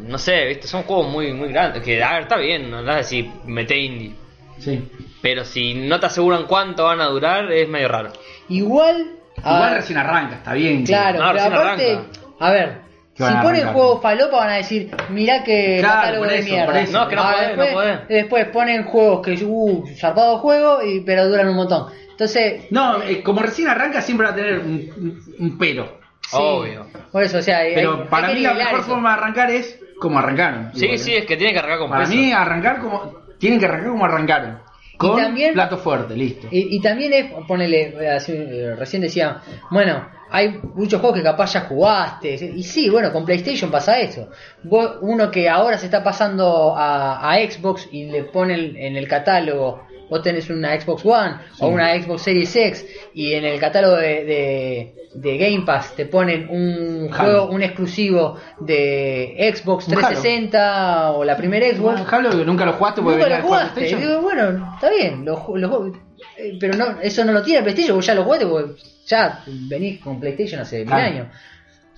No sé, viste, son juegos muy, muy grandes. Que a ver, está bien, no andás a decir, mete indie. Sí. Pero si no te aseguran cuánto van a durar, es medio raro. Igual. ah, a Igual ver, recién arranca, está bien. Claro, No, pero recién aparte. arranca. A ver. Que Si van a ponen arrancar. juegos falopa van a decir, mirá que Claro, catálogo por de eso, por mierda. eso. No, que no Ah, podés, no después, podés. después ponen juegos que, uh, zarpado juego, y, pero duran un montón. Entonces, No, eh, como recién arranca siempre va a tener un, un- un pero. sí, Obvio. Por eso, o sea, hay- Pero hay- para Eh, hay que mí la nivelar mejor eso. forma de arrancar es como arrancaron. Sí, Igual, sí, ¿eh? es que tiene que arrancar con Para peso. mí arrancar como. Tienen que arrancar como arrancaron. Con también- plato fuerte, listo. Y, y también es, ponele, eh, así, eh, recién decía, bueno, hay muchos juegos que capaz ya jugaste. Y sí, bueno, con PlayStation pasa eso. Vos- uno que ahora se está pasando a, a Xbox y le ponen en el catálogo, vos tenés una Xbox One o una Xbox Series X y en el catálogo de, de- de Game Pass te ponen un Halo. juego, un exclusivo de Xbox Un Halo. 360 o la primera Xbox. Bueno, Halo que nunca lo jugaste porque Nunca venía lo de jugar jugaste. PlayStation. Digo, bueno, está bien. Lo, ju- lo ju- eh, pero no, eso no lo tiene el PlayStation, porque ya lo jugaste, porque ya venís con PlayStation hace mil Claro. años.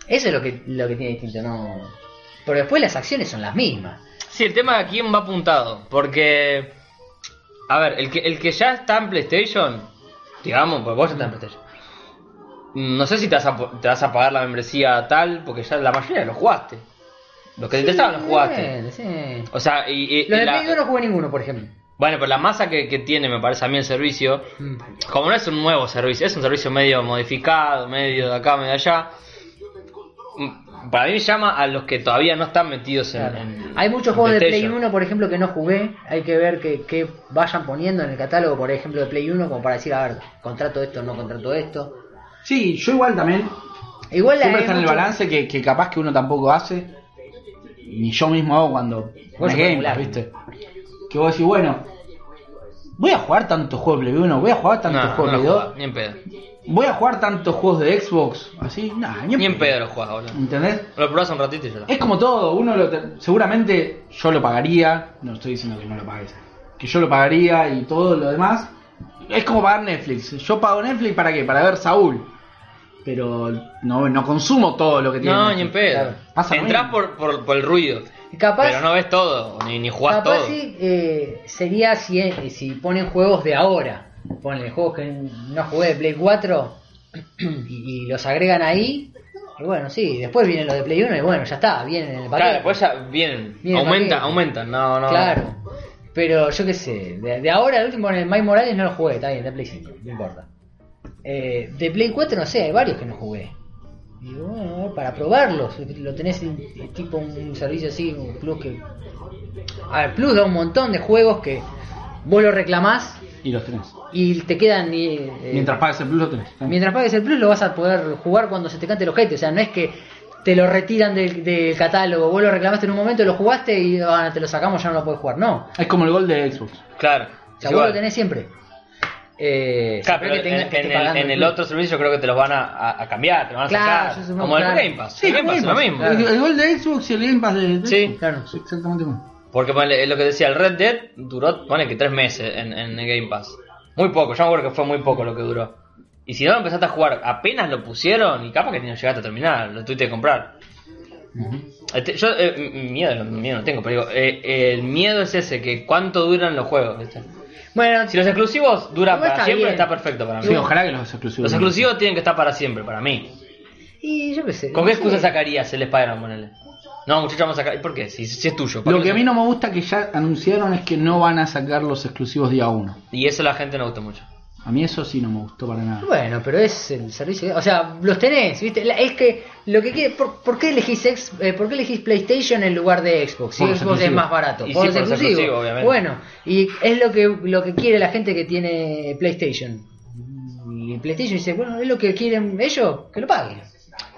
Eso es lo que, lo que tiene distinto, no. Pero después las acciones son las mismas. Sí, el tema de a quién va apuntado. Porque. A ver, el que, el que ya está en PlayStation. Digamos, pues vos ya estás en PlayStation. Mm, No sé si te vas, a, po- te vas a pagar la membresía tal, porque ya la mayoría lo jugaste. Los que te interesaban los jugaste. Sí, sí. O sea, y. y- Los de la- Play 2 no jugué ninguno, por ejemplo. Bueno, pero la masa que, que tiene, me parece a mí el servicio. Mm. Como no es un nuevo servicio, es un servicio medio modificado, medio de acá, medio de allá. mm, Para mí llama a los que todavía no están metidos en. Claro. en- Hay muchos en juegos de Play PlayStation. 1, por ejemplo, que no jugué. Hay que ver que, que vayan poniendo en el catálogo, por ejemplo, de Play 1, como para decir, a ver, contrato esto, no contrato esto. Sí, yo igual también. Igual Siempre hay está en el mucho- balance que, que capaz que uno tampoco hace. Ni yo mismo hago cuando. Vos me sos game, popular. ¿viste? Que vos decís, bueno. Voy a jugar tantos juegos de Play 1, voy a jugar tantos No, juegos no de lo Play 2. jugaba, ni en pedo. Voy a jugar tantos juegos de Xbox. Así, nada, ni, Ni en pedo lo jugás, boludo. ¿Entendés? Lo probás un ratito y ya está. Es como todo, uno lo te- seguramente yo lo pagaría, no estoy diciendo que no lo pagues, que yo lo pagaría y todo lo demás. Es como pagar Netflix. Yo pago Netflix para qué? Para ver Saúl. Pero no, no consumo todo lo que tiene. No, ni en Netflix. pedo. Claro. Pasa lo Entrás mismo. por, por, por el ruido. Capaz, Pero no ves todo, ni, ni jugás capaz todo. sí, eh, sería si, eh, si ponen juegos de ahora. Ponen juegos que no jugué de Play 4 y, y los agregan ahí. Y bueno, sí, después vienen los de Play 1 y bueno, ya está, vienen en el paquete. Claro, pues ya vienen. Viene aumentan, paquete. aumentan. No, no. Claro. Pero yo qué sé, de, de ahora el último, el Mike Morales no lo jugué, está bien, de Play 5, no importa. Eh, de Play 4 no sé, hay varios que no jugué. Y bueno, para probarlos, lo tenés en- en tipo un servicio así, un plus que... A ver, plus da un montón de juegos que vos lo reclamás Y los tenés. y te quedan... eh, eh, Mientras pagues el plus lo tenés. mientras pagues el plus lo vas a poder jugar cuando se te cante el ojete, o sea, no es que te lo retiran del, del catálogo, vos lo reclamaste en un momento, lo jugaste y ah, te lo sacamos, ya no lo puedes jugar, no. Es como el gol de Xbox. Claro. O es sea, vos igual. lo tenés siempre. Eh, Claro, siempre pero que tengas en, que en esté el, pagando en el el club. otro servicio creo que te los van a, a- a cambiar, te lo van a Claro, sacar. yo supongo, Como el claro. Game Pass. el Game Pass es lo mismo. claro. El, el gol de Xbox y el Game Pass de, de Sí. Xbox. Ah, Claro. Sí, Exactamente. igual. Porque ponele, es lo que decía, el Red Dead duró, pone que tres meses en, en el Game Pass. Muy poco, yo me acuerdo que fue muy poco lo que duró. Y si no lo empezaste a jugar, apenas lo pusieron y capaz que ni lo llegaste a terminar, lo tuviste que comprar. Este, yo, eh, m- miedo, no- miedo no tengo, pero digo, eh, eh, el miedo es ese, que cuánto duran los juegos. ¿viste? Bueno, Si los exclusivos duran Igual para está siempre, bien. está perfecto para mí. Sí, ojalá que los exclusivos. Los exclusivos tienen que estar para siempre, para mí. y yo qué sé. ¿Con qué no excusa sé. sacarías el Spider-Man? ponele? No, muchachos, vamos a sacar. ¿Por qué? Si, si es tuyo. ¿para Lo qué que a mí sacas? no me gusta que ya anunciaron es que no van a sacar los exclusivos día uno. Y eso a la gente no gusta mucho. A mí eso sí no me gustó para nada. Bueno, pero es el servicio. O sea, los tenés, ¿viste? La- Es que lo que quiere, ¿por, por qué elegís ex- eh, por qué elegís PlayStation en lugar de Xbox? Si Por los Xbox es exclusivos. más barato, Y por sí, los por los exclusivos. exclusivos, obviamente. Bueno, y es lo que lo que quiere la gente que tiene PlayStation. Y PlayStation dice, bueno, es lo que quieren ellos, que lo paguen.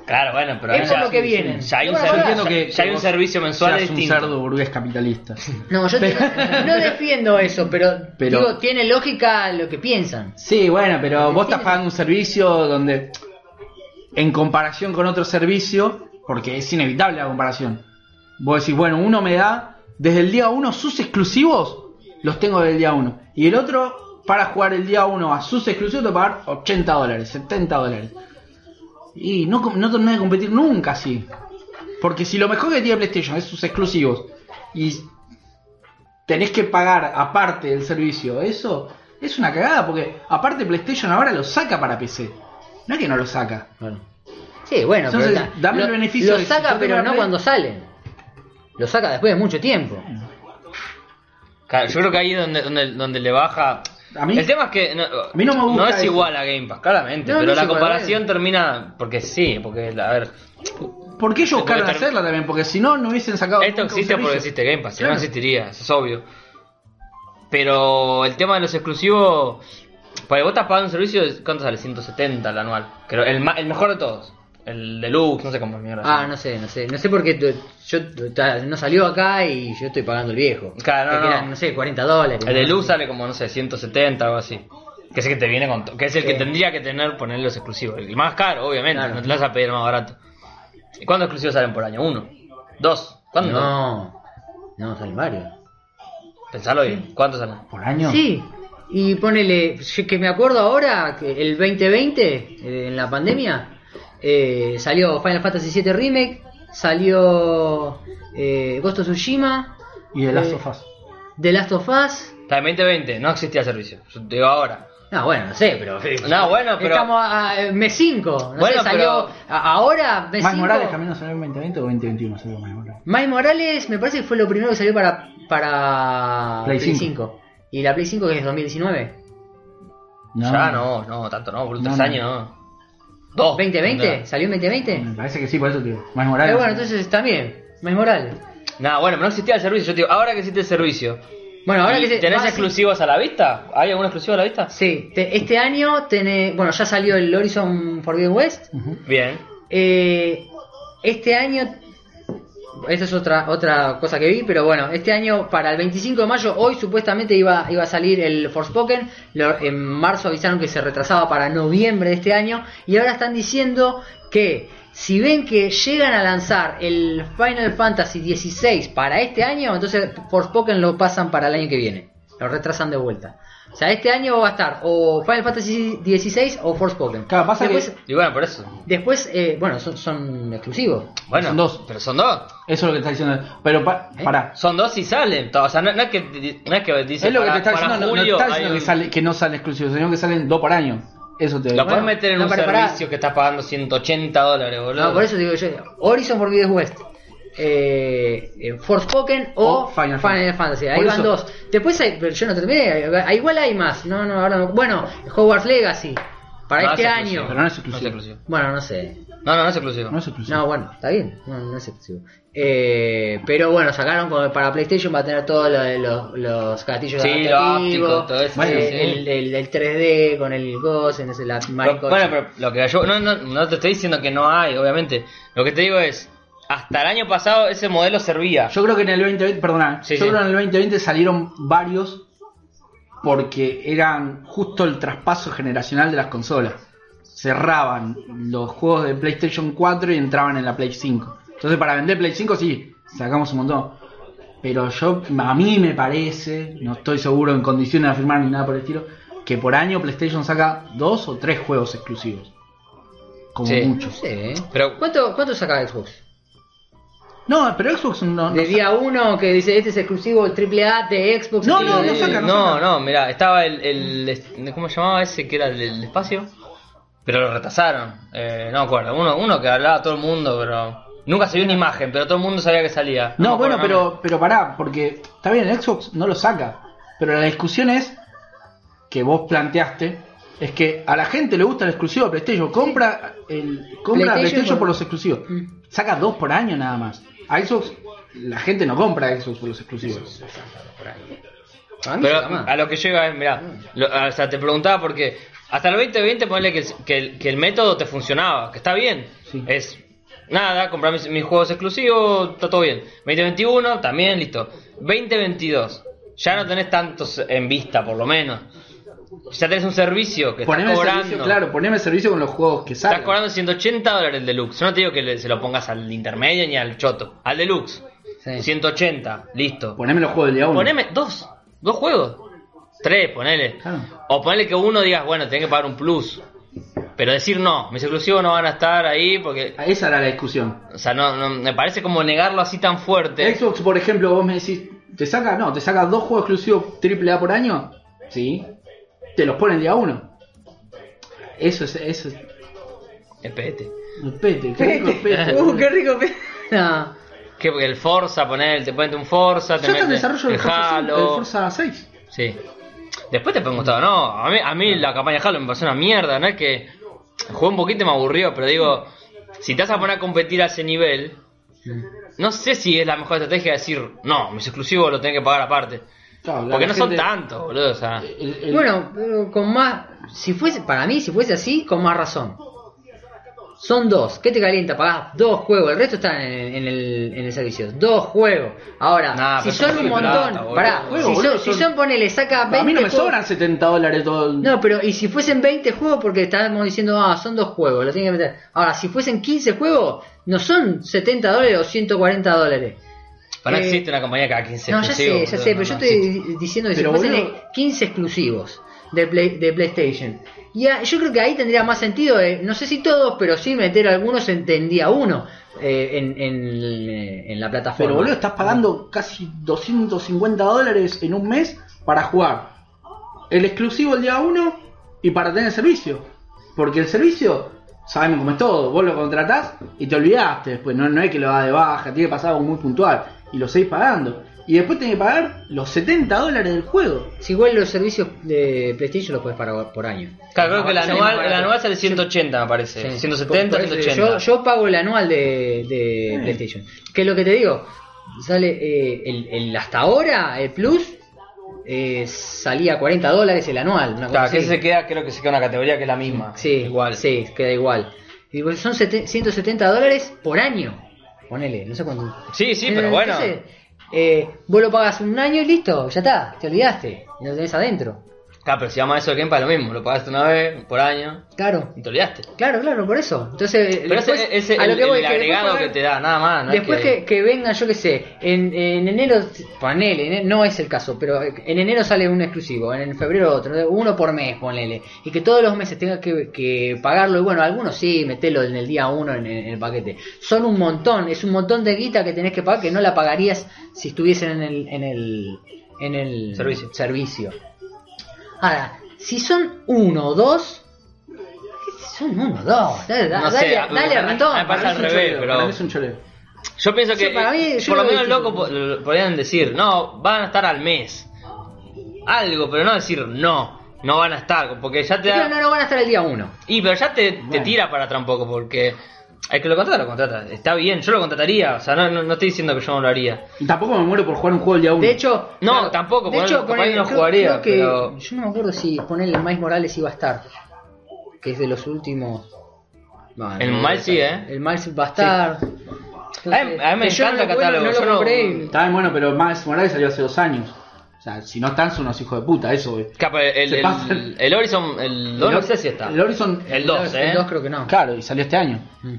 Claro, bueno, pero Es ahí por ya- lo que vienen. Ya hay un, Yo servi- entiendo ya- que- ya hay que un vos servicio mensual Seas un distinto. cerdo burgués capitalista. No, yo te- no defiendo eso, pero, Pero- digo, tiene lógica lo que piensan. Sí, bueno, pero vos estás pagando un servicio donde, en comparación con otro servicio, porque es inevitable la comparación, vos decís, bueno, uno me da, desde el día uno, sus exclusivos, los tengo del día uno. Y el otro, para jugar el día uno a sus exclusivos, te va a pagar 80 dólares, 70 dólares. Y no, com- no termina de competir nunca así. Porque si lo mejor que tiene PlayStation es sus exclusivos y tenés que pagar aparte del servicio, eso es una cagada porque aparte PlayStation ahora lo saca para PC. No es que no lo saca. Sí, bueno, Entonces, pero la- dame el lo- beneficio Lo de- saca, yo tengo pero la no Play- cuando salen. Lo saca después de mucho tiempo. Claro, yo creo que ahí es donde, donde, donde le baja. A mí- el tema es que no, mí no me gusta es eso. igual a Game Pass, claramente. No, no pero es la igual, comparación termina. Porque sí, porque, a ver. Porque ellos Porque buscaron term- hacerla también, porque si no, no hubiesen sacado. Esto nunca un existe porque servicio. existe Game Pass, si no, Claro. no existiría, eso es obvio. Pero el tema de los exclusivos. Para vos estás pagando un servicio de. ¿Cuánto sale? 170 el anual. Creo, el, ma- el mejor de todos. El deluxe, no sé cómo es mierda. Ah, no sé, no sé. No sé por qué tu- yo, tu- ta- no salió acá y yo estoy pagando el viejo. Claro, no, Que eran, no. sé, 40 dólares. El deluxe ¿no? sale como, no sé, 170 o algo así. Que es el que te viene con. to- Que es el que Sí. tendría que tener poner los exclusivos. El más caro, obviamente, Claro. no te lo vas a pedir más barato. ¿Y cuántos exclusivos salen por año? ¿Uno? ¿Dos? ¿Cuándo? No, no, salen varios. Pensalo bien, ¿cuántos salen? Por año. Sí, Y ponele, yo que me acuerdo ahora, que el 2020, eh, en la pandemia, eh, salió Final Fantasy VII Remake, salió eh, Ghost of Tsushima, Y el Last Eh, of Us. The Last of Us. También 2020, no existía servicio. Yo te Digo ahora. No, bueno, no sé, pero. eh, No, bueno, pero. Estamos a, a- mes 5. No Bueno, sé, salió a- ahora mes 5. Más Morales también no salió en 2020 o 2021 salió Miles Morales. Miles Morales me parece que fue lo primero que salió para, para Play cinco. Y la Play 5 que es 2019. Ya no, no, tanto no, por No, tres no. años no. Dos. ¿2020? Nada. ¿Salió en 2020? Me parece que sí, por eso te digo. Miles Morales. Pero bueno, entonces también. Miles Morales. Nada, bueno, pero no existía el servicio. Yo te digo, ahora que existe el servicio. Bueno, ahora que se- ¿Tenés va, sí. exclusivos a la vista? ¿Hay algún exclusivo a la vista? Sí, te- este año tiene, bueno, ya salió el Horizon Forbidden West. Ujú. Bien. Eh, este año, esta es otra otra cosa que vi, pero bueno, este año para el 25 de mayo, hoy supuestamente iba, iba a salir el Forspoken, lo- en marzo avisaron que se retrasaba para noviembre de este año, y ahora están diciendo que si ven que llegan a lanzar el Final Fantasy XVI para este año, entonces Forspoken lo pasan para el año que viene, lo retrasan de vuelta. O sea, este año va a estar o Final Fantasy XVI o Forspoken. Claro, pasa que- Después- Y bueno, por eso. Después, eh, bueno, son, son exclusivos. Bueno, Son dos. Pero son dos. Eso es lo que está diciendo. Pero pa- ¿Eh? pará. Son dos y salen. to- O sea, no, no es, que, no es que dice es lo que para- te está para diciendo. no- julio no está hay diciendo que, un- sale, que no salen exclusivos, sino que salen dos por año. Eso te Lo digo. podés Bueno, meter en no, un para- servicio para- que está pagando 180 dólares, boludo. No, por eso digo yo, Horizon Forbidden West, eh, eh, Forspoken o, O Final, Final Fantasy. Fantasy. Ahí Por van eso- dos. Después hay, pero yo no terminé, ah, igual hay más. No, no, ahora no. Bueno, Hogwarts Legacy, para No, este es año. exclusivo, Pero no es exclusivo. Bueno, no sé. No, no, no es exclusivo. No es exclusivo. No, bueno, está bien, no, no es exclusivo. Eh, pero bueno, sacaron como para PlayStation va a tener todos los, los castillos Sí, lo adaptativos, áptico, todo eso, eh, sí, sí. el, el- el 3D con el Gosen, ese, la Pero- maricocha. bueno, pero lo que yo. No, no, no te estoy diciendo que no hay, obviamente. Lo que te digo es. Hasta el año pasado ese modelo servía. Yo creo que en el 2020, perdona, Sí, yo sí. creo que en el 2020 salieron varios porque eran justo el traspaso generacional de las consolas. Cerraban los juegos de PlayStation 4 y entraban en la Play 5. Entonces para vender Play 5 sí, sacamos un montón. Pero yo, a mí me parece, no estoy seguro en condiciones de afirmar ni nada por el estilo, que por año PlayStation saca dos o tres juegos exclusivos. Como Sí. No muchos. sé, ¿eh? Pero- ¿Cuánto, ¿Cuánto saca Xbox? No, pero Xbox no... no De día uno que dice este es exclusivo AAA de Xbox. Eh, No, y- no, no saca. no, no, mirá, estaba el, el- ¿Cómo se llamaba ese que era el del espacio? Pero lo retrasaron. Eh, no me acuerdo. Uno, uno que hablaba a todo el mundo, pero. Nunca salió una imagen, pero todo el mundo sabía que salía. No, me acuerdo bueno, el nombre. pero, pero pará, porque está bien, el Xbox no lo saca. Pero la discusión es que vos planteaste. Es que a la gente le gusta el exclusivo de PlayStation. Compra el compra PlayStation PlayStation por- por los exclusivos. Mm. Saca dos por año nada más. A Xbox, la gente no compra Xbox por los exclusivos. Ah, A mí Pero saca más. a lo que yo iba, es, mirá, lo- o sea, te preguntaba porque hasta el 2020 ponle que, el- que el, que el método te funcionaba, que está bien. Sí. Es nada, comprar mis, mis juegos exclusivos, está todo bien. 2021 también, listo. 2022, ya no tenés tantos en vista, por lo menos. Ya tenés un servicio que estás Poneme el cobrando. servicio, claro, poneme el servicio con los juegos que Estás sacan. cobrando 180 dólares el deluxe. Yo no te digo que le- se lo pongas al intermedio ni al choto. Al deluxe. Sí. 180, listo. Poneme los juegos del día uno. Poneme dos, dos juegos. Tres, ponele. Claro. O ponele que uno digas, bueno, tenés que pagar un plus. Pero decir no, mis exclusivos no van a estar ahí porque... Esa era la discusión. O sea, no, no- me parece como negarlo así tan fuerte. Xbox, por ejemplo, vos me decís, ¿te saca? No, ¿te saca dos juegos exclusivos AAA por año? Sí. Te los ponen día uno. Eso es, eso es. Espérate. Pete, qué rico es pete. Uh, qué rico. pe- No. Que porque el Forza, ponele, te ponen un Forza, te Yo te meten desarrollo el el Forza, Halo. 5, el Forza 6. Sí. Después te pueden gustar o no. A mí, a mí la campaña de Halo me pasó una mierda, ¿no? Es que jugué un poquito y me aburrió, pero digo, si te vas a poner a competir a ese nivel, no sé si es la mejor estrategia decir, no, mis exclusivos lo tenés que pagar aparte. Claro, la Porque no son gente- tantos, boludo, o sea. el- el- Bueno, pero con más. Si fuese, para mí, si fuese así, con más razón. Son dos. ¿Qué te calienta? Pagás dos juegos. El resto está en, en el, en el servicio. Dos juegos. Ahora, Nah, si pero eso son no un es plata, montón. boludo. pará, Juego, si, boludo, son, si son- son, ponele, saca 20. a mí no me juegos. sobran 70 dólares todo el. No, pero y si fuesen 20 juegos, porque estábamos diciendo, ah, son dos juegos, lo tienen que meter. Ahora, si fuesen 15 juegos, no son 70 dólares o 140 dólares. Para Eh, existe una compañía cada 15 No, ya sé, exclusivos, boludo, ya sé, no, pero yo no estoy existe. di- diciendo que Pero, se pasen boludo- 15 exclusivos de, Play- de PlayStation. Y a- yo creo que ahí tendría más sentido, eh, no sé si todos, pero sí meter algunos entendía uno eh, en, en- en la plataforma. Pero boludo, estás pagando casi 250 dólares en un mes para jugar el exclusivo el día 1 y para tener el servicio. Porque el servicio, sabemos cómo es todo, vos lo contratás y te olvidaste después, no, no es que lo da de baja, tiene que pasar algo muy puntual y lo seguís pagando. Y después tenés que pagar los 70 dólares del juego. Si igual los servicios de PlayStation los puedes pagar por año. Claro, creo que el Sale más anual, el barato. anual sale 180, me parece. Sí. 170, Por- por eso 180. Yo, yo pago el anual de, de PlayStation. Que es lo que te digo, sale eh, el, el- hasta ahora, el Plus, eh, salía 40 dólares el anual. Una cosa Claro, que así. se queda, creo que se queda una categoría que es la misma. Sí, Igual. Sí, queda igual. Y pues son sete- 170 dólares por año. Ponele, no sé cuánto. Sí, sí, pero bueno. Entonces, eh, vos lo pagas un año y listo, ya está, te olvidaste. Y lo tenés adentro. Claro, pero si llama eso de Game Pass, lo mismo. Lo pagaste una vez por año Claro, y te olvidaste. claro, claro, por eso. Entonces, Pero ese- después, ese es a lo el, que el voy, que después agregado que pagar- te da, nada más. no es Después que, que venga, yo que sé, en, en enero, ponele, en e- no es el caso, pero en enero sale un exclusivo, en febrero otro, uno por mes, ponele, y que todos los meses tengas que, que pagarlo, y bueno, algunos sí, metelo en el día uno en, en el paquete. Son un montón, es un montón de guita que tenés que pagar que no la pagarías si estuviesen en el, en el, en el Servicio. servicio. Ahora, si son uno o dos, son uno o dos, dale, No sé, dale, a- dale a- ratón. a- Pasa Para mí al es un revés, choreo, pero- para mí es un choreo. Yo pienso que Yo, para mí, yo por lo lo menos veo loco po- lo- lo podrían decir, no, van a estar al mes. Algo, pero no decir no, no van a estar, porque ya te da... no, no van a estar el día uno. Y pero ya te, te Bueno. tira para atrás un poco, porque el que lo contrata, lo contrata. Está bien, yo lo contrataría, o sea, no, no, no estoy diciendo que yo no lo haría. Y tampoco me muero por jugar un juego el día 1. De hecho, No, tampoco, De poner- hecho, capaz poner- que no creo- jugaría, creo que- pero- Yo no me acuerdo si poner el Miles Morales iba a estar. Que es de los últimos. No, El no, Miles no, sí, ¿eh? El Miles va a estar. Entonces, A mí me que yo encanta no lo- bueno, catálogo, no lo yo no- compré. Está bien, bueno, pero Miles Morales salió hace dos años. O sea, si no están, son unos hijos de puta, eso, güey. Capaz, el, Se el, pasa. el, Horizon, el 2 no sé si está. El Horizon, El 2, ¿eh? El 2 creo que no. claro, y salió este año. Mm.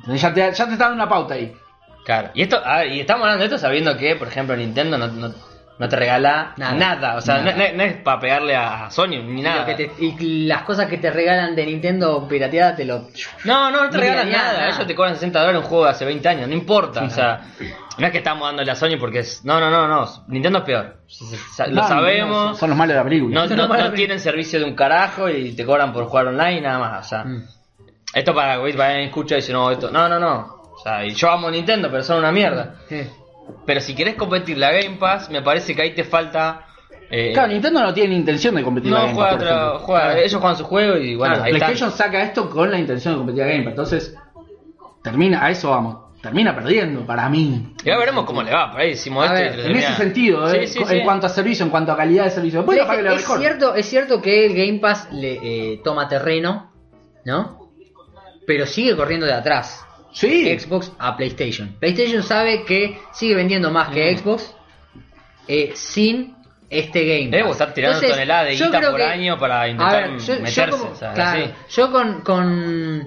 Entonces ya te, ya te está dando una pauta ahí. Claro. Y esto, a ver, y estamos hablando de esto sabiendo que, por ejemplo, Nintendo no, no, no te regala Nada. nada. O sea, Nada. No, no- no es para pegarle a Sony ni Y, lo nada. que te- y las cosas que te regalan de Nintendo pirateada te lo. No, no, no te regalan No regalaría nada. nada. Ellos te cobran 60 dólares un juego de hace 20 años, no importa. o sea, no es que estamos dándole a Sony porque es. No, no, no, no. Nintendo es peor. Sa- Lo No, no, sabemos. Son los malos de la película. No, no, no tienen servicio de un carajo y te cobran por jugar online y nada más. O sea, Mm. esto para que vayan escucha y dice, no, esto. No, no, no. O sea, y yo amo Nintendo, pero son una mierda. Eh. Pero si querés competir la Game Pass, me parece que ahí te falta. eh, Claro, Nintendo no tiene intención de competir a no Game Pass, juega por ejemplo. otra. Juega, ellos juegan su juego y bueno, Claro, ahí están. PlayStation saca esto con la intención de competir a Game Pass. Entonces, termina, a eso vamos. Termina perdiendo para mí. Ya veremos cómo le va, por ahí decimos A esto y ver, te En ese terminás. sentido, ¿eh? Sí, sí, Co- sí. en cuanto a servicio, en cuanto a calidad de servicio. Después capaz que le va es, mejor. cierto, es cierto que el Game Pass le eh, toma terreno, ¿no? Pero sigue corriendo de atrás. Sí. Xbox a PlayStation. PlayStation sabe que sigue vendiendo más que Mm. Xbox eh, sin este game. Debo Pass. estar tirando Entonces, toneladas de yo guita creo por que- año para a intentar ver, yo, yo meterse. como- o sea, claro, sí. yo con, con,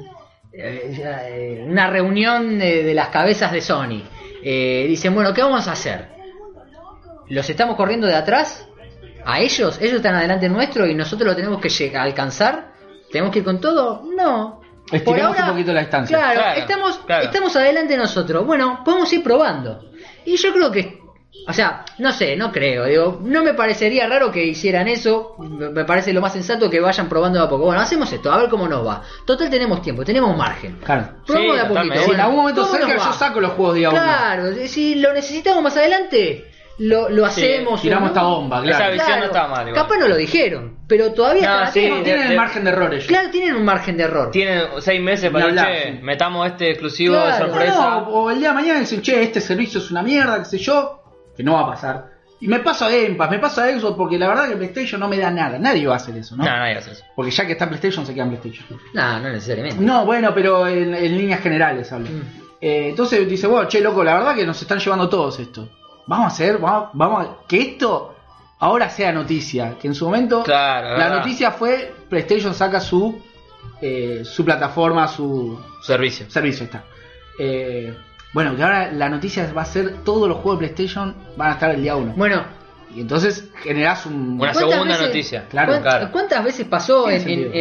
eh, ya, eh, una reunión de, de las cabezas de Sony eh, dicen, bueno, ¿qué vamos a hacer? ¿Los estamos corriendo de atrás? ¿A ellos? ¿Ellos están adelante nuestro y nosotros lo tenemos que lleg- alcanzar? ¿Tenemos que ir con todo? No. Estiremos Por un poquito la distancia. Claro, Claro, estamos, claro. estamos adelante nosotros. Bueno, podemos ir probando. Y yo creo que, o sea, no sé, no creo. Digo, no me parecería raro que hicieran eso. Me me parece lo más sensato que vayan probando de a poco. Bueno, hacemos esto, a ver cómo nos va. Total, tenemos tiempo, tenemos margen. Claro. Probamos de a poquito. totalmente. Si bueno, en algún momento ¿cómo cerca nos yo va? saco los juegos de a uno. Claro, si lo necesitamos más adelante, lo, lo Sí, hacemos. Tiramos ¿no? esta bomba, Esa claro. visión no está mal, igual. Capaz no lo dijeron, pero todavía No, están a sí, tiempo. No tienen de- el margen de errores. Claro, tienen un margen de error. Tienen seis meses para Ni decir, hablar, che, sí. metamos este exclusivo de Claro. sorpresa. No, o el día de mañana dicen, che, este servicio es una mierda, qué sé yo, que no va a pasar. Y me paso a Game Pass, me paso a Xbox, porque la verdad que PlayStation no me da nada. Nadie va a hacer eso, ¿no? No, nadie hace eso. Porque ya que está en PlayStation, se queda en PlayStation. No, no necesariamente. No, bueno, pero en, en líneas generales hablo. Mm. Eh, entonces dice, bueno, che, loco, la verdad que nos están llevando todos esto. Vamos a hacer, vamos, vamos a... Que esto ahora sea noticia. Que en su momento Claro, la verdad. noticia fue PlayStation saca su, eh, su plataforma, su, Servicio. servicio está. Eh, Bueno, que ahora la noticia va a ser todos los juegos de PlayStation van a estar el día 1. Bueno, Y entonces generás un... Una ¿Cuántas segunda veces- noticia. Claro, ¿cuán- claro. ¿Cuántas veces pasó en, Tiene en,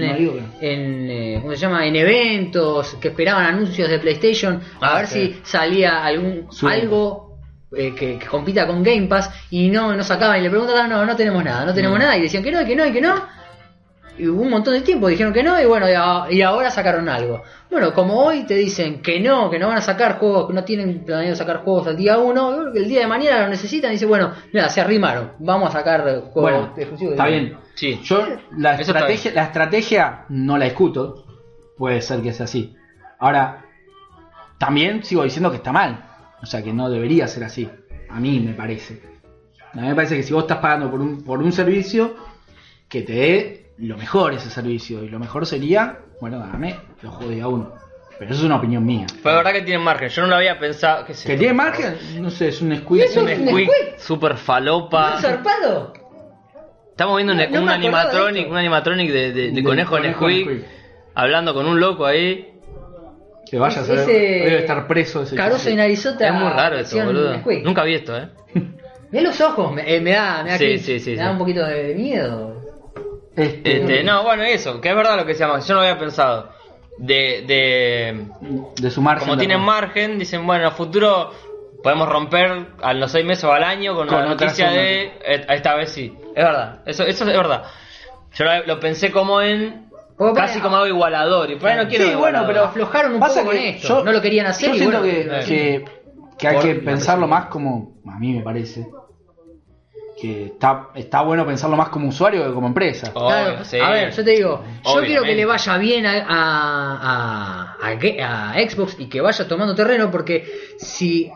sentido. en- No digo que no. en, eh, ¿cómo se llama? En eventos que esperaban anuncios de PlayStation a Ah, ver sí. si salía algún Supongo. algo eh, que, que compita con Game Pass y no, no sacaban y le preguntaban, no, no tenemos nada, no tenemos Mm. nada y decían que no, que no, y que no. Y hubo un montón de tiempo, dijeron que no y bueno, y, a- y ahora sacaron algo. Bueno, como hoy te dicen que no, que no van a sacar juegos, que no tienen planeado sacar juegos al día 1, el día de mañana lo necesitan y dice, bueno, mira, se arrimaron, vamos a sacar eh, juegos Bueno, exclusivos. está bien. Sí. Yo la Eso está estrategia, la estrategia no la discuto. Puede ser que sea así. Ahora, también sigo diciendo que está mal. O sea, que no debería ser así. A mí me parece. A mí me parece que si vos estás pagando por un, por un servicio, que te dé lo mejor ese servicio. Y lo mejor sería, bueno, dame los juegos de a uno. Pero eso es una opinión mía. Fue verdad que tienen margen. Yo no lo había pensado. ¿Qué sé ¿Que yo. tiene margen? No sé, es un squid. Eso Un es squeak squeak. super ¿No falopa. es zarpado? Estamos viendo un, No, no un me acordaba de animatronic, esto. un animatronic de, de- de Del conejo en conejo en Squeak, Squeak. hablando con un loco ahí. Que vaya a Ese- saber. Debe estar preso ese Caruso chico. y narizota. Es muy raro esto, versión boludo. Nesquik. Nunca vi esto, eh. Mirá los ojos, me, eh, me da, me da, Sí, cringe, sí, sí, me sí. da un poquito de, de miedo. Este, Este, no, bueno, eso, que es verdad lo que se llama, yo no había pensado. De, de De sumarse. como en la- tienen margen, dicen, bueno, a futuro podemos romper a los seis meses o al año con, Con la otra noticia suma. de eh, esta vez sí. Es verdad, eso, eso es verdad. Yo lo, lo pensé como en Como para- casi como algo igualador, y por ahí no quiero Sí, bueno, igualador. pero Aflojaron un Pasa poco con que esto. yo- no lo querían hacer Yo y siento bueno, que, lo hicieron. que, que hay Por que la pensarlo persona. más como, a mí me parece, que está, está bueno pensarlo más como usuario que como empresa. Oh, Claro, bueno, sí. A ver, yo te digo, yo quiero Obviamente. que le vaya bien a, a, a- a Ge- a Xbox y que vaya tomando terreno porque si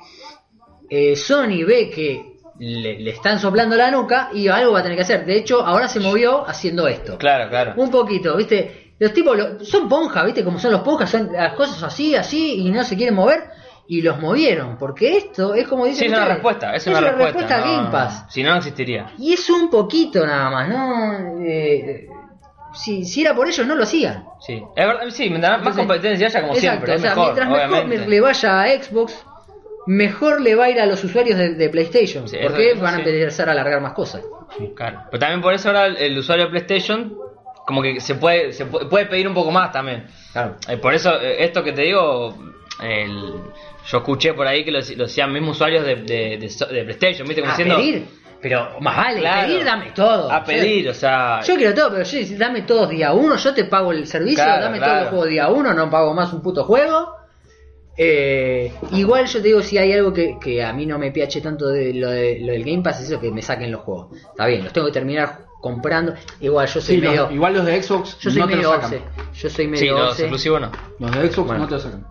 eh, Sony ve que le, le están soplando la nuca y algo va a tener que hacer. De hecho, ahora se movió haciendo esto. Claro, claro. Un poquito, ¿viste? Los tipos lo- son ponjas, ¿viste? Como son los ponjas, son las cosas así, así, y no se quieren mover, y los movieron, porque esto es como dicen. Sí, es una ustedes, respuesta, es una respuesta. a no, Game Pass. Si no, no existiría. Y es un poquito nada más, ¿no? Eh, si, si era por ellos, no lo hacían. Sí, es verdad, sí, mientras más Entonces, competencia haya como siempre, o es sea, mejor, mientras mejor obviamente. le vaya a Xbox, mejor le va a ir a los usuarios de, de PlayStation, Sí, porque eso- van a sí. empezar a alargar más cosas. Claro. Pero también por eso ahora el, el usuario de PlayStation como que se puede se pu- puede pedir un poco más también. Claro. Eh, por eso eh, esto que te digo, el- yo escuché por ahí que lo, dec- lo decían mismos usuarios de, de- de so- de PlayStation, ¿viste? Como A diciendo, pedir, pero más vale, Claro. pedir dame todo. A pedir, o sea... Yo quiero todo, pero sí, dame todos día uno, yo te pago el servicio, Claro, dame claro. todos los juegos día uno, no pago más un puto juego. Eh, igual yo te digo, si hay algo que, que a mí no me piache tanto de lo, de lo del Game Pass, es eso que me saquen los juegos. Está bien, los tengo que terminar comprando. Igual yo soy Sí, los- medio... igual los de Xbox yo soy no te lo medio sacan. obse. Yo soy sí, medio los obse. exclusivos no. Los de Xbox Bueno. no te lo sacan.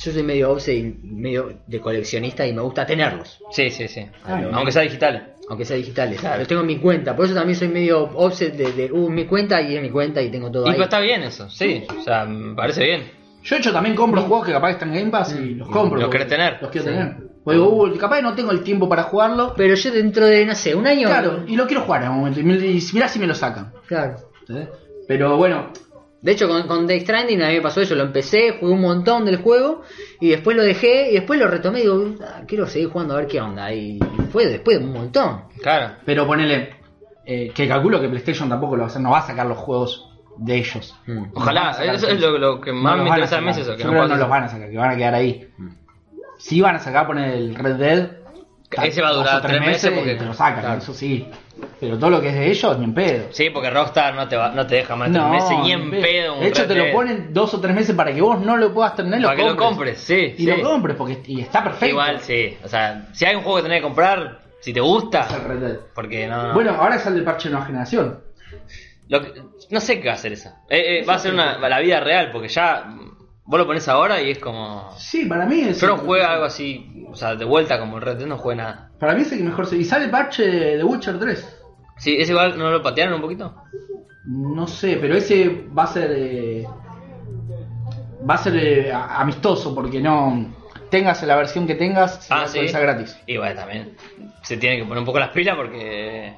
Yo soy medio obse y medio de coleccionista y me gusta tenerlos. Sí, sí, sí. Ay, Aunque sea digital. Aunque sea digitales, Claro. los tengo en mi cuenta, por eso también soy medio obse de, de, uh, mi cuenta y es mi cuenta y tengo todo Y ahí. pero está bien eso, sí. O sea, me parece bien. Yo de hecho también compro juegos que capaz están en Game Pass y los compro. Los porque querés tener. Los quiero Mm. Sí. tener. O digo, uh, capaz no tengo el tiempo para jugarlo. Pero yo dentro de, no sé, un año. Claro, y lo quiero jugar en un momento. Y me- Y mirá si me lo sacan. Claro. ¿entendés? Pero bueno, De hecho, con, con Death Stranding a mí me pasó eso. Lo empecé, jugué un montón del juego. Y después lo dejé. Y después lo retomé. Y digo, "Ah, quiero seguir jugando a ver qué onda. Y fue después de un montón. Claro. Pero ponele, eh, que calculo que PlayStation tampoco lo va a hacer, no va a sacar los juegos de ellos. Mm. Ojalá, No van a sacar eso es lo, lo que más No los me van a interesa a mí es sacar. eso. Que Yo no creo que puedan- no los van a sacar, que van a quedar ahí. Si van a sacar, poner el Red Dead. Ese va a dos durar o tres meses y porque- te lo sacan, claro. eso sí. Pero todo lo que es de ellos, ni en pedo. Sí, porque Rockstar no te, va, no te deja más de tres meses ni en pedo. un De hecho, Red te lo Dead. ponen dos o tres meses para que vos no lo puedas tener. Para que lo compres, sí. Y sí. lo compres, porque y está perfecto. Igual, sí. O sea, si hay un juego que tenés que comprar, si te Es el gusta, Red Dead. porque no. no. Bueno, ahora sale el parche de nueva generación. Lo que- no sé qué va a hacer eso. Eh, eh, va a ser una, la vida real, porque ya. mm, Vos lo pones ahora y es como. Sí, para mí es. Yo no juega algo así, o sea, de vuelta como el Red Dead, no juega nada. Para mí es el que mejor se. Y sale parche de The Witcher 3. Sí, ese igual no lo patearon un poquito. No sé, pero ese va a ser. eh, va a ser eh, a- amistoso, porque no. Tengas la versión que tengas, Ah, se va a actualizar gratis. Y bueno, también. Se tienen que poner un poco las pilas porque.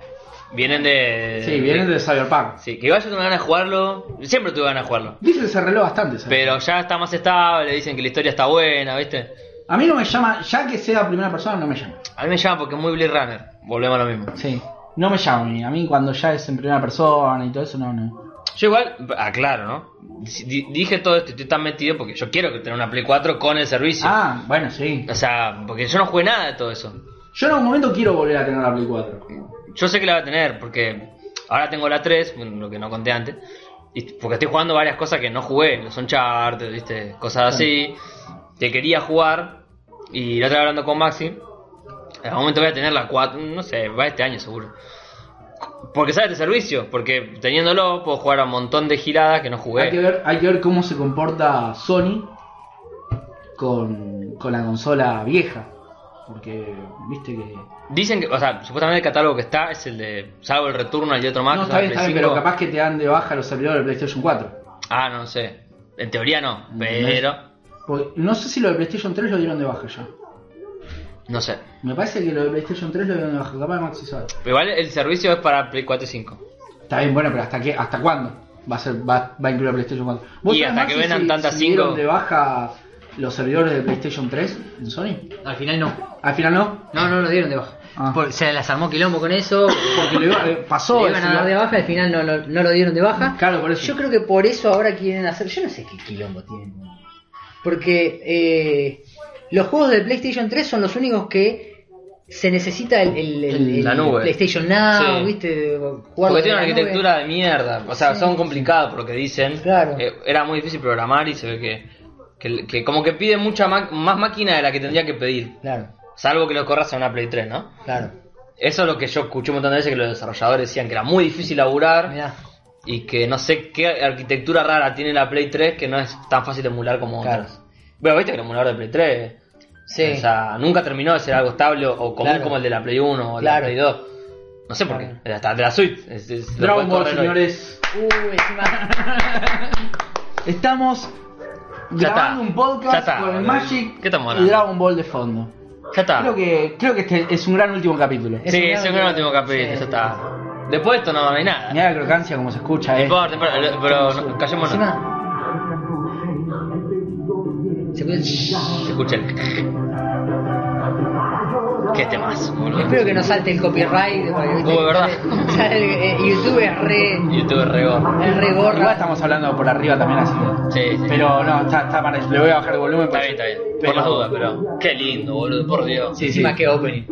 Vienen de. Sí, viene de Cyberpunk. Sí, que igual yo tengo ganas de jugarlo. Siempre tuve ganas de jugarlo. Dice que se arregló bastante. ¿sabes? Pero ya está más estable, dicen que la historia está buena, ¿viste? A mí no me llama, ya que sea primera persona, no me llama. A mí me llama porque es muy Blade Runner. Volvemos a lo mismo. Sí, no me llama a mí. A mí cuando ya es en primera persona y todo eso, no, no. Yo igual, aclaro, ¿no? Di- dije todo esto, y estoy tan metido porque yo quiero que tener una Play 4 con el servicio. Ah, bueno, sí. O sea, porque yo no jugué nada de todo eso. Yo en algún momento quiero volver a tener la Play 4. Yo sé que la va a tener porque ahora tengo la 3, bueno, lo que no conté antes. Y porque estoy jugando varias cosas que no jugué, los Uncharted, ¿viste? cosas así, que quería jugar. Y la otra vez hablando con Maxi, en algún momento voy a tener la 4, no sé, va este año seguro. Porque sabes de servicio, porque teniéndolo puedo jugar a un montón de giradas que no jugué. Hay que, ver, hay que ver cómo se comporta Sony con, con la consola vieja. Porque, viste que. Dicen que, o sea, supuestamente el catálogo que está es el de, salvo el retorno al de otro más. no, que está son bien, las está bien, Play pero 5. capaz que te dan de baja los servidores del PlayStation 4. Ah, no sé. En teoría no, ¿Entendés? pero Porque no sé si lo del PlayStation 3 lo dieron de baja ya. no sé. Me parece que lo del PlayStation 3 lo dieron de baja. Capaz que Maxi sabe. Pero igual el servicio es para Play 4 y 5. Está bien, bueno, pero ¿hasta qué? ¿Hasta cuándo va a ser va, va a incluir el PlayStation 4? Y sabés, hasta que Maxi, vendan si- tantas si dieron cinco? de baja los servidores de PlayStation 3 en Sony? Al final no. Al final no. No, no lo dieron de baja. Ah. Por- se las armó quilombo con eso. Porque lo iba- eh, pasó. le iban a eso, dar de ¿no? baja, al final no, no- no lo dieron de baja. Claro, por eso. Yo creo que por eso ahora quieren hacer. Yo no sé qué quilombo tienen. Porque eh, los juegos de PlayStation 3 son los únicos que se necesita el, el- el- La el nube. PlayStation Now, Sí. ¿viste? Jugar Porque desde tiene una la nube. arquitectura de mierda. O sea, Sí. son complicados por lo que dicen. Claro. Eh, era muy difícil programar y se ve que, que, que como que pide mucha ma- más máquina de la que tendría que pedir. Claro, Salvo que lo corras en una Play 3, ¿no? claro. Eso es lo que yo escuché un montón de veces que los desarrolladores decían que era muy difícil laburar. Mirá, y que no sé qué arquitectura rara tiene la Play 3 que no es tan fácil de emular como Claro. otras. Bueno, viste que el emulador de Play 3 Sí. o sea, nunca terminó de ser algo estable o común Claro. como el de la Play 1 o el Claro. de la Play 2. No sé por Claro. qué, hasta de la suite. es- es- lo puedes Dragon Ball, correr hoy. señores. Uh, encima. Estamos Ya grabando está. un podcast Ya está. con el Magic ¿Qué estamos y hablando? Dragon Ball de fondo. Ya está. Creo que creo que este es un gran último capítulo. es sí, un ese es gran- el último capítulo, sí, ya sí, está. Después de esto no, no hay nada. No Mira la crocancia como se escucha, eh. importa, no importa, lo- pero no, callémonos. Encima. Se puede- Se escucha el... ¿Qué temas, boludo? Espero que no salte el copyright. porque, ¿viste? Oh, verdad. O sea, el- eh, YouTube es re. YouTube regó. Es re Igual gorra. estamos hablando por arriba también así. que- Sí, sí. Pero no, está, está para le voy a bajar el volumen. Está porque- bien, está bien. Pero- por las dudas, pero. Qué lindo, boludo, por Dios. Sí, sí. Encima que opening.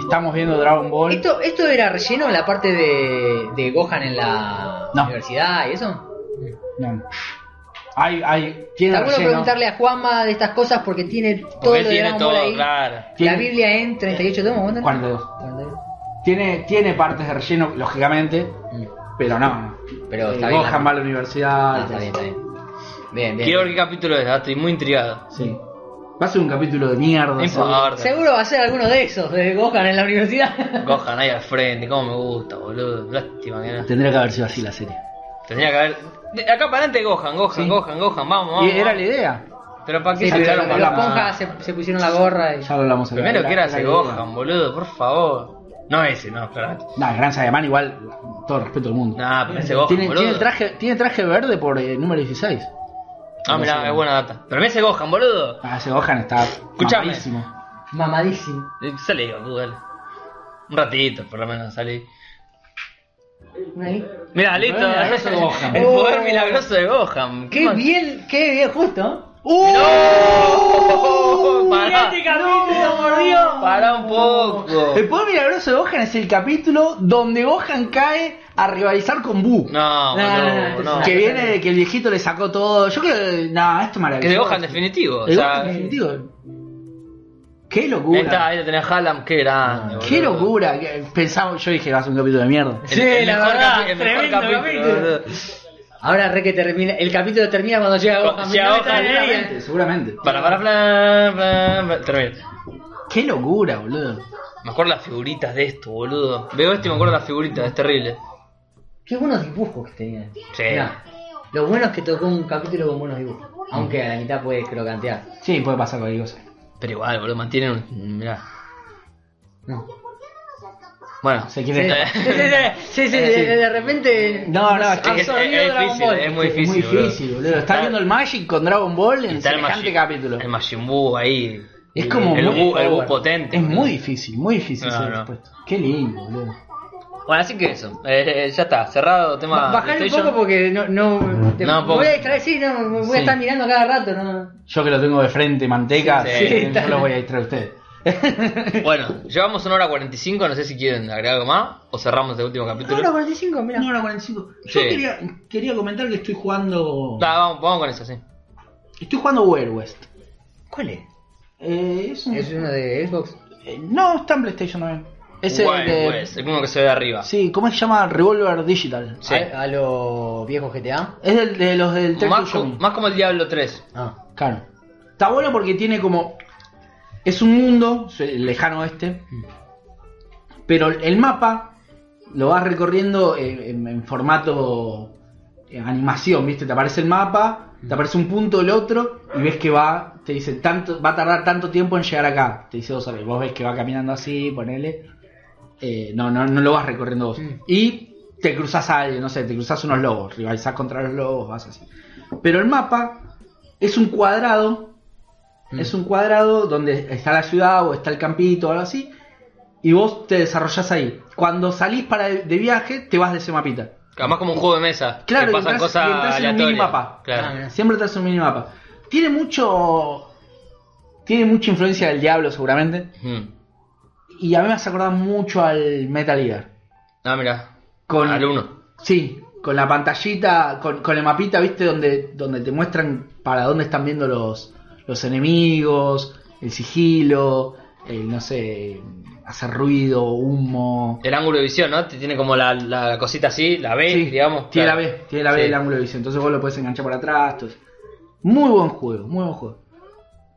Estamos viendo Dragon Ball. ¿Esto, ¿Esto era relleno la parte de, de Gohan en la No. universidad y eso? No. Hay, hay, tiene Está bueno relleno. preguntarle a Juanma de estas cosas porque tiene todo Porque lo de tiene Dragon Ball todo, ahí. claro. La Tiene- Biblia en 38 tomos, ¿cuánto? 42. 42. Tiene, tiene partes de relleno, lógicamente, pero no. Pero Eh, está bien. Gohan va a la universidad. Ah, está bien, está bien. Bien, bien. Quiero ver qué capítulo es, ah, estoy muy intrigado. Sí. Va a ser un capítulo de mierda. Por seguro. favor. Seguro va a ser alguno de esos, de Gohan en la universidad. Gohan ahí al frente, cómo me gusta, boludo. Lástima que no. Tendría que haber sido así la serie. Tendría que haber. De acá para adelante, Gohan, Gohan, Sí. Gohan, Gohan, vamos, vamos. Y era la vamos. idea. Pero para qué Sí, se pero echaron los para la esponjas se, se pusieron la gorra y... Ya lo hablamos acá. Primero que era la ese idea. Gohan, boludo, por favor. No ese, no, claramente. Nah, Gran Saiyaman igual, todo el respeto del mundo. Nah, pero ese Gohan, tiene, boludo. tiene traje, tiene traje verde por eh, número 16. Ah, mirá, es buena data. Pero ese Gohan, boludo. Ah, ese Gohan está Escuchame. mamadísimo. Mamadísimo. Eh, Salí, boludo, dale. Un ratito, por lo menos, salí. Ahí. Mira, El listo. poder milagroso de Gohan. El poder Oh. milagroso de Gohan. Qué bien, qué bien justo. ¡No! ¡Uh! Pará, capítulo, por pará un poco. El poder milagroso de Gohan es el capítulo donde Gohan cae a rivalizar con Buu. No, no, boludo, no. no. Que Que viene de que el viejito le sacó todo. Yo creo que. Nah, esto es maravilloso. de Gohan definitivo. o El sea, Gohan definitivo. eh, Qué ahí locura. está, ahí lo tenés a Hallam, qué grande. Qué boludo. locura. que- Pensamos, yo dije, va a ser un capítulo de mierda. El- el mejor capi- el mejor capítulo, boludo. Ahora re que termina, el capítulo termina cuando llega Cuando Gohan. llega Mirá, Gohan, está ahí, seguramente. eh. Seguramente. Para, para, plan, plan, plan. Termina. Qué locura, boludo. Me acuerdo las figuritas de esto, boludo. Veo esto y me acuerdo las figuritas, es terrible. Qué buenos dibujos que tenían. Sí. Mirá, lo bueno es que tocó un capítulo con buenos dibujos. Aunque a la mitad puedes crocantear. Sí, puede pasar cualquier cosa. Pero igual, boludo, mantienen un. Mirá. No. Bueno, sé quién Sí, es. sí, sí, sí, de, de repente. No, no, es que- Es, es- absorbió es Dragon difícil, Ball. es muy Es difícil. muy difícil, boludo. Está Está- viendo el Magic con Dragon Ball en Está el semejante Majin- capítulo. El Majin Buu ahí. Es como El muy Buu, el Buu power. potente. Es muy difícil, muy difícil No, ser no. expuesto. Qué lindo, boludo. Bueno, así que eso. Eh, eh, ya está, cerrado tema. Ba- Bajale un PlayStation. poco porque no. no, te- No, me poco. voy a distraer, sí, no, me voy Sí. a estar mirando cada rato. No. Yo que lo tengo de frente, manteca, Sí, sí, no está- lo voy a distraer a ustedes. Bueno, llevamos una hora 45, no sé si quieren agregar algo más o cerramos este último capítulo. Ahora 45, mira. No, la 45. Yo Sí. quería, quería comentar que estoy jugando. Da, vamos, vamos con eso, sí. Estoy jugando Weird West. ¿Cuál es? Eh, es un- Es uno de Xbox. eh, no, está en PlayStation también. Es el Wild de- West, pues, el mismo que se ve arriba. Sí, ¿cómo se llama? Revolver Digital. Sí. A, a los viejos GTA. Es el de los del Tech Más, to co- Show. más como el Diablo 3. Ah. Claro. Está bueno porque tiene como. Es un mundo es el lejano este. Pero el mapa lo vas recorriendo en, en- en formato eh, animación, ¿viste? Te aparece el mapa, te aparece un punto el otro y ves que va, te dice, tanto, va a tardar tanto tiempo en llegar acá. Te dice dos horas. Vos ves que va caminando así, ponele. Eh, no, no, no lo vas recorriendo vos. Mm. Y te cruzas a alguien, no sé, te cruzas unos lobos, rivalizás contra los lobos, vas así. Pero el mapa es un cuadrado, Mm. es un cuadrado donde está la ciudad o está el campito o algo así, y vos te desarrollás ahí. Cuando salís para de de viaje, te vas de ese mapita. Además como un juego de mesa. Claro, que y pasan entras- cosas y entras en un aleatorias. minimapa. Claro. Ah, mirá. Siempre te hace un minimapa. Tiene mucho. Tiene mucha influencia del diablo, seguramente. Mm. Y a mí me hace acordar mucho al Metal Gear. Ah, mira. Con, Al 1. Sí, con la pantallita, con, con el mapita, ¿viste? Donde, donde te muestran para dónde están viendo los, los enemigos, el sigilo, el, no sé, hacer ruido, humo. El ángulo de visión, ¿no? Te tiene como la, la cosita así, la B, Sí, digamos. Tiene claro. la B, tiene la B Sí. del ángulo de visión. Entonces vos lo puedes enganchar por atrás. todo eso. Muy buen juego, muy buen juego.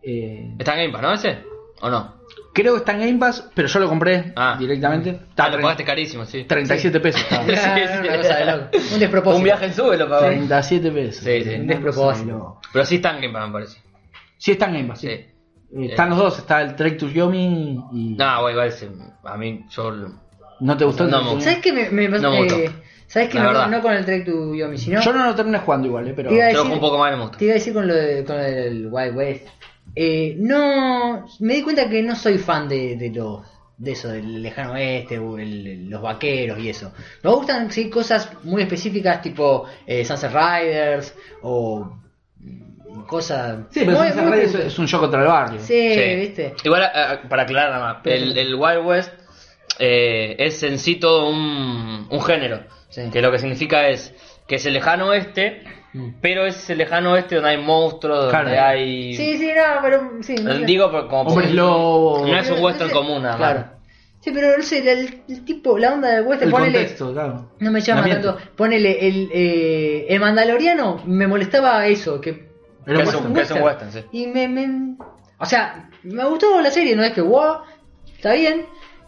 Eh, Está en Game Pass, ¿no? ¿Ese? ¿O no? creo que está en Game Pass, pero yo lo compré Ah. directamente. Ah, Está lo tre- pagaste carísimo, sí. 37 pesos. estaba. Sí, Ah, sí. una cosa de loco. Un despropósito. Un viaje en sube lo pagó. 37 pesos. Sí, sí. Un Una cosa de despropósito. loco. Pero sí está en Game Pass, me parece. Sí, está en Game Pass. sí. Sí. Eh, Están los dos, está el Trek to Yomi y. No, güey, igual se- a mí yo... ¿No te gustó el No, Trek to me- ¿Sabes qué me, me No me eh, gustó. ¿Sabes qué La me verdad. no con el Trek to Yomi? Sino, Yomi? Yo no lo terminé jugando igual, eh, pero. Te iba a Yo decir- un poco más no me gusta. Te iba a decir con lo, de- con el Wild West. Eh, no. Me di cuenta que no soy fan de, de los. De eso, del lejano oeste, o el- los vaqueros y eso. Me gustan, sí, cosas muy específicas tipo eh, Sunset Riders o. mm, cosas. Sí, pero muy- Sunset muy- Riders es, es un show contra el barrio. Sí, Sí. viste. Igual, ah, ah, para aclarar nada más, el, el Wild West eh, es en sí todo un, un género, Sí. que lo que significa es que es el lejano oeste, Mm. pero es el lejano oeste donde hay monstruos, donde Claro. hay... Sí, sí, no, pero. Sí, no sé. Digo, por- como por- Hombres lobo. No es un Pero, western no sé, común, nada más. Claro. Sí, pero no sé, el, el tipo, la onda del western, El ponele. contexto, claro. No me llama El ambiente. tanto. Ponele, el, eh, el Mandaloriano me molestaba eso, que. Era Que un es un- western. que es un western, sí. Y me, me- O sea, me gustó la serie, no es que wow, está bien,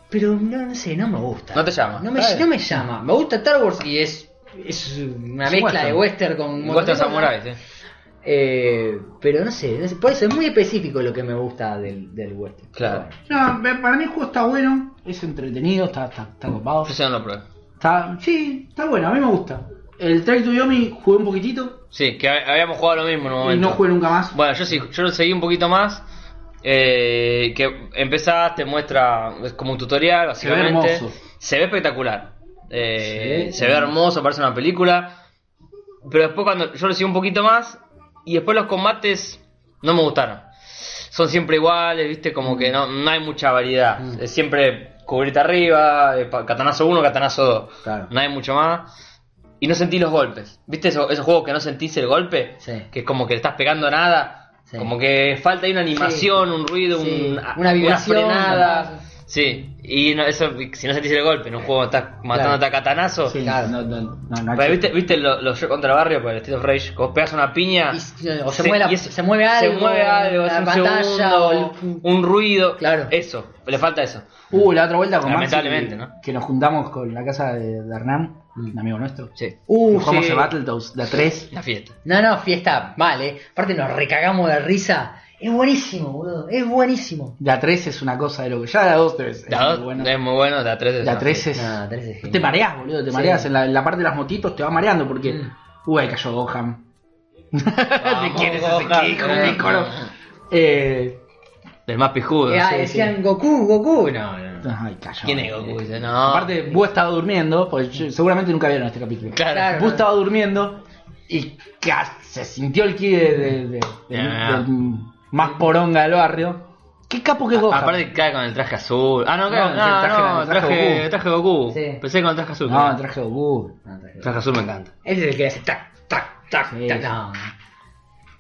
pero no, no sé, no me gusta. No te llama. No me, Está bien. no me llama. Me gusta Star Wars y es. Es una Es un mezcla western. de western con. un Un montón western de cosas. samurai, sí. Eh, pero no sé, no sé, por eso es muy específico lo que me gusta del, del western. Claro. No, me- para mí el juego está bueno, es entretenido, está, está, está copado. Yo sí no lo probé. Está, sí, está bueno, a mí me gusta. El Trek to Yomi jugué un poquitito Sí, que hab- habíamos jugado lo mismo en un y momento. no jugué nunca más. Bueno, yo sí, yo lo seguí un poquito más. eh, que empezás, te muestra es como un tutorial, Se ve básicamente. hermoso. Se ve espectacular. Eh, Sí. Se ve hermoso, parece una película. Pero después cuando yo lo seguí un poquito más y después los combates no me gustaron. Son siempre iguales, viste, como que no, no hay mucha variedad. Mm. Es siempre cubrirte arriba, eh, pa- catanazo 1, catanazo 2. Claro. No hay mucho más. Y no sentí los golpes. ¿Viste eso- esos juegos que no sentís el golpe? Sí. que es como que le estás pegando a nada, Sí. como que falta ahí una animación, un ruido, Sí, un- una vibración, frenada. capaz. Sí, y no, eso, si no sentís el golpe, en un juego estás matándote a catanazo. Sí, claro. no, no, no, no, Pero viste, viste lo- los yo contra barrio, por el estilo Rage, que vos pegas una piña. Y- o se, Sí, mueve la- y eso- se mueve algo, se mueve algo, es la un pantalla segundo, o el- un ruido. Claro. Eso, le falta eso. Uh, la otra vuelta con Maxi, Lamentablemente, que- ¿no? que nos juntamos con la casa de, de Hernán, un amigo nuestro. Sí, Uh, Nos jugamos sí. el Battletoads de a 3. la fiesta. No, no, fiesta, vale. Aparte nos recagamos de risa. Es buenísimo, boludo. Es buenísimo. La 3 es una cosa de lo que ya la 2 es, La muy 2 buena. es muy bueno, la 3 es. La una- 3 es. Nada, Ah, tres es Te genial. mareas, boludo, te Sí. mareas. En la, en la parte de las motitos te va mareando porque. Mm. Uy, ahí cayó Gohan. Eh, ¿De Vamos, quién es ese Gohan, chico? eh. Piccolo? Eh. Del más pijudo. Eh, ah, sí, decían Goku, Goku. No, no. no. Ay, cayó. Eh, ¿Quién es Goku? Dice, no. Aparte, Boo estaba durmiendo, porque yo- seguramente nunca vieron este capítulo. claro. Boo estaba durmiendo y ca- se sintió el ki de, de- de- del- Ah. del más poronga del barrio. Qué capo que es Gohan. Aparte cae con el traje azul. Ah, no, No, cae con- el no, traje- no, el traje traje, Goku. traje Goku. Sí. Pensé con el traje azul. no, creo. el traje de Goku. No, tres el es traje azul me encanta. Ese es el que hace tac, tac, tac, Sí. tac. No.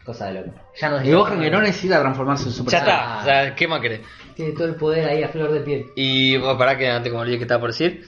Cosa de loco. Ya no es- Y Gohan que no necesita transformarse en Super Ya Saiyan. está, o sea, ¿qué más querés? Tiene todo el poder ahí a flor de piel. Y bueno, pará que antes como le dije que estaba por decir.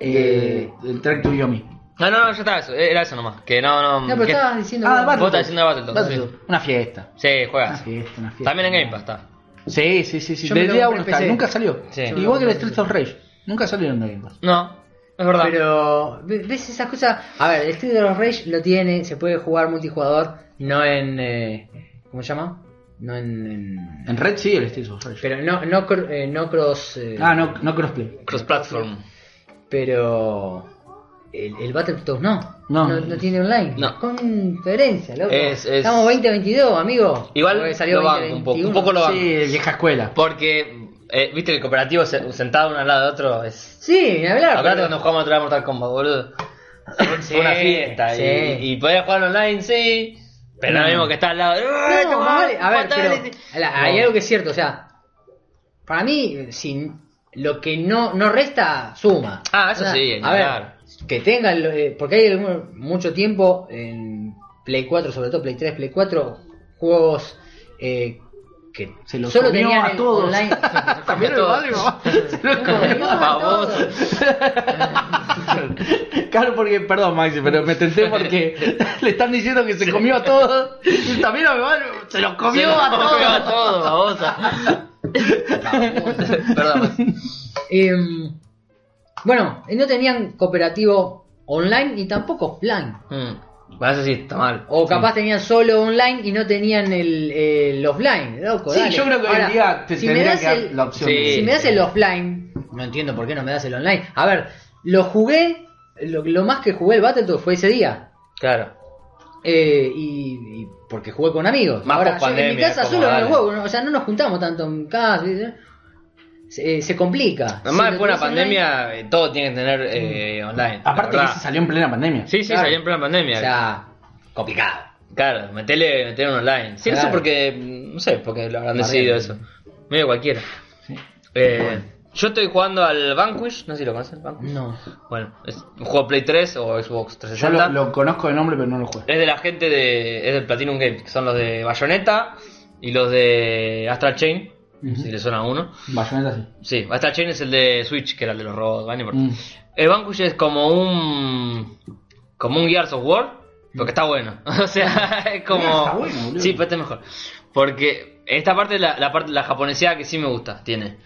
Eh, el track to Yomi. No, no, no, ya estaba eso, era eso nomás. Que no, no. No, pero que- estabas diciendo. Ah, Vos Battlefield. estás diciendo Battleton. Sí, Battlefield. Una fiesta. Ah, sí Una juegas. fiesta, una fiesta. También en Game Pass está. Sí, sí, sí, sí. Yo me Del lo día compré uno en está, PC. Igual salió. Sí. Yo me Igual que lo compré el en Streets of Rage. Nunca salieron de Game Pass. No, es verdad. Pero, ve- ¿ves esas cosas? A ver, el Street of Rage lo tiene, se puede jugar multijugador, no en. eh, ¿Cómo se llama? No en. en- En Red sí, el Streets of Rage. pero no, no, cr- eh, no cross. eh, Ah, no, no crossplay. Cross platform. Pero. El, el Battletoads no. No. tiene online. No. Conferencia, loco. Es- es- Estamos 2022, amigo. Igual Porque lo banco un poco, un poco lo banco. Sí, vieja escuela. Porque, eh, viste, el cooperativo se- sentado uno al lado de otro es. Sí, ni hablar. Aparte, pero- cuando jugamos otra vez Mortal Kombat, boludo. Fue una fiesta. sí. Y, y podías jugar online, sí. Pero lo No. mismo que está al lado. No, ¡Ah, toma, más vale. A ver, cuánta pero vez- la- hay No. algo que es cierto, o sea, para mí, si lo que no, no resta, suma. Ah, eso O sea, sí, ni A ver, hablar. que tengan, lo- eh, porque hay algún- mucho tiempo en Play 4, sobre todo Play 3, Play 4, juegos eh, que Se los solo comió tenían a el todos. online. Ah, También el Todo. barrio. Se lo comió a Vamos. todos. Claro, porque, perdón, Maxi, pero me tenté porque le están diciendo que se comió a todos. Y también a mi barrio se los Se comió lo a todos. comió a todos, babosa. Perdón. pues. Em, bueno, y no tenían cooperativo online ni tampoco offline. Mm, Bueno, eso sí, está mal. O capaz tenían solo online y no tenían el, el offline, loco. Sí, dale. yo creo que hoy Ahora, en día te si me tendría das que dar el- la opción. Sí. de- Si me das el offline, no entiendo por qué no me das el online. A ver, lo jugué, lo, lo más que jugué el Battletoads fue ese día. Claro. Eh, y, y porque jugué con amigos. Más Ahora, yo pospandemia, en mi casa como solo no dale. lo juego, no- o sea, no nos juntamos tanto en casa. ¿sí? Se, se complica. Si Además, lo después de una tenés online- pandemia, eh, todo tiene que tener eh, online. la Aparte que verdad. se salió en plena pandemia. Sí, sí, Claro. salió en plena pandemia. O sea, complicado. Claro, metele, metele un online. Sí, no sé Claro. por qué, no sé por qué lo habrán Bardean. decidido eso. Medio cualquiera. Eh, yo estoy jugando al Vanquish, no sé si lo conocen, Vanquish. No. Bueno, es un juego Play 3 o Xbox Yo lo, 360. lo conozco de nombre, pero no lo juego. Es de la gente de. Es del Platinum Games, que son los de Bayonetta y los de Astral Chain, Ujú. si le suena a uno. Bayonetta sí. Sí, Astral Chain es el de Switch, que era el de los robots, ¿vale? No importa. Mm. El Vanquish es como un. como un Gears of War, porque está bueno. O sea, es como. Está bueno, boludo. sí, pero este es mejor. Porque esta parte es la, la parte la japonesada que sí me gusta, tiene.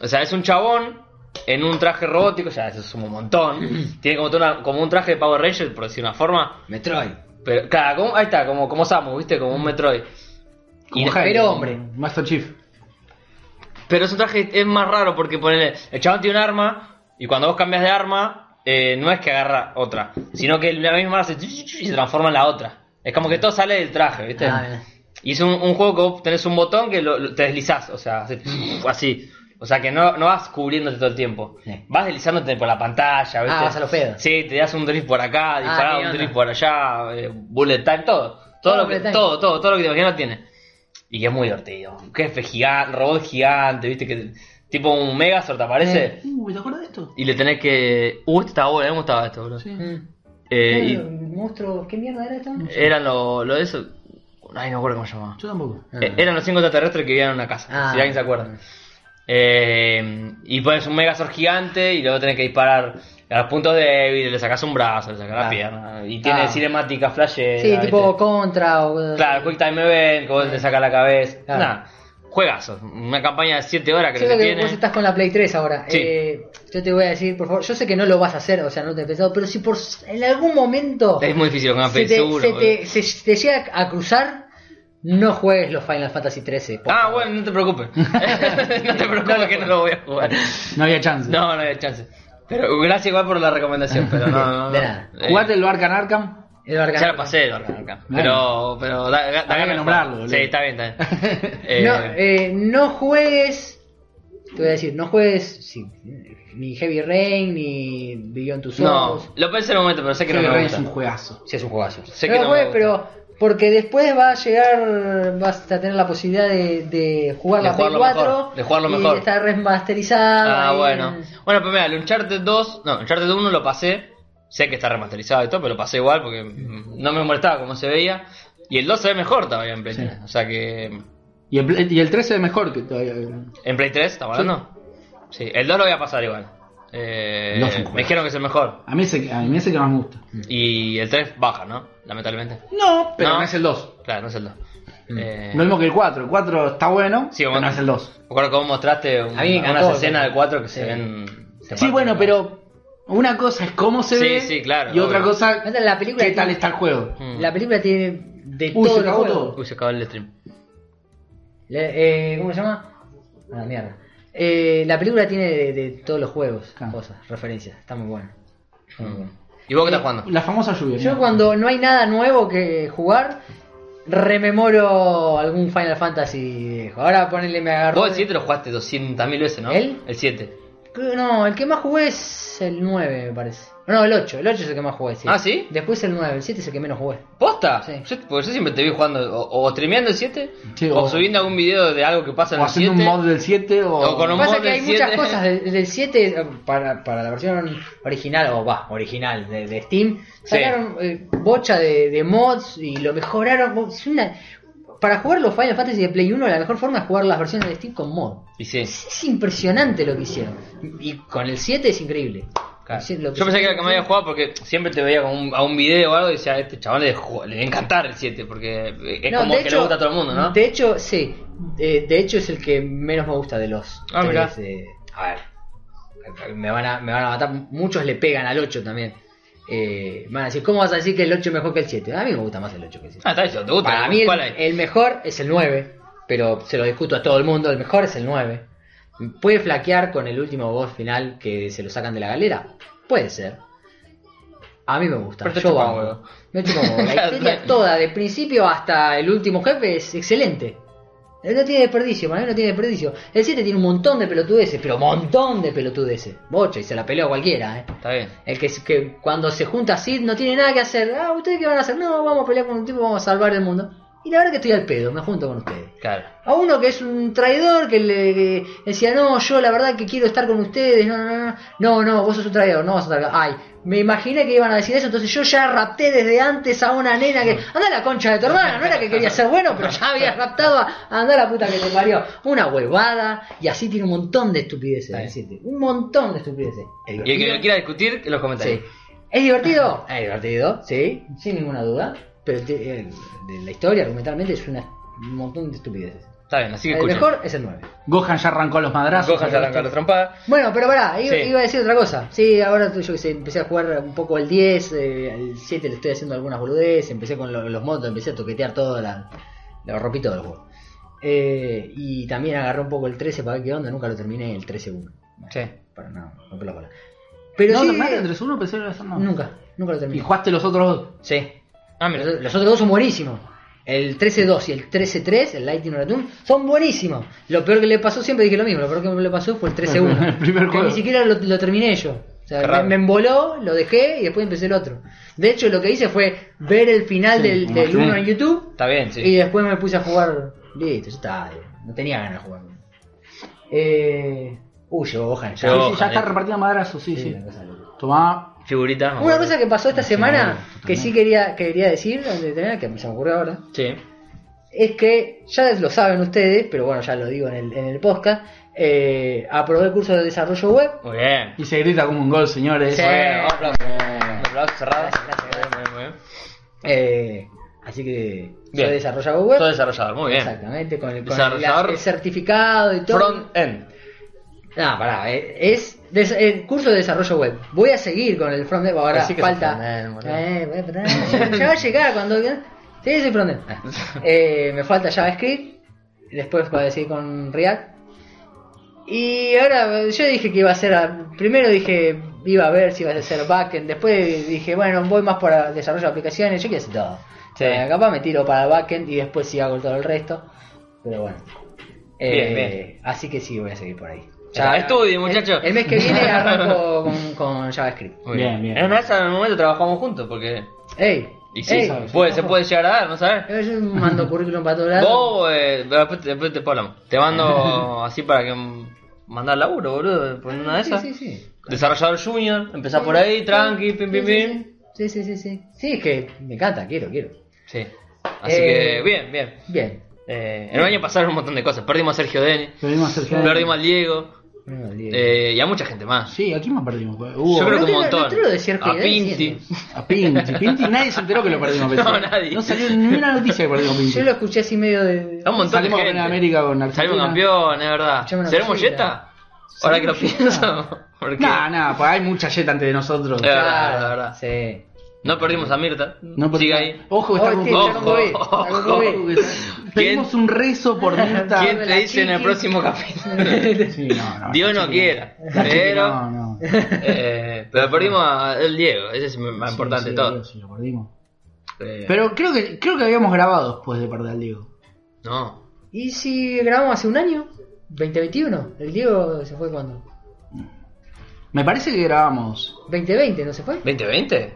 O sea, es un chabón en un traje robótico, ya eso es un montón. tiene como, toda una- como un traje de Power Ranger, por decir una forma. Metroid. Pero, claro, como- ahí está, como, como Samus, ¿viste? Como un Metroid. Y- Como Jaime, pero hombre. Master Chief. Pero ese traje es más raro porque ponele, el chabón tiene un arma y cuando vos cambias de arma, eh, no es que agarra otra, sino que la misma arma se, y se transforma en la otra. Es como que todo sale del traje, ¿viste? Ah, bien. y es un, un juego que vos tenés un botón que lo, lo- te deslizás, o sea, hace así. O sea que no, no vas cubriéndote todo el tiempo. Sí. Vas deslizándote por la pantalla, ¿viste? Ah, vas a los pedos. Ah, Sí, te das un drift por acá, disparado, qué un onda. drift por allá, eh, bullet time, todo. Todo, Todo lo que, bullet time. todo, todo, todo lo que te imaginas tiene. Y que es muy divertido. Un jefe gigante, robot gigante, viste que tipo un Megazord te aparece Uy, ¿te acuerdas de esto? y le tenés que. Uh, este estaba bueno, a mí me gustaba esto, bro. Mm. Eh, y Claro, monstruo, ¿qué mierda era esto? eran los lo de eso. Ay, no me acuerdo cómo se llamaba. Yo tampoco. Ah. Eh, eran los cinco extraterrestres que vivían en una casa, Ah. si alguien se acuerda. Eh, y pones un Megazord gigante y luego tenés que disparar a los puntos débiles, le sacas un brazo, le sacas la Ah. pierna. Y tiene Ah. cinemática, flash. Sí, tipo contra o. Eh, Claro, Quick Time Event, que vos te sacas la cabeza. Claro. Nada, juegazo. Una campaña de 7 horas creo Siento que que tiene. vos estás con la Play 3 ahora. Sí. Eh, yo te voy a decir, por favor, yo sé que no lo vas a hacer, o sea, no te he pensado, pero si por en algún momento Es muy difícil con una se, Play te, seguro. se boludo. te- se- te llega a cruzar, no juegues los Final Fantasy XIII. por Ah, favor. bueno, no te preocupes. no te preocupes que no lo voy a jugar. No había chance. No, no hay chance. Pero gracias igual por la recomendación, pero no, no, no. De nada. Eh, ¿Jugaste el Barca Arkham? El Arkham. Ah, ya lo pasé, el Arkham Arkham. Pero, pero da, da- da que ganas de nombrarlo, jugar. boludo. Sí, está bien, está bien. No, Eh, eh, no juegues. Te voy a decir, no juegues sí, ni Heavy Rain ni Beyond Two no, Souls. lo pensé en un momento, pero sé que no Heavy me Rain gusta. es un juegazo. Si es un juegazo. Sé No que lo no juegues, me pero. Porque después va a llegar. Vas a tener la posibilidad de, de jugar De la Play jugarlo 4. mejor, de jugarlo y mejor. Está remasterizada. Ah, y- bueno. Bueno, pues mira, el Uncharted 2, no, Uncharted 1 lo pasé. Sé que está remasterizado y todo, pero lo pasé igual porque mm, no me molestaba como se veía. Y el 2 se ve mejor todavía en Play Sí. 3. O sea que. Y el, Play- y el 13 es mejor que todavía. eh, ¿En Play 3 estamos hablando? Sí, el 2 lo voy a pasar igual. Eh, El 2 es un me juego. dijeron que es el mejor. A mí, es el, a mí es el que más me gusta. Mm. Y el 3 baja, ¿no? Lamentablemente. No, pero No. no, es el 2. Claro, no es el 2. Eh, Lo mismo que el 4. El 4 está bueno, Sí, pero bueno. Mm. no es el 2. me acuerdo cómo mostraste un- A mí me unas encantó, escenas pero- del 4 que se Sí. ven. se Sí, parten, bueno, ¿no? pero una cosa es cómo se Sí, ve sí, claro, y otra obvio. cosa Esta es la película qué que- tal está el juego. Mm. La película tiene de Uy, todo se el acabó juego. todo. Uy, se acabó el stream. Le- eh, ¿Cómo se llama? Ah, la mierda. Eh, la película tiene de, de todos los juegos, Claro. cosas, referencias. Está muy bueno. Está Mm. muy bueno. ¿Y Eh, vos qué estás jugando? La famosa lluvia. Yo ¿no? cuando no hay nada nuevo que jugar, rememoro algún Final Fantasy viejo. Ahora ponele me agarró. Vos el 7 lo jugaste 200.000 veces, ¿no? ¿El? El 7. No, el que más jugué es el 9, me parece. No, el 8. El 8 es el que más jugué. Ah, ¿sí? Después el 9. El 7 es el que menos jugué. ¿Posta? Sí. Yo, porque yo siempre te vi jugando o, o streameando el 7 Sí, o, o- subiendo algún video de algo que pasa en O el haciendo 7. un mod del 7 o, O con Lo un- que Humor pasa es que hay del muchas 7. cosas del, del 7 eh, para, para la versión original, o va, original de, de Steam. Sacaron eh, bocha de, de mods y lo mejoraron. Mo- es una- para jugar los Final Fantasy de Play 1, la mejor forma es jugar las versiones de Steam con mod. Y sí. Es, es impresionante lo que hicieron. Y con el 7 es increíble. claro. Sí, Yo lo que pensé se- que era que me había jugado porque siempre te veía con un- a un video o algo y decía, a este chaval le, ju- le va a encantar el 7 porque es No, como de que hecho- le gusta a todo el mundo, ¿no? De hecho, sí. Eh, de hecho, es el que menos me gusta de los. Ah, tres, mirá. eh, a ver. Me van a, me van a matar. Muchos le pegan al 8 también. Eh, van a decir, ¿cómo vas a decir que el 8 es mejor que el 7? A mí me gusta más el 8 que el 7. Ah, está eso, ¿te gusta? Para mí, el, ¿Cuál hay? el mejor es el 9. Pero se lo discuto a todo el mundo. El mejor es el 9. ¿Puede flaquear con el último boss final que se lo sacan de la galera? Puede ser. A mí me gusta. Pero te Yo chupa un banco. huevo. Me chupa un huevo. La historia toda, de principio hasta el último jefe, es excelente. No tiene desperdicio, para mí no tiene desperdicio. El 7 tiene un montón de pelotudeces, pero montón de pelotudeces. Bocha, y se la pelea cualquiera, ¿eh? Está bien. El que, que cuando se junta Sid no tiene nada que hacer. Ah, ¿ustedes qué van a hacer? No, vamos a pelear con un tipo, vamos a salvar el mundo. Y la verdad que estoy al pedo, me junto con ustedes. Claro. A uno que es un traidor, que le que decía, no, yo la verdad que quiero estar con ustedes, no, no, no, no, no, no, vos sos un traidor, no vas a estar acá. Ay, me imaginé que iban a decir eso, entonces yo ya rapté desde antes a una nena que, anda la concha de tu hermana, no era que quería ser bueno, pero ya había raptado a, anda la puta que te parió. Una huevada, y así tiene un montón de estupideces, Está bien. decirte, un montón de estupideces. Y el que lo quiera discutir, que los Sí. comentarios. ¿Es divertido? Es divertido, sí, sin ninguna duda. Pero te- eh, de la historia, argumentalmente, es una, un montón de estupideces. Está bien, así que El escuchen. mejor es el 9. Gohan ya arrancó los madrazos. Cojan ya arrancar la trompada. Bueno, pero pará, iba, Sí. iba a decir otra cosa. Sí, ahora yo que sé, empecé a jugar un poco el 10, eh, el 7 le estoy haciendo algunas boludeces, empecé con lo- los motos, empecé a toquetear toda la, la ropita del juego. Eh, y también agarré un poco el 13 para ver qué onda, nunca lo terminé el 13-1. Sí. Para nada, no, no, bola. Pero no, sí, no, Mario Andrés 1 pensé que iba a ser no. nunca, nunca lo Y terminé. jugaste los otros dos. Sí. Ah, Los, mira. los otros dos son buenísimos. El 13-2 y el 13-3, el Lightning Return, son buenísimos. Lo peor que le pasó, siempre dije lo mismo, lo peor que me le pasó fue el 13-1. El primer Que juego. Ni siquiera lo, lo terminé yo. O sea, Qué me, raro. me emboló, lo dejé y después empecé el otro. De hecho, lo que hice fue ver el final Sí, del, me del imaginé. 1 en YouTube Está bien, sí. y después me puse a jugar. Listo, ya está. eh, No tenía ganas de jugar. Eh... Uh, llegó Gohan. ya. Llegó. Sí, sí, ya Ojalá. está repartiendo madrazos, sí, Sí, sí. una cosa loca. Tomá. Figuritas. Una cosa que pasó esta Sí, semana totalmente. que sí quería, quería decir, antes de terminar, que se me ocurrió ahora. Sí. es que ya lo saben ustedes, pero bueno, ya lo digo en el, en el podcast, eh, aprobé el curso de desarrollo web. Muy bien. Y se grita como un gol, señores. Sí. Muy bien, un aplauso. Eh, Un aplauso cerrado. Gracias, gracias. Muy bien, muy bien. eh, así que Bien. soy desarrollador web. Todo desarrollador, muy bien. Exactamente, con el, con Desarrollador. el- el certificado y todo. Front end. No, pará, eh, es des- el curso de desarrollo web. Voy a seguir con el front end, ahora Así que falta. se front end, boludo. Eh, voy a- ya va a llegar cuando. Sí, soy frontend. Ah. Eh, me falta JavaScript. Después voy a decir con React. Y ahora yo dije que iba a ser. a- primero dije iba a ver si iba a ser backend. Después dije, bueno, voy más para desarrollo de aplicaciones. Yo quiero hacer todo. Sí. Eh, capaz me tiro para el backend y después sí hago todo el resto. Pero bueno. Bien, Eh, bien. Así que sí, voy a seguir por ahí. Ya, estudie, muchacho. El, el mes que viene arranco con, con JavaScript. Muy Bien, bien. En una de esas, en un momento trabajamos juntos porque. ¡Ey! Y sí, ey, sabes. puede, se puede llegar a dar, ¿no sabes? eh, Yo mando currículum para todos lados. Vos, eh, después, te- después te hablamos. Te mando así para que mandar laburo, boludo. Por una de Sí, esas. sí, sí. Desarrollador junior, empezás por ahí, tranqui, pim, pim, pim. Sí, sí, sí, sí. Sí, es que me encanta, quiero, quiero. Sí. Así Eh, que, bien, bien. Bien. Eh, en un año pasaron un montón de cosas. Perdimos a Sergio Denis, Perdimos a Sergio. perdimos al Diego, No, Diego. eh, y a mucha gente más. Sí, aquí más perdimos. Hubo- Yo creo que un No, no, no, montón. te lo decía que A ya Pinti. diciendo. A Pinti. Pinti nadie se enteró que lo perdimos. pensé. No, nadie. No salió ni una noticia que perdimos a Pinti. Yo lo escuché así medio de. A un montón Salimos de con gente. América con Argentina. Salimos campeón, es verdad. Escuchame una ¿Seremos cosita. Jetta? Ahora que lo Yeta. pienso. Porque Nah, nah, pues hay mucha yeta antes de nosotros. Eh, verdad, la verdad. Sí. no perdimos a Mirta. No, porque- Sigue ahí. Oh, este Ojo, que está Ojo, con que COVID. está con COVID, está con Ojo, COVID. Ojo, que está- Pedimos un rezo por Mirta. ¿Quién la te dice en el chiqui. próximo capítulo? Sí, no, no, Dios la no chiqui- quiera. la chiqui Pero, No, no. eh, pero perdimos al Diego. Ese es más importante de Sí, todo. sí, sí, lo perdimos. Eh, Pero creo que, creo que habíamos grabado después de perder al Diego. No. ¿Y si grabamos hace un año? 2021. El Diego se fue cuando. Me parece que grabamos. 2020, ¿no se fue? Me ¿2020? ¿Eh?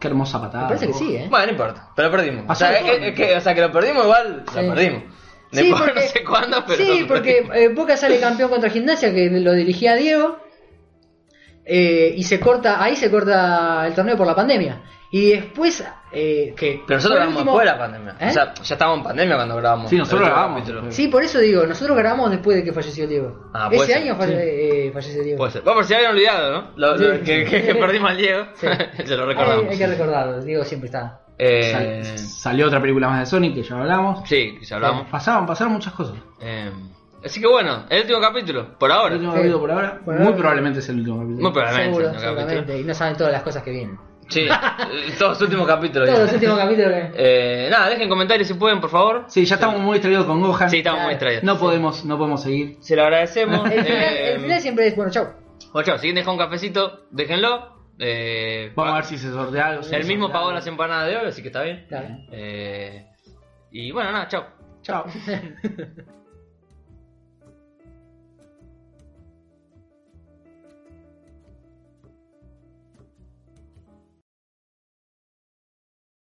Qué hermosa Ah, patada. parece que sí, ¿eh? Bueno, no importa, pero perdimos. O sea, Pasó que, que- el que- o sea, que lo perdimos igual, Sí. lo perdimos. Sí, Después porque- no sé cuándo, pero. sí, lo porque perdimos. eh, Boca sale campeón contra Gimnasia, que lo dirigía Diego. eh, y se corta, ahí se corta el torneo por la pandemia. Y después, eh, que. Pero nosotros fue el grabamos último- después de la pandemia. ¿Eh? O sea, ya estábamos en pandemia cuando grabamos. Sí, nosotros el último grabamos. capítulo. Sí, por eso digo, nosotros grabamos después de que falleció Diego. Ah, puede Ese ser, año falle- eh, falleció Diego. Puede ser. Bueno, por si habían olvidado, ¿no? Lo- lo- Sí. que, que- que perdimos al Diego. Sí. Se lo recordamos. Hay, hay que recordarlo, Diego siempre está. Eh, Sal- salió otra película más de Sonic que ya hablamos. Eh, sí, que ya hablamos. Pasaron, pasaron muchas cosas. Eh, así que bueno, el último capítulo, por ahora. El último Sí. capítulo por ahora. Por muy ahora. probablemente es el último capítulo. Muy probablemente. el Seguro, último capítulo. seguramente. Y no saben todas las cosas que vienen. Sí, eh, todos los últimos capítulos. Todos ya. los últimos capítulos que. Eh, nada, dejen comentarios si pueden, por favor. Sí, ya estamos muy distraídos con Gohan. Sí, estamos muy Claro. distraídos. no podemos, no podemos seguir. Se lo agradecemos. El final, Eh, el final siempre es bueno, chau. Bueno, chao, si quieren dejar un cafecito, déjenlo. Eh, Vamos a pa- ver si se sortea algo. si el se mismo sortea pagó algo. las empanadas Eh, de hoy, así que está bien. Claro. Eh, y bueno, nada, chao. Chao.